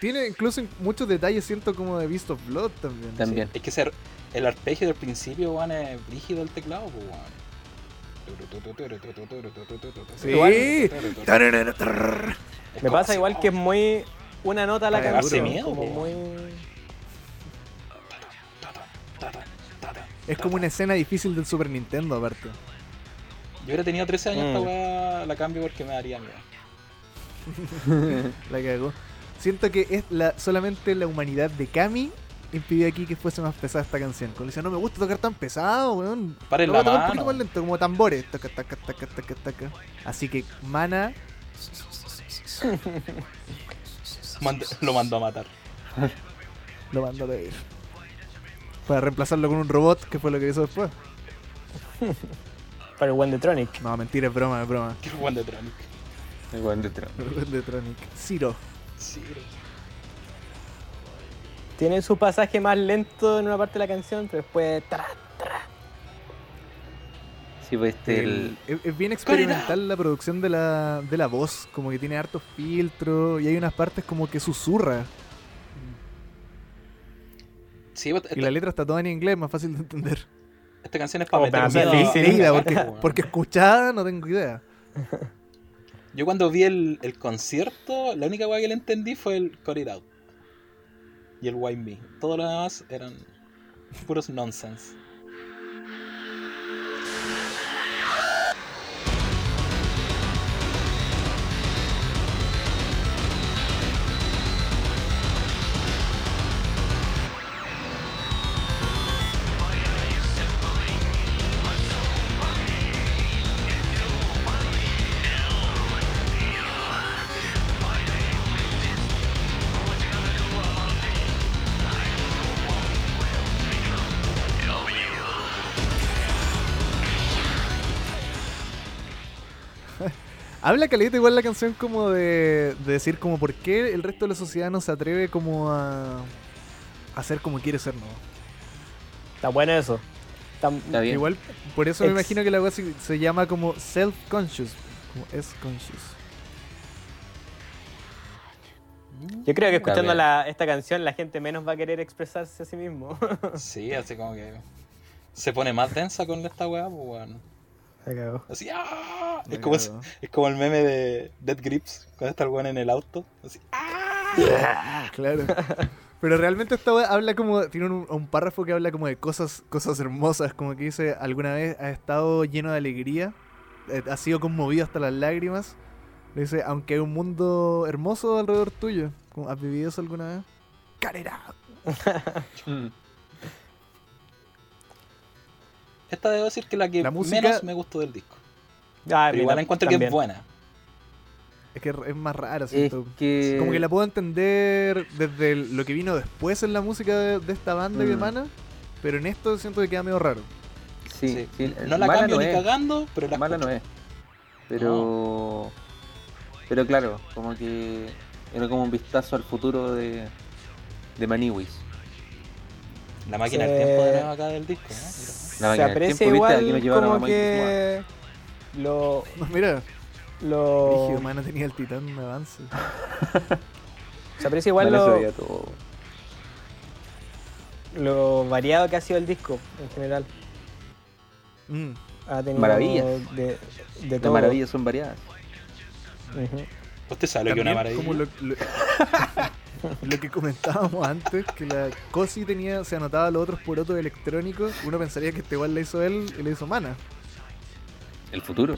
S1: Tiene incluso muchos detalles, siento, como de Beast of Blood también.
S4: también.
S2: Es que ser el arpegio del principio, weón, es rígido el teclado, pues, weón.
S1: Sí.
S3: Igual-
S1: Tararara, tararara.
S2: Es
S3: Me
S2: como
S3: pasa
S2: así,
S3: igual que es muy una nota a la
S1: Para
S3: canción.
S2: darse miedo,
S3: como
S2: po.
S3: muy...
S1: Es como una escena difícil del Super Nintendo, aparte.
S2: Yo hubiera tenido 13 años, esta
S3: Mm.
S2: weá la cambio porque me daría miedo.
S1: La cagó. Siento que es la, solamente la humanidad de Kami impidió aquí que fuese más pesada esta canción. Cuando decía, no me gusta tocar tan pesado, weón.
S2: Paren
S1: Lo
S2: la
S1: voy a tocar un
S2: mano.
S1: poquito más lento, como tambores. Taca, taca, taca, taca, taca. Así que, mana,
S2: Mand- lo mandó a matar.
S1: lo mando a pedir. Para reemplazarlo con un robot, que fue lo que hizo después.
S3: Para el One de Tronic.
S1: No, mentira, es broma, es broma.
S2: Qué buen de Tronic.
S4: El weón de Trump.
S1: De Tronic. Ciro.
S2: Sí,
S3: Tiene su pasaje más lento en una parte de la canción, pero después. tará.
S4: Sí, pues este el.
S1: Es, es bien experimental la producción de la, de la voz, como que tiene harto filtro y hay unas partes como que susurra.
S2: sí esta,
S1: Y la letra está toda en inglés, más fácil de entender.
S2: esta canción es para
S1: Oh,
S3: Como
S2: meter
S4: Ah,
S3: para
S2: miedo
S3: hacer
S2: a-
S1: Leída,
S2: a-
S1: porque,
S2: weón.
S1: porque escuchada no tengo idea.
S2: Yo cuando vi el, el concierto, la única weá que le entendí fue el Cut It Out. Y el Why Me. Todo lo demás eran puros nonsense.
S1: Habla caleta igual la canción como de, de decir como por qué el resto de la sociedad no se atreve como a, a ser como quiere ser, ¿no?
S3: Está bueno eso. Está-
S4: Está bien.
S1: Igual, por eso me
S3: Ex-
S1: imagino que la voz se, se llama como self-conscious, como es-conscious.
S3: Yo creo que
S4: Está
S3: escuchando
S4: bien.
S3: la- esta canción la gente menos va a querer expresarse a sí mismo.
S2: Sí, así como que se pone más densa con esta weá, pues weón. Así, ¡ah!
S1: Me
S2: Es como, es,
S1: cago.
S2: como el meme de Dead Grips, cuando está el weón en el auto. Así, ¡ah!
S1: Claro. Pero realmente esta wea habla como. Tiene un, un párrafo que habla como de cosas, cosas hermosas. Como que dice: Alguna vez ha estado lleno de alegría. eh, Ha sido conmovido hasta las lágrimas. Le dice: Aunque hay un mundo hermoso alrededor tuyo. Como, ¿Has vivido eso alguna vez? ¡Carera!
S2: Esta debo decir que es la que
S1: La música-
S2: menos me gustó del disco.
S3: Ah,
S2: Pero igual
S3: mira,
S2: encuentro que
S3: también.
S2: es buena.
S1: Es que es más rara,
S4: Es
S1: siento.
S4: que.
S1: Como que la puedo entender desde el- lo que vino después en la música de, de esta banda y de
S4: Mm.
S1: Mana. Pero en esto siento que queda medio raro.
S4: Sí,
S2: Sí.
S4: sí,
S2: No la
S4: mala
S2: cambio
S4: no
S2: ni
S4: es,
S2: cagando, pero la
S4: Mala no
S2: escucho.
S4: es. Pero. Pero claro, como que. Era como un vistazo al futuro de. De Maniwis.
S2: La máquina
S3: Sí.
S2: del tiempo de nuevo acá del disco, ¿no? Mira.
S4: La
S3: se
S4: máquina del
S3: aprecia
S4: tiempo, ¿viste? Aquí
S3: igual
S4: nos llevaron a
S3: como
S4: Mike
S3: que lo,
S1: Mira,
S4: Oh.
S3: lo
S1: Brígido, Mana tenía el titán en avance.
S3: se aprecia igual
S4: Mala se
S3: lo,
S4: veía todo.
S3: lo variado que ha sido el disco en general.
S1: Mm.
S3: Ha tenido
S4: Maravilla.
S3: de, de
S4: Las
S3: todo.
S4: maravillas son variadas.
S3: Ujú.
S2: ¿Usted sabe lo que es una
S1: También,
S2: maravilla?
S1: como lo, lo- lo que comentábamos antes, que la Cosi tenía, se anotaba los otros porotos electrónicos, uno pensaría que este igual la hizo él y la hizo Mana.
S4: El futuro.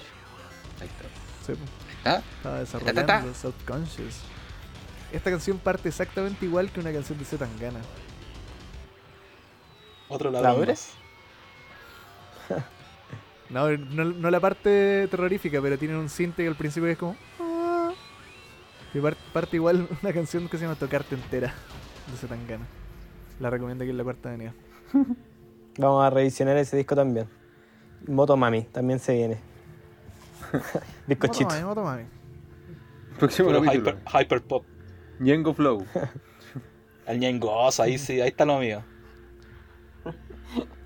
S4: Ahí está.
S1: Sí, pues,
S4: Ah,
S1: estaba
S4: Ta, ta,
S1: desarrollando
S4: ta.
S1: Subconscious. Esta canción parte exactamente igual que una canción de Zetangana.
S2: Otro
S3: ¿La
S2: lado.
S3: dura?
S2: más.
S1: No, no, no la parte terrorífica, pero tienen un cinte que al principio es como... ah, Que par- parte igual una canción que se llama Tocarte entera de Zetangana. La recomiendo que en la cuarta avenida.
S3: Vamos a revisionar ese disco también. Moto Mami también se viene. Bizcochito.
S1: Motomami, Motomami.
S4: Próximo
S2: Puro
S4: capítulo.
S2: hyper, hyper pop.
S4: Django Flow.
S2: El ñengoso, ahí sí, ahí está lo mío.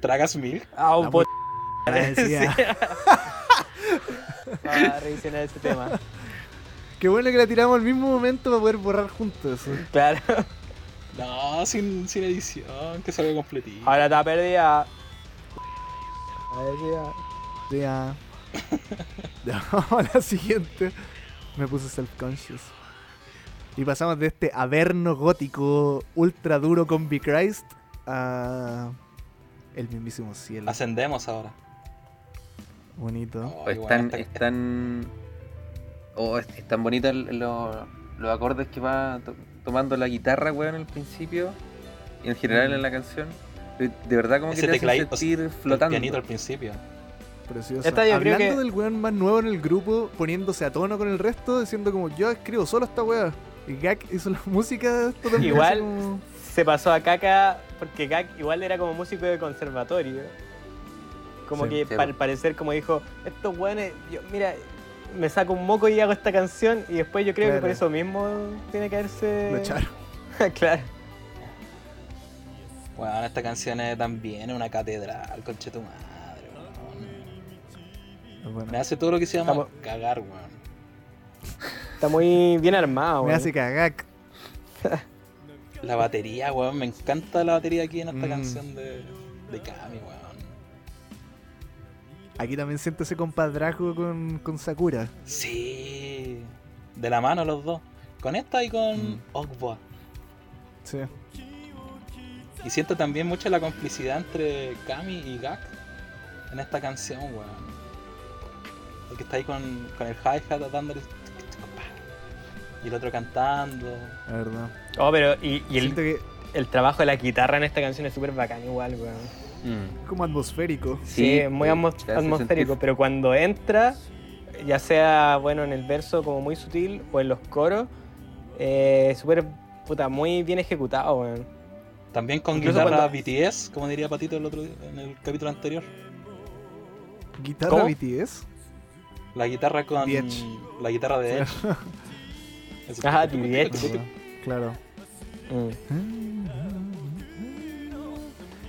S2: ¿Tragas milk?
S3: Ah, un
S1: La
S3: po-
S1: Ah, decía.
S3: Vamos a revisionar ese tema.
S1: Qué bueno que la tiramos al mismo momento para poder borrar juntos.
S3: Claro.
S2: No, sin, sin edición, que salga
S3: Ah,
S2: completito.
S3: Ahora está perdida. Perdida.
S1: Sí, ah. Ya, a la siguiente. Me puse self-conscious. Y pasamos de este averno gótico ultra duro con B. Christ a. El mismísimo cielo.
S2: Ascendemos ahora. este,
S1: Bonito.
S2: Oh,
S4: O
S2: qué
S4: están,
S2: buena esta-
S4: están, o es- están bonitos los, los acordes que va to- tomando la guitarra, weón, al principio y en general en la canción. De de verdad, como
S2: Mm.
S4: que
S2: Ese
S4: te hacen
S2: tecladito,
S4: sentir
S2: El
S4: flotando.
S2: pianito al principio.
S1: Precioso.
S3: Esta yo creo
S1: Hablando
S3: que-
S1: del weón más nuevo en el grupo, poniéndose a tono con el resto, diciendo como yo escribo solo esta wea. Y Gak hizo la música de esto también.
S3: Igual.
S1: así como-
S3: Se pasó a Kaka porque Kak igual era como músico de conservatorio. Como
S1: Sí,
S3: que
S4: sí,
S3: pa- al
S4: bueno.
S3: parecer, como dijo, estos weones, yo, mira, me saco un moco y hago esta canción y después yo creo que
S1: Claro.
S3: por eso mismo tiene que haberse...
S1: Lo echaron.
S3: claro.
S2: Bueno, esta canción es también una catedral, conche tu madre, weón.
S3: Eh,
S1: Bueno,
S2: Me hace todo lo que se llama
S3: Estamos-
S2: cagar, weón.
S3: Está muy bien armado.
S1: me
S3: weón.
S1: hace cagac.
S2: La batería, weón, me encanta la batería aquí en esta
S1: Mm.
S2: canción de, de Kami, weón.
S1: Aquí también siento ese compadrazgo con, con Sakura.
S2: Sí, de la mano los dos. Con esta y con
S1: Mm.
S2: Ogwa.
S1: Sí.
S2: Y siento también mucho la complicidad entre Kami y Gak en esta canción, weón. Porque está ahí con, con el hi-hat dándole. Y el otro cantando.
S1: La verdad.
S3: Oh, pero y, y
S1: Siento
S3: el,
S1: que
S3: el trabajo de la guitarra en esta canción es súper bacán igual, weón.
S4: Mm.
S1: es como atmosférico.
S3: Sí, es muy
S4: te-
S3: atmos-
S4: te hace
S3: atmosférico,
S4: sentir-
S3: pero cuando entra, ya sea, bueno, en el verso como muy sutil o en los coros, eh, súper, puta, muy bien ejecutado, weón.
S2: También con
S3: Incluso
S2: guitarra
S3: cuando-
S2: BTS, como diría Patito el otro día- en el capítulo anterior.
S1: Guitarra
S3: ¿Cómo?
S1: BTS.
S2: La guitarra con.
S1: The Edge.
S2: La guitarra de Edge. Eso.
S3: Ajá, The
S1: Ah,
S3: Edge.
S1: bueno, claro.
S3: Mm.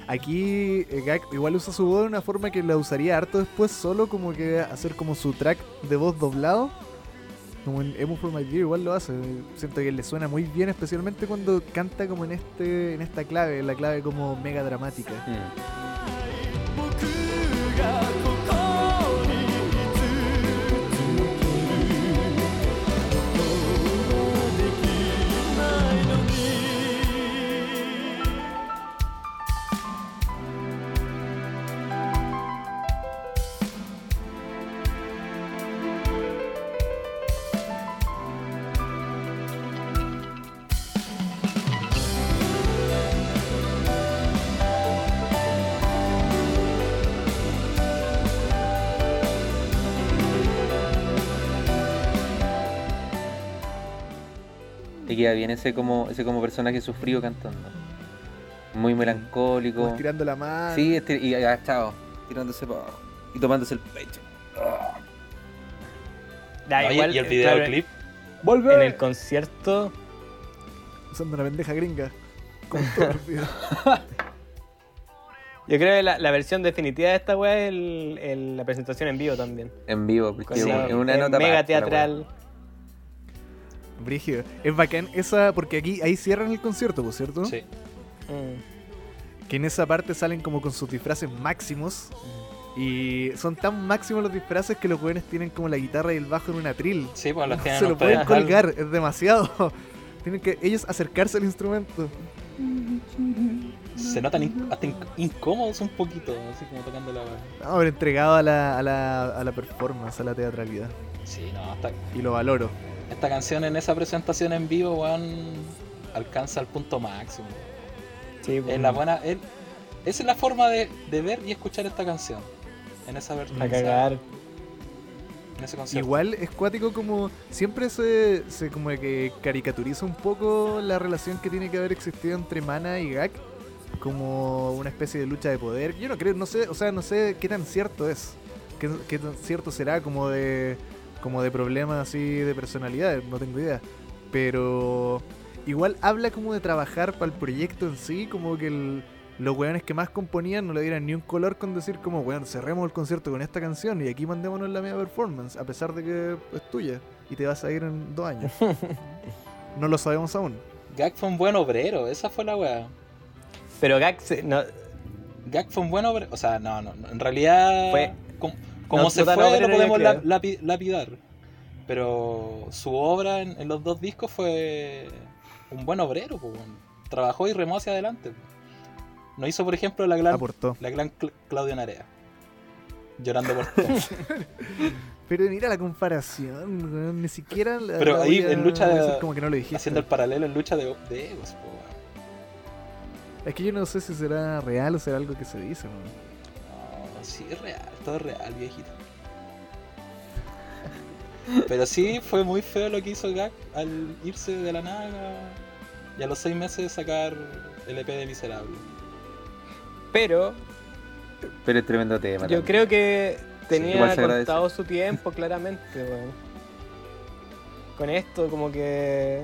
S1: Aquí eh, Gak igual usa su voz de una forma que la usaría harto después, solo como que hacer como su track de voz doblado. Como en Emo for My Dear igual lo hace. Siento que le suena muy bien, especialmente cuando canta como en este en esta clave, la clave como mega dramática.
S4: Mm.
S5: 僕がここにい続けるどうできないのに
S4: Te queda bien ese como, ese como personaje sufrido cantando. Muy
S3: Oh.
S1: Como
S4: melancólico.
S1: estirando la mano.
S4: Sí, este, y agachado, tirándose para abajo y tomándose el pecho.
S3: Da
S2: No, y-
S3: igual,
S2: y el
S3: eh, claro,
S2: videoclip.
S3: En el concierto,
S1: Usando una pendeja gringa. Como todo el video.
S3: yo creo que la, la versión definitiva de esta weá es el- el- la presentación en vivo también.
S4: En vivo, porque
S3: Sí,
S4: es una
S3: es
S4: nota
S3: mega
S4: aparte, la weá.
S3: teatral.
S1: Brígido. Es bacán esa, porque aquí ahí cierran el concierto, ¿por cierto?
S2: Sí.
S3: Mm.
S1: que en esa parte salen como con sus disfraces máximos.
S2: Mm.
S1: Y son tan máximos los disfraces que los jóvenes tienen como la guitarra y el bajo en un atril.
S2: Sí, pues los
S1: No
S2: tienen
S1: se
S2: en
S1: lo
S2: un
S1: pueden
S2: pedestal.
S1: colgar, es demasiado. Tienen que ellos acercarse al instrumento.
S2: Se notan in- hasta in- incómodos un poquito, así como tocando la.
S1: No, Ah, pero entregado a la, a, la, a la performance, a la teatralidad.
S2: Sí, no, hasta.
S1: Y lo valoro.
S2: Esta canción en esa presentación en vivo, weón, alcanza el punto máximo.
S3: Sí,
S2: Es
S3: pues,
S2: la buena, es- esa es la forma de, de ver y escuchar esta canción. En esa versión.
S3: a cagar.
S2: En ese concierto.
S1: Igual es cuático como siempre se, se como que caricaturiza un poco la relación que tiene que haber existido entre Mana y Gak como una especie de lucha de poder. Yo no creo, no sé, o sea, no sé qué tan cierto es. Qué, qué tan cierto será como de como de problemas así de personalidad, no tengo idea. Pero igual habla como de trabajar para el proyecto en sí, como que el- los weones que más componían no le dieran ni un color con decir como, weón, cerremos el concierto con esta canción y aquí mandémonos la media performance, a pesar de que es tuya y te vas a ir en dos años. no lo sabemos aún.
S2: Gak fue un buen obrero, esa fue la weá.
S3: Pero Gax, eh, no,
S2: Gak fue un buen obrero. O sea, no, no, no, en realidad.
S3: Fue-
S2: com- Como
S3: No,
S2: se
S3: puta, no,
S2: fue,
S3: pero
S2: lo
S3: yo
S2: podemos
S3: creo.
S2: lap- lapi- lapidar. Pero su obra en, en los dos discos fue un buen obrero, po, weón. trabajó y remó hacia adelante. po. No hizo, por ejemplo, la gran,
S1: Aportó.
S2: la gran Cla- Claudia Narea. Llorando por todo.
S1: Pero mira la comparación, weón, ni siquiera la-
S2: Pero
S1: la
S2: ahí,
S1: voy a-
S2: en lucha
S1: voy a
S2: de-
S1: hacer como que no lo dijiste.
S2: haciendo el paralelo en lucha de, de egos. po, weón.
S1: Es que yo no sé si será real o será algo que se dice, weón.
S2: Eh, No, sí, es real, todo es real, viejito. Pero sí, fue muy feo lo que hizo Gak al irse de la nada y a los seis meses sacar el EP de Miserable.
S3: Pero
S4: Pero es tremendo tema.
S3: yo
S4: también.
S3: creo que tenía
S4: igual se agradece.
S3: contado su tiempo, claramente, weón. Con esto, como que.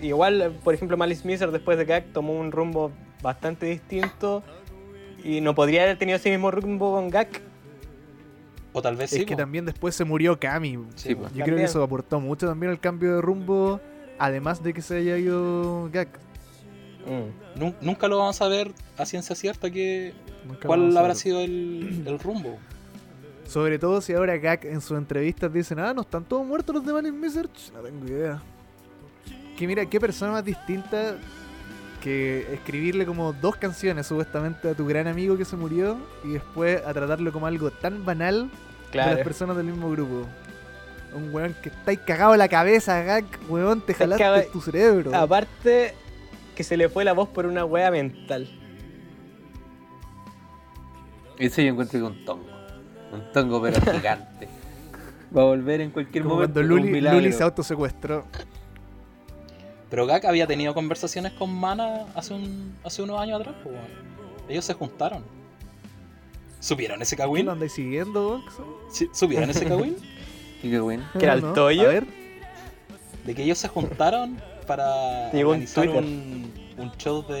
S3: Igual, por ejemplo, Malice Miser después de Gag tomó un rumbo bastante distinto. Y no podría haber tenido ese mismo rumbo con Gag.
S2: O tal vez sí.
S1: es que
S2: po.
S1: también después se murió Cami. Yo
S2: Sí, po.
S4: po.
S1: creo que
S3: También.
S1: eso aportó mucho también al cambio de rumbo, además de que se haya ido Gak.
S2: Nun- Nunca lo vamos a ver a ciencia cierta que
S1: Nunca lo vamos
S2: cuál
S1: a
S2: habrá
S1: ver.
S2: sido el, el rumbo.
S1: Sobre todo si ahora Gak en sus entrevistas dicen, ah, no están todos muertos los de Malice Miser. Ch, No tengo idea. Que mira, qué persona más distinta que escribirle como dos canciones supuestamente a tu gran amigo que se murió y después a tratarlo como algo tan banal de las
S3: Claro.
S1: personas del mismo grupo. Un weón que estáis cagado en la cabeza, Gak, weón, te
S3: Te
S1: jalaste
S3: caga-
S1: tu cerebro.
S3: Ah, Aparte, que se le fue la voz por una wea mental.
S4: Ese yo encuentro que un tongo. Un tongo, pero gigante. Va a volver en cualquier
S1: Como
S4: momento.
S1: cuando
S4: como un
S1: Luli,
S4: milagro.
S1: Luli se autosecuestró.
S2: Pero Gak había tenido conversaciones con Mana hace, un, hace unos años atrás. po, weón. Ellos se juntaron. ¿Supieron ese
S1: ¿Qué
S2: Kawin?
S1: lo andáis siguiendo, Vox?
S2: Sí, ¿Supieron ese Kawin?
S4: Y qué
S1: Ah,
S4: bueno.
S3: ¿Que era el Toyo?
S1: A ver,
S2: de que ellos se juntaron para
S3: Te llegó un
S2: organizar
S3: Twitter.
S2: un, un show de,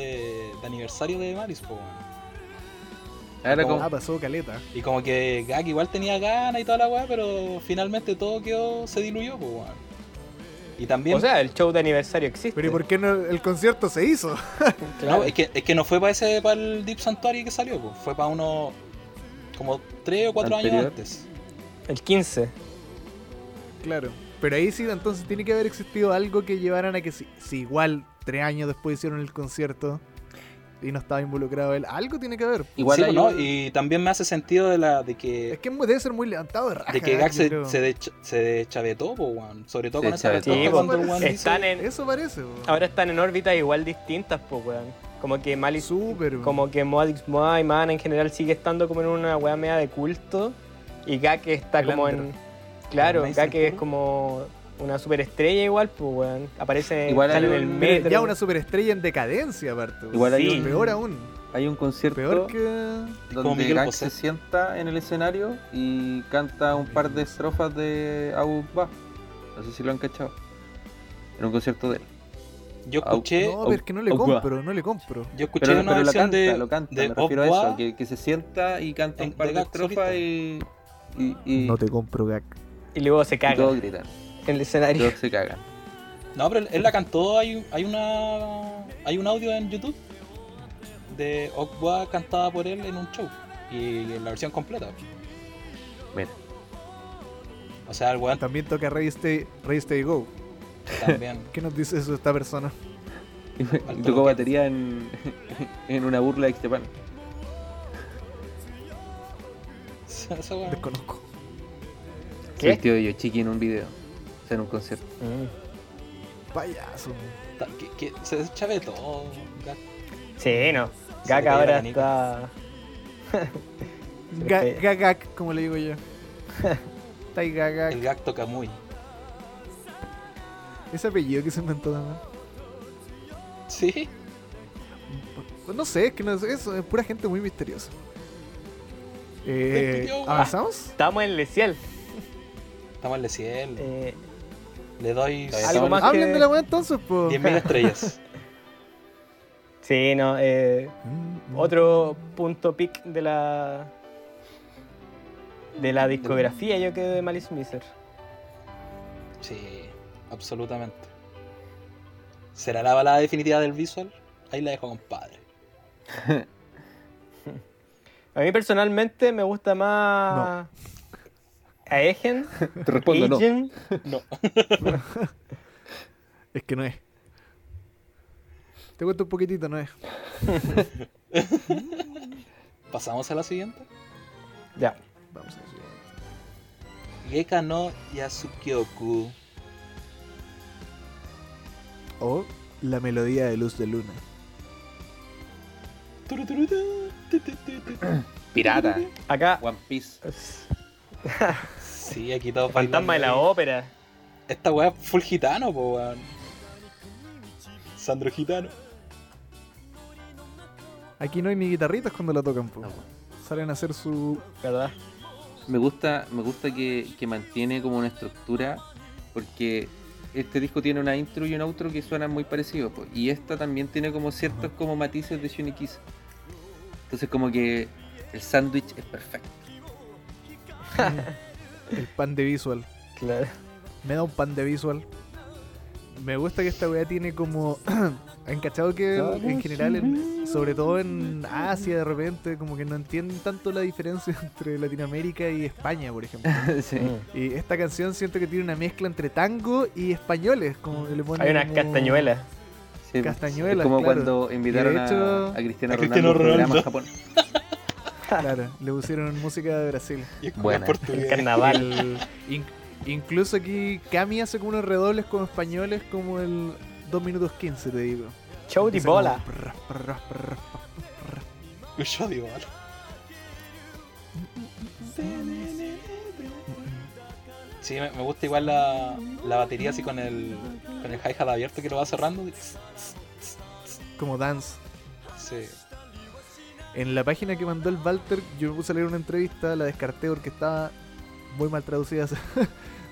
S2: de aniversario de Maris. pues, po, weón.
S4: Ahora
S2: Como-
S4: como.
S1: ah, pasó caleta.
S2: Y como que Gak igual tenía ganas y toda la weá, pero finalmente todo quedó, se diluyó. po, weón. Y también...
S3: O sea, el show de aniversario existe.
S1: Pero ¿y por qué no el concierto se hizo?
S3: Claro.
S2: No, es que, es que no fue para ese para el Deep Sanctuary que salió, po, fue para uno como tres o cuatro años
S4: Anterior.
S2: antes.
S3: El 15.
S1: Claro. Pero ahí sí, entonces tiene que haber existido algo que llevaran a que si, si igual tres años después hicieron el concierto y no estaba involucrado él, algo tiene que haber.
S4: Igual
S2: Sí,
S4: hay
S2: ¿no?
S4: un-
S2: Y también me hace sentido de la de
S1: Es
S2: que
S1: que debe ser muy levantado de raja.
S2: de que
S1: yo
S2: Gak se,
S1: creo.
S2: se, decha- se deschavetó, po, weón. sobre todo
S4: Se
S2: con esa
S4: deschavetó.
S2: respuesta
S3: Sí,
S2: cuando
S1: po.
S2: el weón dice-
S3: Están en,
S1: Eso parece. po.
S3: Ahora están en órbitas igual distintas, pues, weón. Como que Malice.
S1: Súper, weón.
S3: Como que Modix Moa y Man en general sigue estando como en una weá media de culto. Y Gak está como en. Claro,
S2: Amazing
S3: Gak es
S2: Tour.
S3: como una superestrella igual, pues, weón. Aparece
S4: Igual
S3: sale
S4: hay
S3: en el
S4: un-
S1: Pero
S3: metro.
S1: ya una superestrella en decadencia, aparte. po.
S4: Igual
S3: hay
S1: Sí.
S3: un-
S1: Peor aún.
S4: Hay un concierto
S1: Peor que.
S2: Como
S4: donde
S2: Miguel
S4: Gag
S2: Bosé.
S4: se sienta en el escenario y canta un par de estrofas de Abu Ba. No sé si lo han cachado. Era un concierto de él.
S2: Yo
S4: Au.
S2: escuché
S1: No, pero es que no le
S4: Au- augua.
S1: compro, no le compro.
S2: Yo escuché
S4: Pero,
S2: una
S4: pero lo
S2: versión
S4: canta,
S2: de,
S4: lo canta,
S2: de
S4: me refiero
S2: Opwa,
S4: a eso, que, que se sienta y canta un
S2: en-
S4: par
S2: de
S4: de,
S2: Gag
S4: estrofas
S2: solista.
S4: y, y, y-
S1: No te compro, Gak.
S3: Y luego se
S4: y
S3: caga
S4: todos gritan,
S3: en el escenario.
S4: todos se cagan.
S2: No, pero él la cantó, hay, hay una hay un audio en YouTube de Okwa cantada por él en un show. Y en la versión completa.
S4: Mira,
S2: O sea, el weón
S1: También toca Ready Stay, Ready Stay Go.
S2: también.
S1: ¿Qué nos dice eso esta persona?
S4: y
S2: Alto
S4: tocó
S2: lo que
S4: batería en, en una burla de Esteban.
S2: Esa weá.
S1: Desconozco.
S4: Se vistió de Yoshiki en un video, o sea, en un concierto.
S3: Mm.
S1: Payaso.
S2: Ta- que- que se deschave todo. Gak. Se
S3: Sí, no.
S2: le
S3: Gak
S2: cayó el
S3: ahora
S2: abanico.
S3: está.
S1: Ga- Gagak, como le digo yo. Tai
S2: El
S1: Gagak.
S2: Gak toca muy.
S1: Ese apellido que se inventó también.
S2: Sí.
S1: Pues No sé, es que no es eso, es pura gente muy misteriosa.
S2: Me
S1: Eh,
S2: pilló,
S1: ¿Avanzamos?
S3: Estamos en Leciel.
S2: Estamos en el cielo.
S3: Eh,
S2: Le doy
S4: Está
S3: algo
S4: bien.
S3: más
S1: Hablen
S3: que-
S1: de la weá entonces, po.
S2: 10.000 estrellas.
S3: Sí, no. Eh,
S1: Mm, mm.
S3: Otro punto pick de la. de la discografía, yo creo, de Malice Miser.
S2: Sí, absolutamente. ¿Será la balada definitiva del visual? Ahí la dejo, compadre.
S3: A mí personalmente me gusta más. a Egen.
S4: Te respondo, no.
S3: Eigen,
S2: No.
S1: Es que no es. Te cuento un poquitito, no es.
S2: Pasamos a la siguiente.
S3: Ya.
S1: Vamos a ver.
S2: Geka no Yasukioku.
S1: O La melodía de luz de luna.
S2: Turu, turu, tu, tu, tu, tu, tu.
S4: Pirata.
S3: Acá.
S4: One Piece.
S2: Sí, aquí todos
S3: Fantasma de la
S2: bailando.
S3: ópera.
S2: Esta weá es full gitano, po weón. Sandro Gitano.
S1: Aquí no hay ni guitarritas cuando la tocan, po. Salen a hacer su.
S3: ¿Verdad?
S4: Me gusta, me gusta que, que mantiene como una estructura porque este disco tiene una intro y un outro que suenan muy parecidos po, y esta también tiene como ciertos como matices de Shunikiz. Entonces como que el sándwich es perfecto.
S1: el pan de visual.
S3: Claro.
S1: Me da un pan de visual. Me gusta que esta weá tiene como. ¿Han cachado que en general, en- sobre todo en Asia de repente, como que no entienden tanto la diferencia entre Latinoamérica y España, por ejemplo?
S4: Sí.
S1: Y esta canción siento que tiene una mezcla entre tango y españoles. Como que le ponen
S3: Hay unas
S1: como-
S3: castañuelas.
S4: Sí,
S1: Castañuelas,
S4: es como
S1: claro.
S4: cuando invitaron a-
S1: hecho-
S4: a, Cristiano
S2: a Cristiano
S4: Ronaldo, a un programa
S2: Ronaldo.
S4: en Japón.
S1: Claro, le pusieron música de Brasil.
S2: Y es como
S3: El
S4: Buena.
S2: portugués.
S3: carnaval.
S1: El- in- incluso aquí Cami hace como unos redobles con españoles como el 2 minutos 15, te digo.
S3: Show de
S1: Empieza como
S3: bola.
S1: prr, prr, prr.
S2: Yo digo, ¿vale? Sí, me, me gusta igual la, la batería así con el, con el hi-hat abierto que lo va cerrando.
S1: Como dance.
S2: Sí.
S1: En la página que mandó el Walter, yo me puse a leer una entrevista, la descarté porque estaba muy mal traducida. se-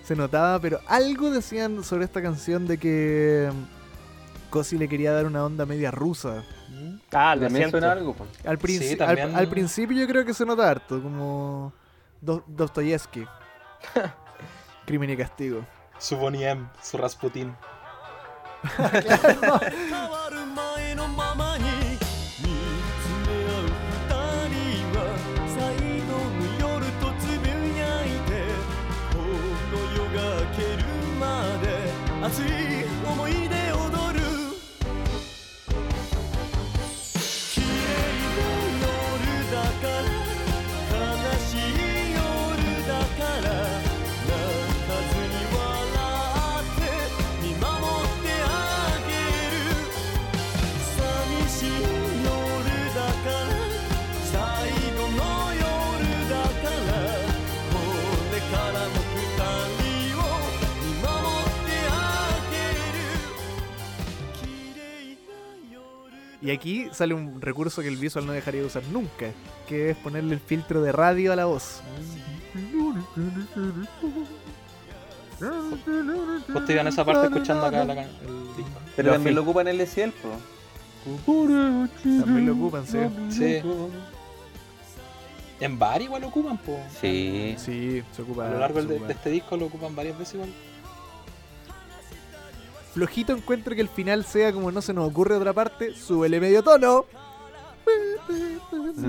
S1: Se notaba, pero algo decían sobre esta canción de que mm, Cosi le quería dar una onda media rusa.
S3: Ah, lo
S4: También
S3: siento.
S4: suena algo. po.
S1: Al, princi-
S2: Sí,
S1: al,
S2: también-
S1: al principio yo creo que se nota harto, como Do- Dostoyevsky. Crimen y castigo.
S2: Su Bonnie M, su Rasputin.
S5: 変わる前のままに見つめ合う二人はサイドの夜とつぶやいてこの夜が明けるまで熱い思い出踊る綺麗な夜だから悲しい夜だから泣かずに笑って見守ってあげる寂しい夜だから最後の夜だからこれからの二人を見守ってあげる綺麗な夜
S1: Y aquí sale un recurso que el visual no dejaría de usar nunca, que es ponerle el filtro de radio a la voz.
S2: Justo iba en esa parte escuchando acá la, can- el disco.
S4: Pero
S3: Lo fui.
S4: también lo ocupan en el cielo.
S1: También lo ocupan, sí.
S2: Sí. En bar igual lo ocupan, po.
S4: Sí.
S1: Sí, se ocupa.
S2: A lo largo
S1: se
S2: de,
S1: ocupa.
S2: de este disco lo ocupan varias veces igual.
S1: Flojito encuentro que el final sea como no se nos ocurre otra parte, súbele medio tono.
S3: Mm.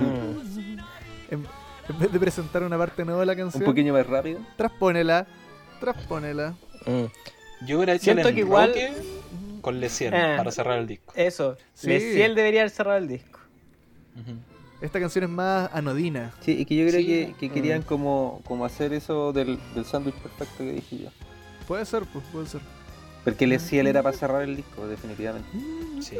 S1: En, en vez de presentar una parte nueva de la canción,
S4: Un poquillo más rápido.
S1: transpónela, transpónela.
S3: Mm.
S2: Yo hubiera hecho
S3: Siento
S2: el
S3: que igual-
S2: enroque con Lecien
S3: Ah.
S2: para cerrar el disco.
S3: Eso.
S1: Sí.
S3: Leciel debería haber cerrado el disco.
S2: Ujú.
S1: Esta canción es más anodina.
S4: Sí, y que yo creo
S2: Sí. pues.
S4: que, que
S3: Mm.
S4: querían como, como hacer eso del, del sándwich perfecto que dije yo.
S1: Puede ser, pues, puede ser.
S4: Porque el Ciel era para cerrar el disco, definitivamente.
S2: Sí.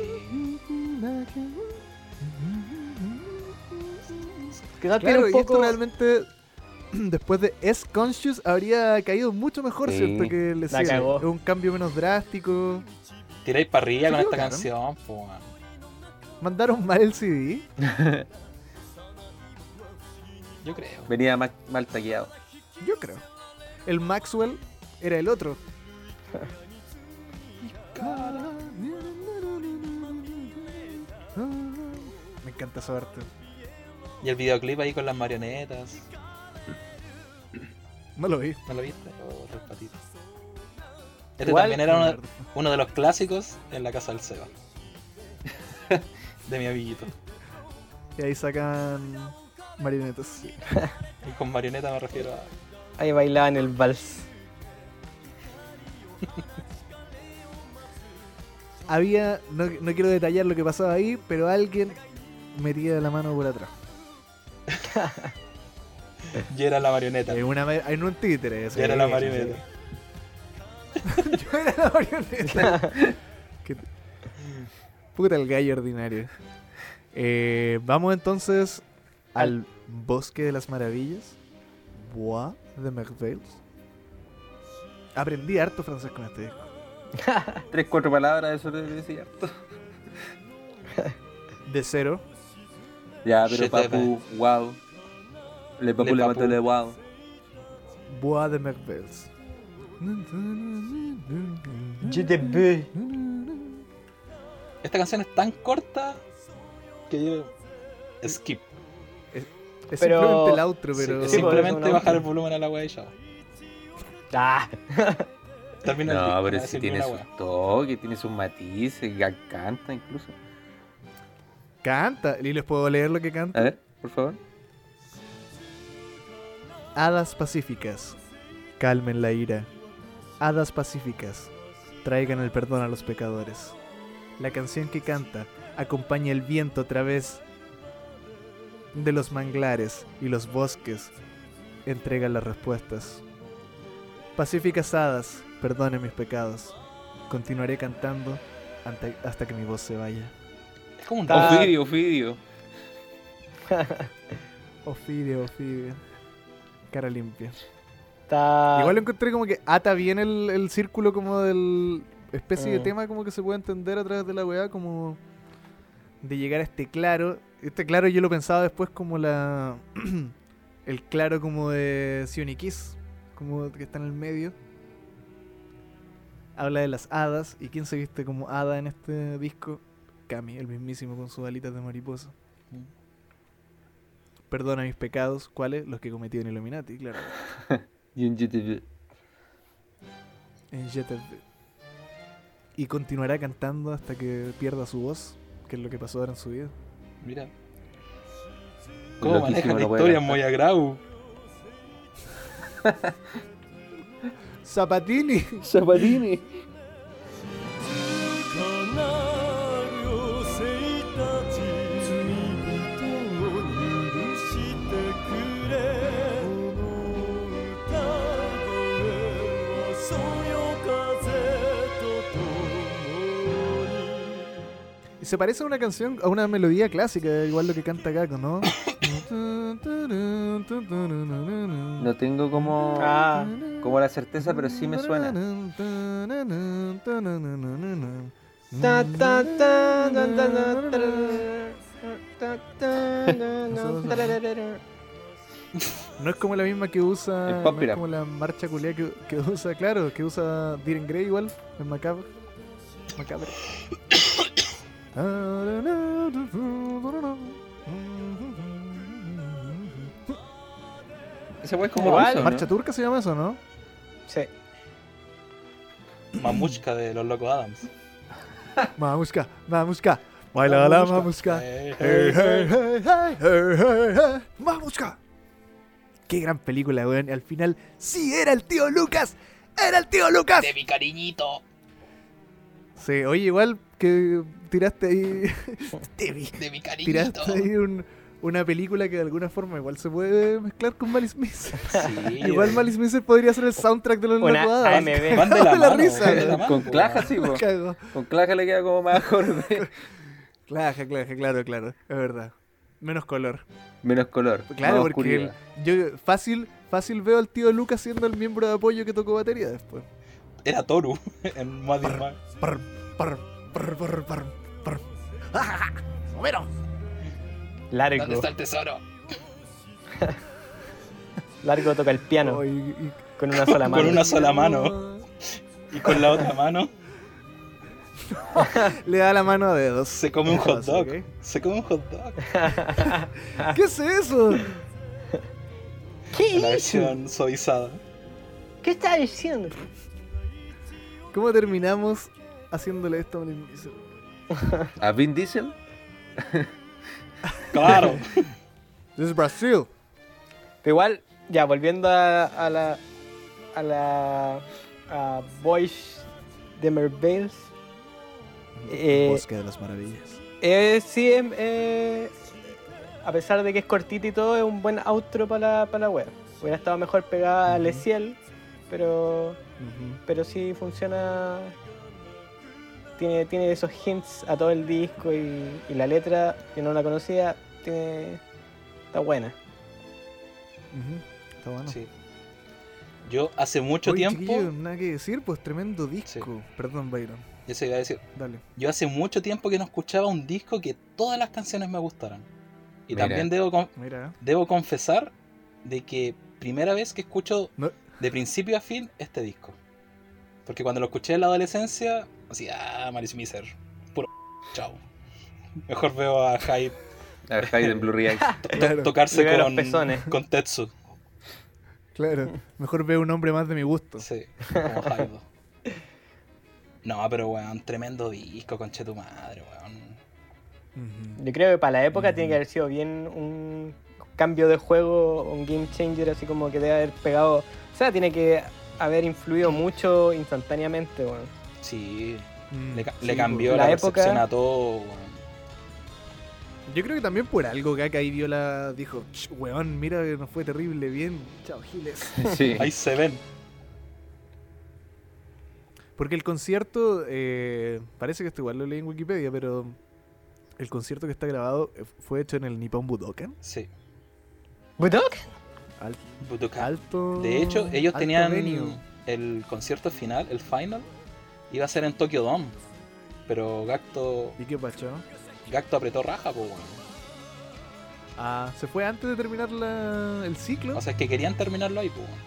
S1: Claro,
S3: Quizás tiene un
S1: y esto
S3: poco.
S1: realmente después de S Conscious habría caído mucho mejor,
S4: Sí.
S1: ¿cierto? Que le
S3: La cagó.
S1: Es un cambio menos drástico.
S2: Tiráis parrilla
S1: Se
S2: con esta
S1: equivocaron.
S2: canción, po. man.
S1: Mandaron mal el CD.
S2: Yo creo.
S4: Venía ma- mal taqueado.
S1: Yo creo. El Maxwell era el otro. Me encanta esa parte.
S2: Y el videoclip ahí con las marionetas.
S1: No lo vi.
S2: ¿No lo viste? Oh, tres patitas. Este
S3: Igual-
S2: también era uno, uno de los clásicos en la casa del Seba. de mi amiguito.
S1: Y ahí sacan marionetas.
S2: Y con marioneta me refiero a
S3: Ahí bailaban el vals.
S1: Había, no, no quiero detallar lo que pasaba ahí, pero alguien metía la mano por atrás.
S2: Yo era la marioneta.
S1: En, Eh, una, ma- en un eh, títere.
S2: Yo era la marioneta.
S1: Yo era la marioneta. Qué- Puta el gallo ordinario. Eh, vamos entonces al Bosque de las Maravillas. Bois de Merveilles. Aprendí harto francés con este disco.
S4: Tres, cuatro palabras, eso le decía.
S1: De cero.
S4: Ya,
S2: Je
S4: pero
S2: te
S4: papu, wow. Le
S2: Le
S4: papu le mató
S2: papu.
S4: le wow.
S1: Bois de Merveilles.
S2: Esta canción es tan corta que yo. Skip.
S1: Es
S3: Pero-
S1: simplemente el outro, pero.
S2: Es
S3: Sí, pues, es
S2: simplemente
S3: una-
S2: bajar el volumen a la wea y ya.
S3: Ah,
S2: Termina el disco,
S4: No, pero
S2: voy a
S4: si
S2: decir
S4: tiene
S2: ni una
S4: sus
S2: wea.
S4: toques, tiene sus matices, ga- canta incluso.
S1: Canta. ¿Y les puedo leer lo que canta?
S4: A ver, por favor.
S1: Hadas pacíficas, calmen la ira. Hadas pacíficas, traigan el perdón a los pecadores. La canción que canta acompaña el viento a través de los manglares y los bosques. Entrega las respuestas. Pacíficas hadas, perdonen mis pecados. Continuaré cantando ante- hasta que mi voz se vaya.
S2: Es como un
S3: Está-
S2: dúo.
S4: Ofidio, Ofidio.
S1: Ofidio, Ofidio. Cara limpia.
S3: está.
S1: Igual lo encontré como que ata bien el, el círculo como del especie de
S3: Mm.
S1: tema como que se puede entender a través de la weá como de llegar a este claro. Este claro yo lo pensaba después como la el claro como de Sion y Kiss, como que está en el medio. Habla de las hadas y quién se viste como hada en este disco? Cami, el mismísimo con sus alitas de mariposa.
S2: Mm.
S1: Perdona mis pecados, ¿cuáles? Los que cometí en Illuminati, claro.
S4: Y un GTV.
S1: en Jeter. Y continuará cantando hasta que pierda su voz, que es lo que pasó ahora en su vida.
S2: Mira. ¿Cómo
S4: Loquísimo,
S2: manejan
S4: no puede
S2: historias
S4: cantar.
S2: muy agrau?
S1: Zapatini.
S4: Zapatini.
S5: 「かなる妖精たち」「罪人を許してくれ」「この歌声はそよ風とともに」
S1: Y se parece a una canción, a una melodía clásica, igual lo que canta Gaco, ¿no?
S4: No tengo como,
S3: Ah,
S4: como la certeza, pero sí me suena.
S3: Ta, ta, ta, ta, ta, ta, tarara, ta, ta, na, na, tararara.
S1: No es como la misma que usa.
S4: Es
S1: no
S4: Popular.
S1: es como la marcha culia que, que usa, claro, que usa Diren Grey igual, en Macabre. Macabre.
S4: Ese güey es
S3: Como
S4: como ruso,
S1: marcha
S4: ¿no?
S1: turca se llama eso, ¿no?
S3: Sí.
S2: Mamushka de los locos Adams.
S1: Mamushka, mamushka, baila la mamushka.
S2: Eh,
S1: Hey,
S2: eh,
S1: hey, hey, hey, hey, hey, hey. ¡Mamushka! Qué gran película, weón. Al final, sí, era el tío Lucas. ¡Era el tío Lucas!
S2: eh. De mi cariñito.
S1: Sí, oye, igual que tiraste ahí. Te vi.
S2: De mi cariñito.
S1: tiraste ahí un- una película que de alguna forma igual se puede mezclar con Malice Miser.
S2: Sí,
S1: igual
S2: eh.
S1: Malice Miser podría ser el soundtrack de los
S3: Una
S1: Locos Adams.
S3: AMB.
S2: Van de la,
S1: La
S2: mano,
S1: risa,
S2: van de la
S1: ¿no?
S2: mano,
S4: Con
S2: po.
S4: claja, sí, po.
S1: Cago.
S4: Con claja le queda como más ¿eh? acorde.
S1: Claro, claro, claro, claro, es verdad. Menos color.
S4: Menos color.
S1: Claro,
S4: más
S1: porque
S4: oscuridad.
S1: el- yo fácil, fácil veo al tío Lucas siendo el miembro de apoyo que tocó batería después.
S2: Era Toru en Mad Men.
S1: Par, par, par, par, par, par. ¡Ah! ¡Homero!
S2: ¿Dónde
S3: Largo.
S2: está el tesoro?
S3: Largo toca el piano
S1: Oh, y- y-
S3: con una sola mano.
S2: Con una sola mano. Y con la otra mano
S1: Le da la mano a dedos.
S2: se come un hot dog.
S1: Ok.
S2: Se come un hot dog.
S1: ¿Qué es eso?
S2: La versión suavizada.
S3: ¿Qué está diciendo?
S1: ¿Cómo terminamos haciéndole esto a Malice Miser?
S4: ¿A Vin Diesel?
S2: Claro.
S1: This is Brazil.
S3: Pero igual, ya, volviendo a, a la. a la. a Voice de Merveils. Eh,
S1: Bosque de las maravillas.
S3: Eh, sí, em, eh, a pesar de que es cortito y todo, es un buen outro para la, para la web. Hubiera estado mejor pegada al
S1: Ujú.
S3: Esiel, pero,
S1: Ujú.
S3: pero sí funciona. Tiene, tiene esos hints a todo el disco y, y la letra, que no la conocía, tiene, está buena.
S1: Ujú. Está bueno.
S2: Sí. Yo hace mucho
S1: Oye,
S2: tiempo,
S1: chiquillo, nada que decir, pues tremendo disco. Perdón, Byron.
S2: eso iba a decir,
S1: Dale.
S2: yo hace mucho tiempo que no escuchaba un disco que todas las canciones me gustaran. Y
S4: Mira.
S2: también debo, con-
S1: Mira. ¿eh?
S2: debo confesar de que primera vez que escucho
S1: No.
S2: de principio a fin este disco. Porque cuando lo escuché en la adolescencia, así, ah, Maris Miser, puro chao. Mejor veo a Hyde
S4: A ver, Hayden Blue React.
S2: to-
S1: Claro.
S2: tocarse
S3: Le veo los
S2: con,
S3: pezones.
S2: con Tetsu.
S1: Claro. Mejor veo un hombre más de mi gusto.
S2: Sí, como Hyde. No, pero weón, tremendo disco, conche tu madre, weón.
S1: Ujú.
S3: Yo creo que para la época
S1: Ujú.
S3: tiene que haber sido bien un cambio de juego, un game changer, así como que debe haber pegado. O sea, tiene que haber influido mucho instantáneamente, bueno.
S2: Sí,
S1: Mm,
S2: le, ca-
S1: sí,
S2: le
S1: pues.
S2: cambió
S3: La
S2: la,
S3: época-
S2: percepción a todo, weón.
S1: Yo creo que también por algo Gaka ahí vio la. Dijo, "Ch, weón, mira que nos fue terrible bien. Chao, Giles.
S4: Sí.
S2: Ahí se ven.
S1: Porque el concierto, eh, parece que esto igual lo leí en Wikipedia, pero el concierto que está grabado eh, fue hecho en el Nippon Budokan.
S2: Sí.
S3: ¿Budok?
S1: Al-
S2: Budokan.
S1: alto.
S2: De hecho, ellos
S1: alto
S2: tenían
S1: venue.
S2: el concierto final, el final, iba a ser en Tokyo Dome. Pero Gacto,
S1: ¿Y qué pacho?
S2: Gacto apretó raja, pues bueno.
S1: Ah, se fue antes de terminar la- el ciclo.
S2: O sea, es que querían terminarlo ahí, pues bueno.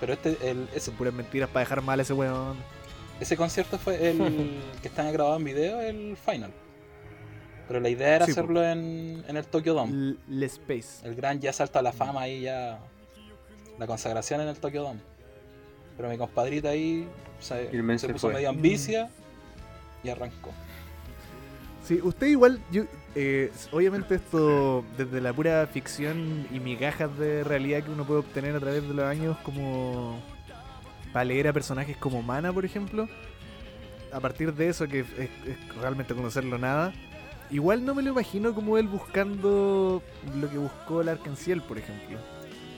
S2: Pero este, el, ese,
S1: Son puras mentiras para dejar mal a ese weón.
S2: ese concierto fue el que está grabado en video, el final. Pero la idea era
S1: Sí, po.
S2: hacerlo en, en el Tokyo Dome.
S1: L- Le Space.
S2: El gran ya salta a la fama ahí ya. La consagración en el Tokyo Dome. Pero mi compadrita ahí se,
S4: Y el men
S2: se
S4: se
S2: puso
S4: fue.
S2: medio ambicia y arrancó.
S1: Sí, usted igual, yo, eh, obviamente esto desde la pura ficción y migajas de realidad que uno puede obtener a través de los años como para leer a personajes como Mana, por ejemplo, a partir de eso que es, es realmente conocerlo nada, igual no me lo imagino como él buscando lo que buscó el Arcanciel, por ejemplo.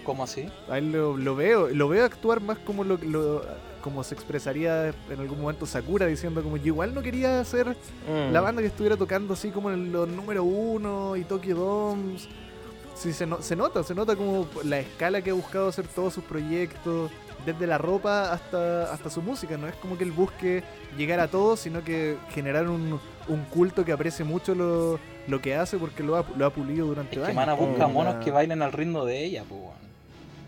S2: ¿Cómo así?
S1: A él lo, lo veo, lo veo actuar más como lo, lo- como se expresaría en algún momento Sakura diciendo como yo igual no quería hacer
S3: Mm.
S1: la banda que estuviera tocando así como en los número uno y Tokyo Domes. Sí, se, no- se nota, se nota como la escala que ha buscado hacer todos sus proyectos, desde la ropa hasta, hasta su música. No es como que él busque llegar a todos, sino que generar un, un culto que aprecie mucho lo, lo que hace porque lo ha, lo ha pulido durante
S2: Es que
S1: años.
S2: Mana busca
S1: Como
S2: monos
S1: una-
S2: que bailen al ritmo de ella, pues weón.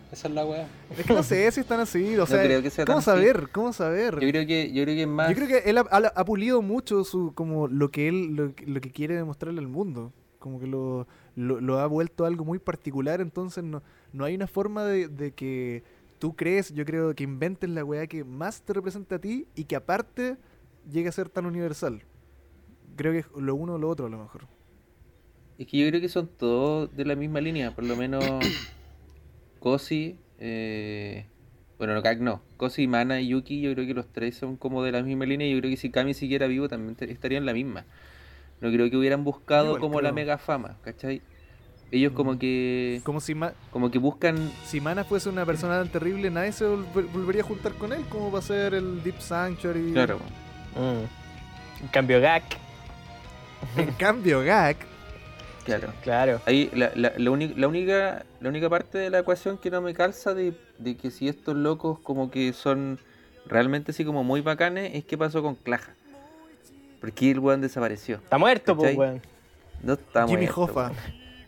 S2: Esa es la weá.
S1: Es que no sé si están así, o sea,
S4: creo que sea
S1: ¿cómo
S4: tan
S1: saber? ¿Cómo saber?
S4: Yo creo que, yo creo que es más.
S1: Yo creo que él ha, ha- ha pulido mucho su como lo que él lo, que- lo que quiere demostrarle al mundo. Como que lo, lo, lo ha vuelto algo muy particular, entonces no, no hay una forma de, de que tú crees, yo creo que inventes la weá que más te representa a ti y que aparte llegue a ser tan universal. Creo que es lo uno o lo otro a lo mejor.
S4: Es que yo creo que son todos de la misma línea, por lo menos Kosi, eh, bueno, no, Kak no, Kosi, Mana y Yuki, yo creo que los tres son como de la misma línea, y yo creo que si Kami siguiera vivo también te- estaría en la misma. No creo que hubieran buscado
S1: Igual, Mm.
S4: como la
S1: creo.
S4: mega fama, ¿cachai? Ellos como que
S1: Como si, Ma-
S4: como que buscan
S1: si Mana fuese una persona tan terrible, nadie se vol- volvería a juntar con él, como va a ser el Deep Sanctuary.
S4: claro,
S3: Mm. En cambio, Gak,
S1: En cambio, Gak,
S4: claro.
S3: claro.
S4: Ahí la, la, la, uni- la única la única parte de la ecuación que no me calza de, de que si estos locos como que son realmente así como muy bacanes es qué pasó con Claja. Porque el weón desapareció.
S3: Está muerto, pues,
S4: ¿Cachai?
S3: weón.
S4: No está
S1: Jimmy
S4: muerto,
S1: Hoffa.
S4: weón.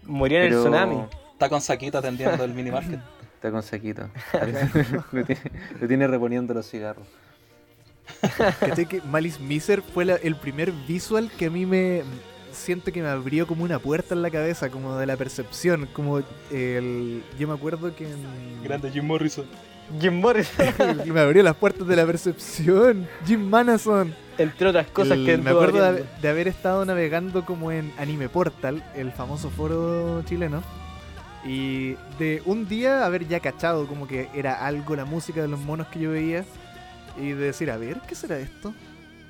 S3: Murió en el
S4: Pero
S3: tsunami.
S2: Está con Saquita atendiendo el minimarket.
S4: Está con saquito. lo, tiene, lo tiene reponiendo los cigarros.
S1: ¿Cachai que Malice Miser fue la- el primer visual que a mí me siento que me abrió como una puerta en la cabeza, como de la percepción, como el... Yo me acuerdo que... en-
S2: Grande Jim Morrison.
S3: Jim Morrison.
S1: me abrió las puertas de la percepción. Jim Manason.
S3: Entre otras cosas
S1: El-
S3: que
S1: me
S3: estuvo
S1: acuerdo de,
S3: abriendo.
S1: de haber estado navegando como en Anime Portal, el famoso foro chileno. Y de un día haber ya cachado como que era algo la música de los monos que yo veía y de decir, a ver, ¿qué será esto?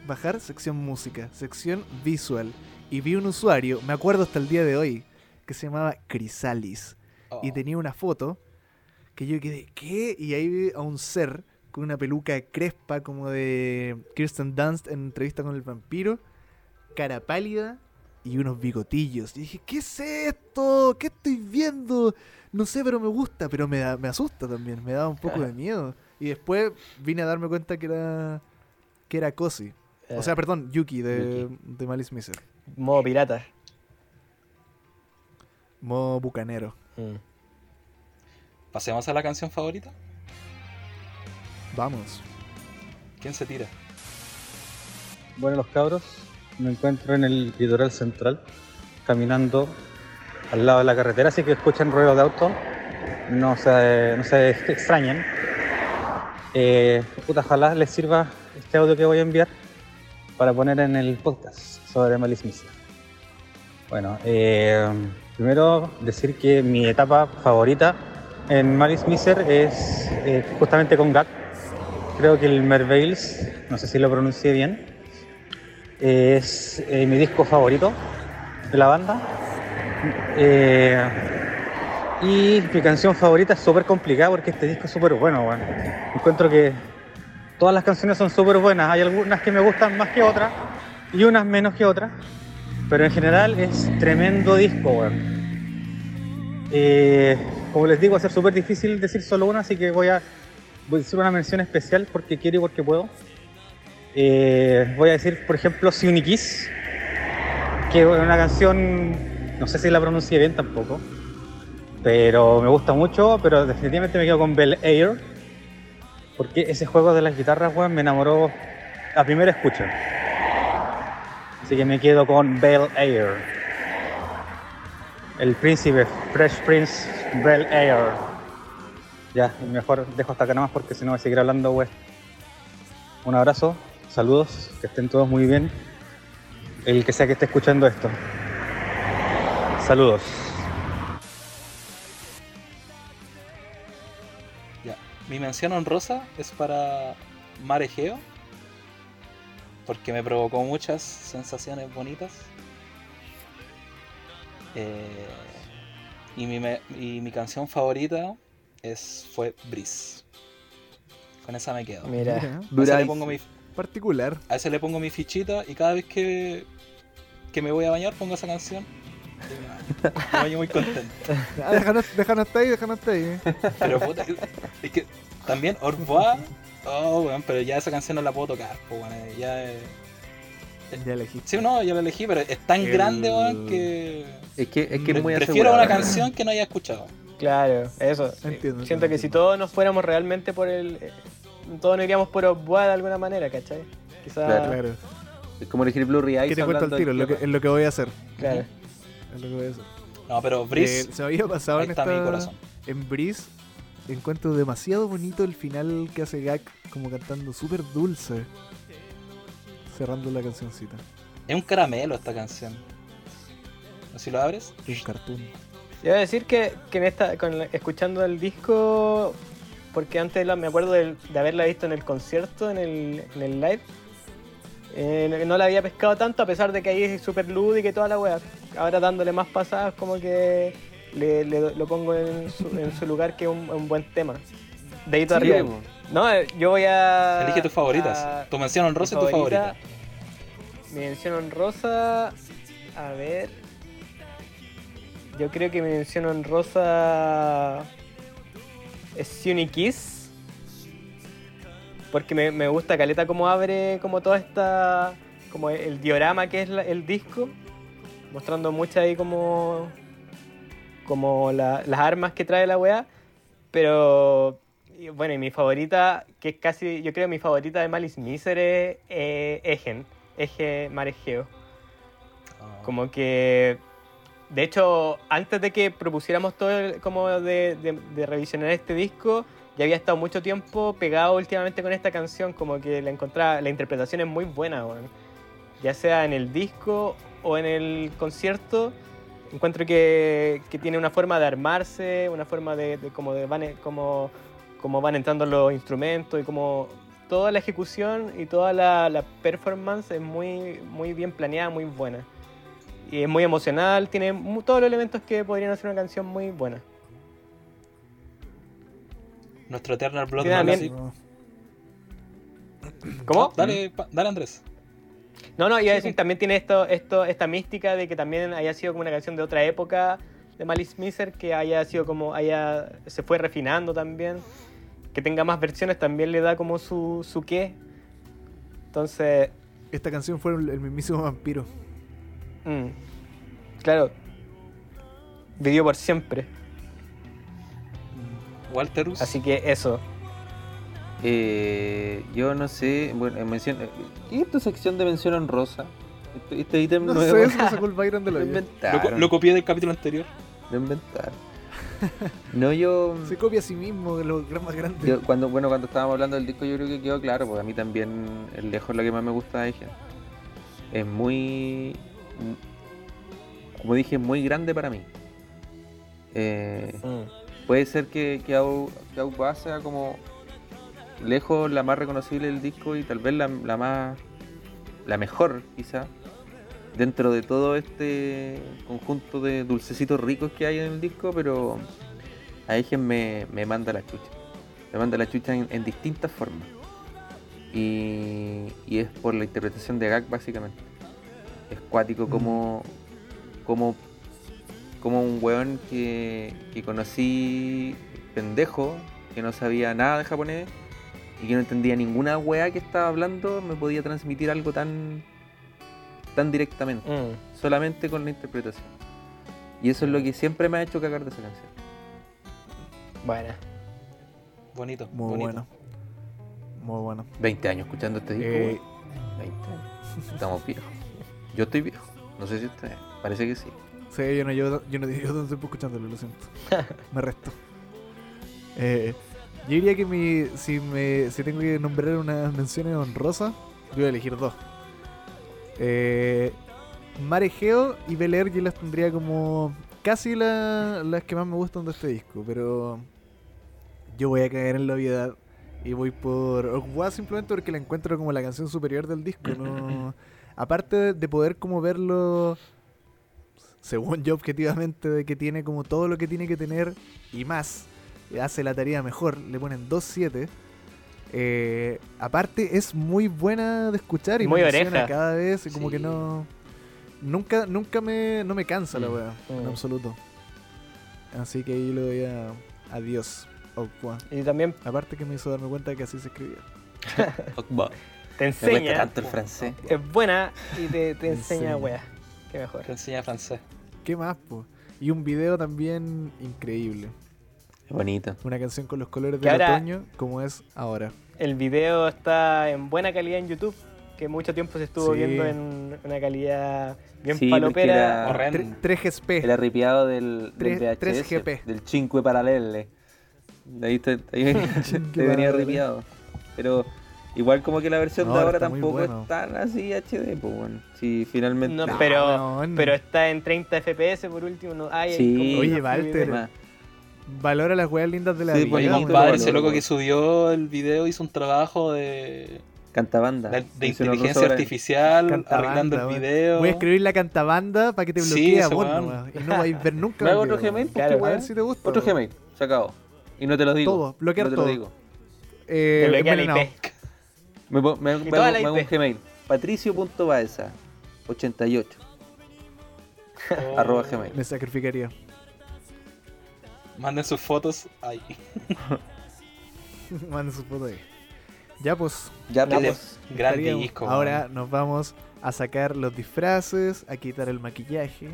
S1: Bajar sección música, sección visual. Y vi un usuario, me acuerdo hasta el día de hoy, que se llamaba Crisalis y
S2: Oh.
S1: tenía una foto que yo quedé, ¿qué? Y ahí vi a un ser con una peluca crespa como de Kirsten Dunst en entrevista con el vampiro, cara pálida y unos bigotillos. Y dije, ¿qué es esto? ¿Qué estoy viendo? No sé, pero me gusta, pero me, da, me asusta también, me daba un poco de miedo. Y después vine a darme cuenta que era que era Cosi. O sea, perdón, Yuki de, de Malice Miser.
S3: Eh, Modo pirata.
S1: Modo bucanero.
S3: Mm.
S2: Pasemos a la canción favorita.
S1: Vamos.
S2: ¿Quién se tira?
S7: Bueno, los cabros, me encuentro en el litoral central, caminando al lado de la carretera, así que escuchan ruido de auto, no se, no se extrañen. Eh, puta, ojalá les sirva este audio que voy a enviar para poner en el podcast sobre Malice Miser. Bueno, eh, primero decir que mi etapa favorita en Malice Miser es eh, justamente con Gak. Creo que el Merveils, no sé si lo pronuncié bien, es eh, mi disco favorito de la banda. Eh, y mi canción favorita es súper complicada porque este disco es súper bueno, weón. Encuentro que todas las canciones son súper buenas. Hay algunas que me gustan más que otras y unas menos que otras. Pero en general es tremendo disco, weón. Eh, como les digo, va a ser súper difícil decir solo una, así que voy a, voy a hacer una mención especial porque quiero y porque puedo. Eh, voy a decir, por ejemplo, Siunikis, que es una canción, no sé si la pronuncié bien tampoco, pero me gusta mucho, pero definitivamente me quedo con Bel Air, porque ese juego de las guitarras, weón, me enamoró a primera escucha. Así que me quedo con Bel Air. El príncipe, Fresh Prince, Bel Air. Ya, mejor dejo hasta acá nomás porque si no voy a seguir hablando, weón. Un abrazo, saludos, que estén todos muy bien. El que sea que esté escuchando esto. Saludos.
S2: Ya. Mi mención honrosa es para Marejeo. Porque me provocó muchas sensaciones bonitas. Eh, y, mi me- y mi canción favorita es, fue Breeze. Con esa me quedo.
S1: Mira,
S3: Mira.
S2: A esa le
S4: Duráis.
S2: pongo mi,
S1: particular.
S2: a esa le pongo mi fichita y cada vez que, que me voy a bañar pongo esa canción. Y me baño. Me baño muy contento.
S1: Ah, déjanos, déjanos hasta ahí, déjanos hasta ahí.
S2: Pero puta, es que también Orboa. Oh, weón, pero ya esa canción no la puedo tocar, po, weón. eh, Ya eh.
S1: Ya elegí.
S2: Sí, no, yo la elegí, pero es tan
S1: El-
S2: grande, weón, que.
S4: Es que es, que es
S2: pre-
S4: muy
S2: prefiero
S4: asegurado.
S2: una canción que no haya escuchado.
S3: Claro, eso.
S1: Entiendo,
S3: Siento que
S1: entiendo.
S3: si todos nos fuéramos realmente por el. eh, Todos nos iríamos por Obua de alguna manera, ¿cachai? Quizás. Claro.
S1: Claro.
S4: Es como elegir Blurry Eyes.
S1: Que te cuento al
S4: hablando
S1: tiro, es lo que, es lo que voy a hacer.
S3: claro.
S1: Es lo que voy a hacer.
S2: No, pero Breeze,
S1: Eh, se me había pasado
S2: ahí
S1: en
S2: está mi
S1: esta.
S2: corazón.
S1: En Breeze, encuentro demasiado bonito el final que hace Gak, como cantando súper dulce. Cerrando la cancioncita.
S2: Es un caramelo esta canción. Si lo abres,
S1: Un cartoon.
S3: Yo voy a decir que, que en esta, con la- escuchando el disco, porque antes la- me acuerdo del- de, haberla visto en el concierto, en el, en el live, eh, no la había pescado tanto, a pesar de que ahí es súper lúdica y toda la weá. Ahora dándole más pasadas, como que le, le do- lo pongo en su, en su lugar, que es un, un buen tema. Dedito
S4: Sí,
S3: arriba.
S4: po.
S3: No, eh, yo voy a.
S2: elige tus favoritas.
S3: a-
S2: Tu mención honrosa y
S3: mi
S2: tu favorita.
S3: Mi mención honrosa. A ver. Yo creo que mi mención honrosa. Es Unikiss. Porque me, me gusta Caleta como abre como toda esta. como el diorama que es la- el disco. Mostrando mucho ahí como. como la- las armas que trae la weá. Pero y bueno, y mi favorita, que es casi, yo creo mi favorita de Malice Miser es eh, Egen, Eje Marejeo.
S2: Ah,
S3: Como que, de hecho, antes de que propusiéramos todo el- como de, de- de revisionar este disco, ya había estado mucho tiempo pegado últimamente con esta canción, como que la encontraba, la interpretación es muy buena, weón. ya sea en el disco o en el concierto. encuentro que, que tiene una forma de armarse, una forma de, de cómo de van, como, como van entrando los instrumentos y como toda la ejecución y toda la, la performance es muy, muy bien planeada, muy buena. Y es muy emocional, tiene mu- todos los elementos que podrían hacer una canción muy buena.
S2: Nuestro Eternal Blood
S3: Tiene
S2: Man,
S3: también-
S2: sí.
S3: ¿Cómo?
S2: Dale, pa- dale Andrés.
S3: No, no, y también tiene esto, esto, esta mística de que también haya sido como una canción de otra época de Malice Miser, que haya sido como, haya, se fue refinando también, que tenga más versiones también le da como su, su qué. Entonces,
S1: Esta canción fue el, el mismísimo vampiro.
S3: mm, claro, vivió por siempre.
S2: Walterus.
S3: Así que eso.
S4: Eh, yo no sé, bueno, eh, mención, eh, ¿qué es tu sección de mención honrosa? Este- Este ítem
S1: No
S4: nuevo
S1: sé, eso lo sacó el Byron de la
S4: lo
S1: vida.
S2: Lo, co-
S4: inventaron.
S2: lo copié del capítulo anterior.
S4: Lo inventaron. No, yo,
S1: Se copia a sí mismo de los gran- más grandes.
S4: yo cuando bueno cuando estábamos hablando del disco yo creo que quedó claro, porque a mí también el lejos es lo que más me gusta de ella. Es muy, como dije, es muy grande para mí. Eh, Puede ser que, que, Au, que Au Ba sea como lejos la más reconocible del disco y tal vez la, la más la mejor quizá dentro de todo este conjunto de dulcecitos ricos que hay en el disco pero a ella me, me manda la chucha me manda la chucha en, en distintas formas y, y es por la interpretación de Gag básicamente es cuático como como como un weón que, que conocí pendejo, que no sabía nada de japonés y que no entendía ninguna weá que estaba hablando, me podía transmitir algo tan, tan directamente,
S3: Mm.
S4: solamente con la interpretación. Y eso es lo que siempre me ha hecho cagar de esa canción.
S3: Bueno,
S2: Bonito.
S1: Muy
S2: bonito.
S1: bueno. Muy bueno.
S4: 20 años escuchando este disco,
S1: Eh,
S4: weón. 20 años. Estamos viejos. Yo estoy viejo. No sé si ustedes. Parece que sí.
S1: Sí, yo no llevo, yo no llevo tanto tiempo escuchándolo, lo siento. Me resto. Eh, yo diría que mi, si, me, si tengo que nombrar unas menciones honrosas, yo voy a elegir dos. Eh, Marejeo y Bel Air yo las tendría como casi la- las que más me gustan de este disco, pero yo voy a caer en la obviedad y voy por Ogwa simplemente porque la encuentro como la canción superior del disco. ¿no? Aparte de- de poder como verlo según yo objetivamente, de que tiene como todo lo que tiene que tener y más, hace la tarea mejor, le ponen 2-7. Eh, aparte es muy buena de escuchar y
S3: Muy
S1: me emociona
S3: oreja.
S1: cada vez, como que
S4: Sí.
S1: no... Nunca, nunca me, no me cansa la wea, en
S3: Mm.
S1: absoluto. Así que ahí lo doy a adiós.
S3: y también
S1: Aparte que me hizo darme cuenta que así se escribía.
S3: te
S4: Me cuesta
S3: enseña,
S4: tanto el francés.
S3: es buena y te, te
S1: Enseña.
S3: enseña, weá. Qué mejor.
S2: Te enseña francés.
S1: ¿Qué más, po? Y un video también increíble.
S4: Es bonito.
S1: Una canción con los colores
S3: Que
S1: del
S3: ahora-
S1: otoño, como es ahora.
S3: El video está en buena calidad en YouTube, que mucho tiempo se estuvo
S1: Sí.
S3: viendo en una calidad bien
S4: Sí, porque
S3: palopera.
S4: era-
S2: Horrendo.
S1: Tre- 3GSP.
S4: El arripiado del,
S1: Tres-
S4: del VHS,
S1: tres GP.
S4: del 5 paralele. De ahí te, ahí venía,
S1: Cinque
S4: te venía
S1: paralele.
S4: arripiado. Pero igual como que la versión
S1: No,
S4: de
S1: ahora
S4: ahora
S1: está muy
S4: tampoco
S1: bueno.
S4: es tan así HD, pues bueno. Si finalmente...
S3: No,
S1: No,
S3: pero,
S1: no.
S3: pero está en 30 FPS por último. No, ay,
S4: Sí.
S3: como
S1: Oye,
S3: una
S1: Walter. eh,
S3: fluidez.
S4: Más.
S1: Valora las weas lindas de la
S4: Sí,
S1: vida.
S2: Oye,
S4: Bonito,
S1: weón.
S2: pues, compadre, ese
S4: bonito,
S2: loco que
S4: bonito.
S2: subió el video hizo un trabajo de,
S1: Ah,
S4: Cantabanda.
S2: de, de
S4: Mencionó
S2: inteligencia
S4: Rosa
S2: artificial,
S1: Cantabanda,
S2: arreglando el
S1: weón.
S2: video.
S1: Voy a escribir la cantabanda para que te
S2: Sí,
S1: bloquee a
S2: ese
S1: vos,
S2: weón.
S1: nomás, Y no vais a ver nunca.
S4: Me
S1: el
S4: hago otro
S1: video,
S4: Gmail,
S1: weón.
S4: pues,
S3: Claro,
S4: qué
S1: A
S4: weá.
S1: ver si te gusta.
S4: Otro
S1: weón.
S4: Gmail, se acabó. Y no te lo digo.
S1: Todo, bloquear
S4: no te
S1: todo.
S4: lo digo.
S1: Eh,
S3: Te bloquea la
S1: envenenado.
S3: IP.
S4: Me, po- me, hago- me
S3: toda
S4: hago-
S3: la
S4: me hago
S3: IP.
S4: un Gmail. Patricio.baeza 88
S2: Oh.
S4: arroba Gmail.
S1: Me sacrificaría.
S2: Manden sus fotos ahí.
S1: Manda su foto ahí. Ya pues.
S4: Ya
S2: Gran-
S4: pues.
S2: gran
S1: estaríamos.
S2: disco.
S1: Ahora
S2: weón.
S1: nos vamos a sacar los disfraces, a quitar el maquillaje.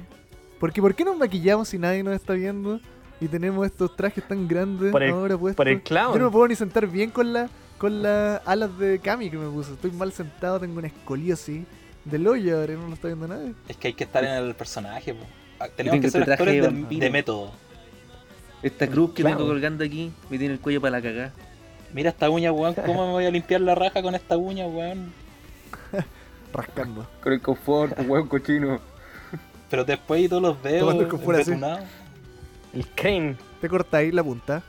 S1: Porque ¿por qué nos maquillamos si nadie nos está viendo? Y tenemos estos trajes tan grandes
S3: Por el-
S1: ahora puestos.
S3: por el clown.
S1: Yo no me puedo ni sentar bien con la con las alas de Cami que me puse. Estoy mal sentado, tengo una escoliosis del hoyo ahora, no lo está viendo nadie.
S2: Es que hay que estar en el personaje. po. Ah, Tenemos
S4: tengo
S2: que ser
S4: este traje
S2: actores de,
S4: vampiro.
S2: de método.
S4: Esta cruz que
S3: Claro.
S4: tengo colgando aquí me tiene el cuello para la cagada.
S2: Mira esta uña, weón. ¿Cómo me voy a limpiar la raja con esta uña, weón?
S1: Rascando.
S4: Con el confort, hueón cochino.
S2: Pero después yo los veo
S1: Tomando el confort así.
S2: embetunados.
S3: El crane.
S1: Te cortáis la punta.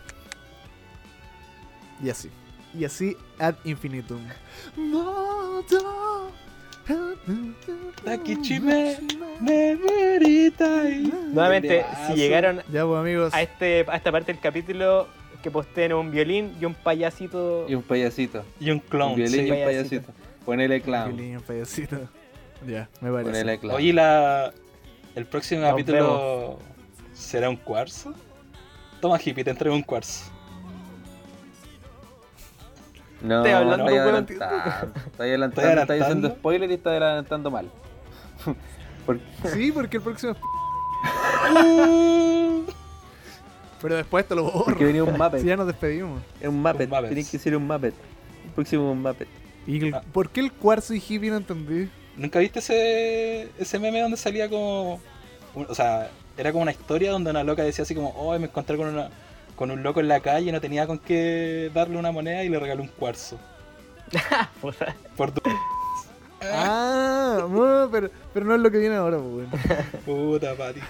S1: Y así. Y así ad infinitum.
S2: Takichime. Neverita y-
S3: Nuevamente,
S4: Ah,
S3: si llegaron
S1: Ya, pues amigos.
S3: a, este, a esta parte del capítulo, que posteen un violín y un payasito.
S4: Y un payasito.
S2: Y un clown.
S4: un violín
S2: sí.
S4: y un
S3: Payasito.
S4: payasito. Ponele clown.
S1: Violín, payasito. Ya, me parece.
S4: Ponele clown.
S2: Oye, la... el próximo
S3: Nos
S2: capítulo será un cuarzo. Toma, hippie, te entrego un cuarzo.
S4: no,
S3: estoy hablando,
S4: estáis
S3: weón,
S4: adelantando. Estáis adelantando,
S2: Estoy
S4: estáis haciendo
S2: adelantando.
S4: spoiler y estáis adelantando mal. Porque
S1: Sí, porque el próximo es... Pero después te lo
S4: porque
S1: borro.
S4: venía un Muppet.
S1: Si ya nos despedimos.
S4: Es un Muppet.
S2: Un Muppet.
S4: Tienes que ser un Muppet. El próximo es un Muppet.
S1: ¿Y el-
S2: Ah.
S1: por qué el cuarzo y hippie no entendí?
S2: ¿Nunca viste ese, ese meme donde salía como... un- o sea, era como una historia donde una loca decía así como, oh, me encontré con, una, con un loco en la calle, no tenía con qué darle una moneda y le regalé un cuarzo. Por tu
S4: Eh.
S1: Ah, no, pero, pero no es lo que viene ahora, pues bueno.
S2: puta, Pati.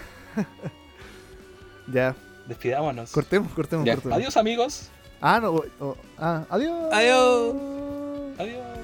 S1: Ya,
S2: Despidámonos.
S1: cortemos, cortemos,
S4: Ya.
S1: cortemos.
S2: Adiós, amigos.
S1: Ah, no, o- o- ah, adiós.
S3: Adiós.
S2: Adiós.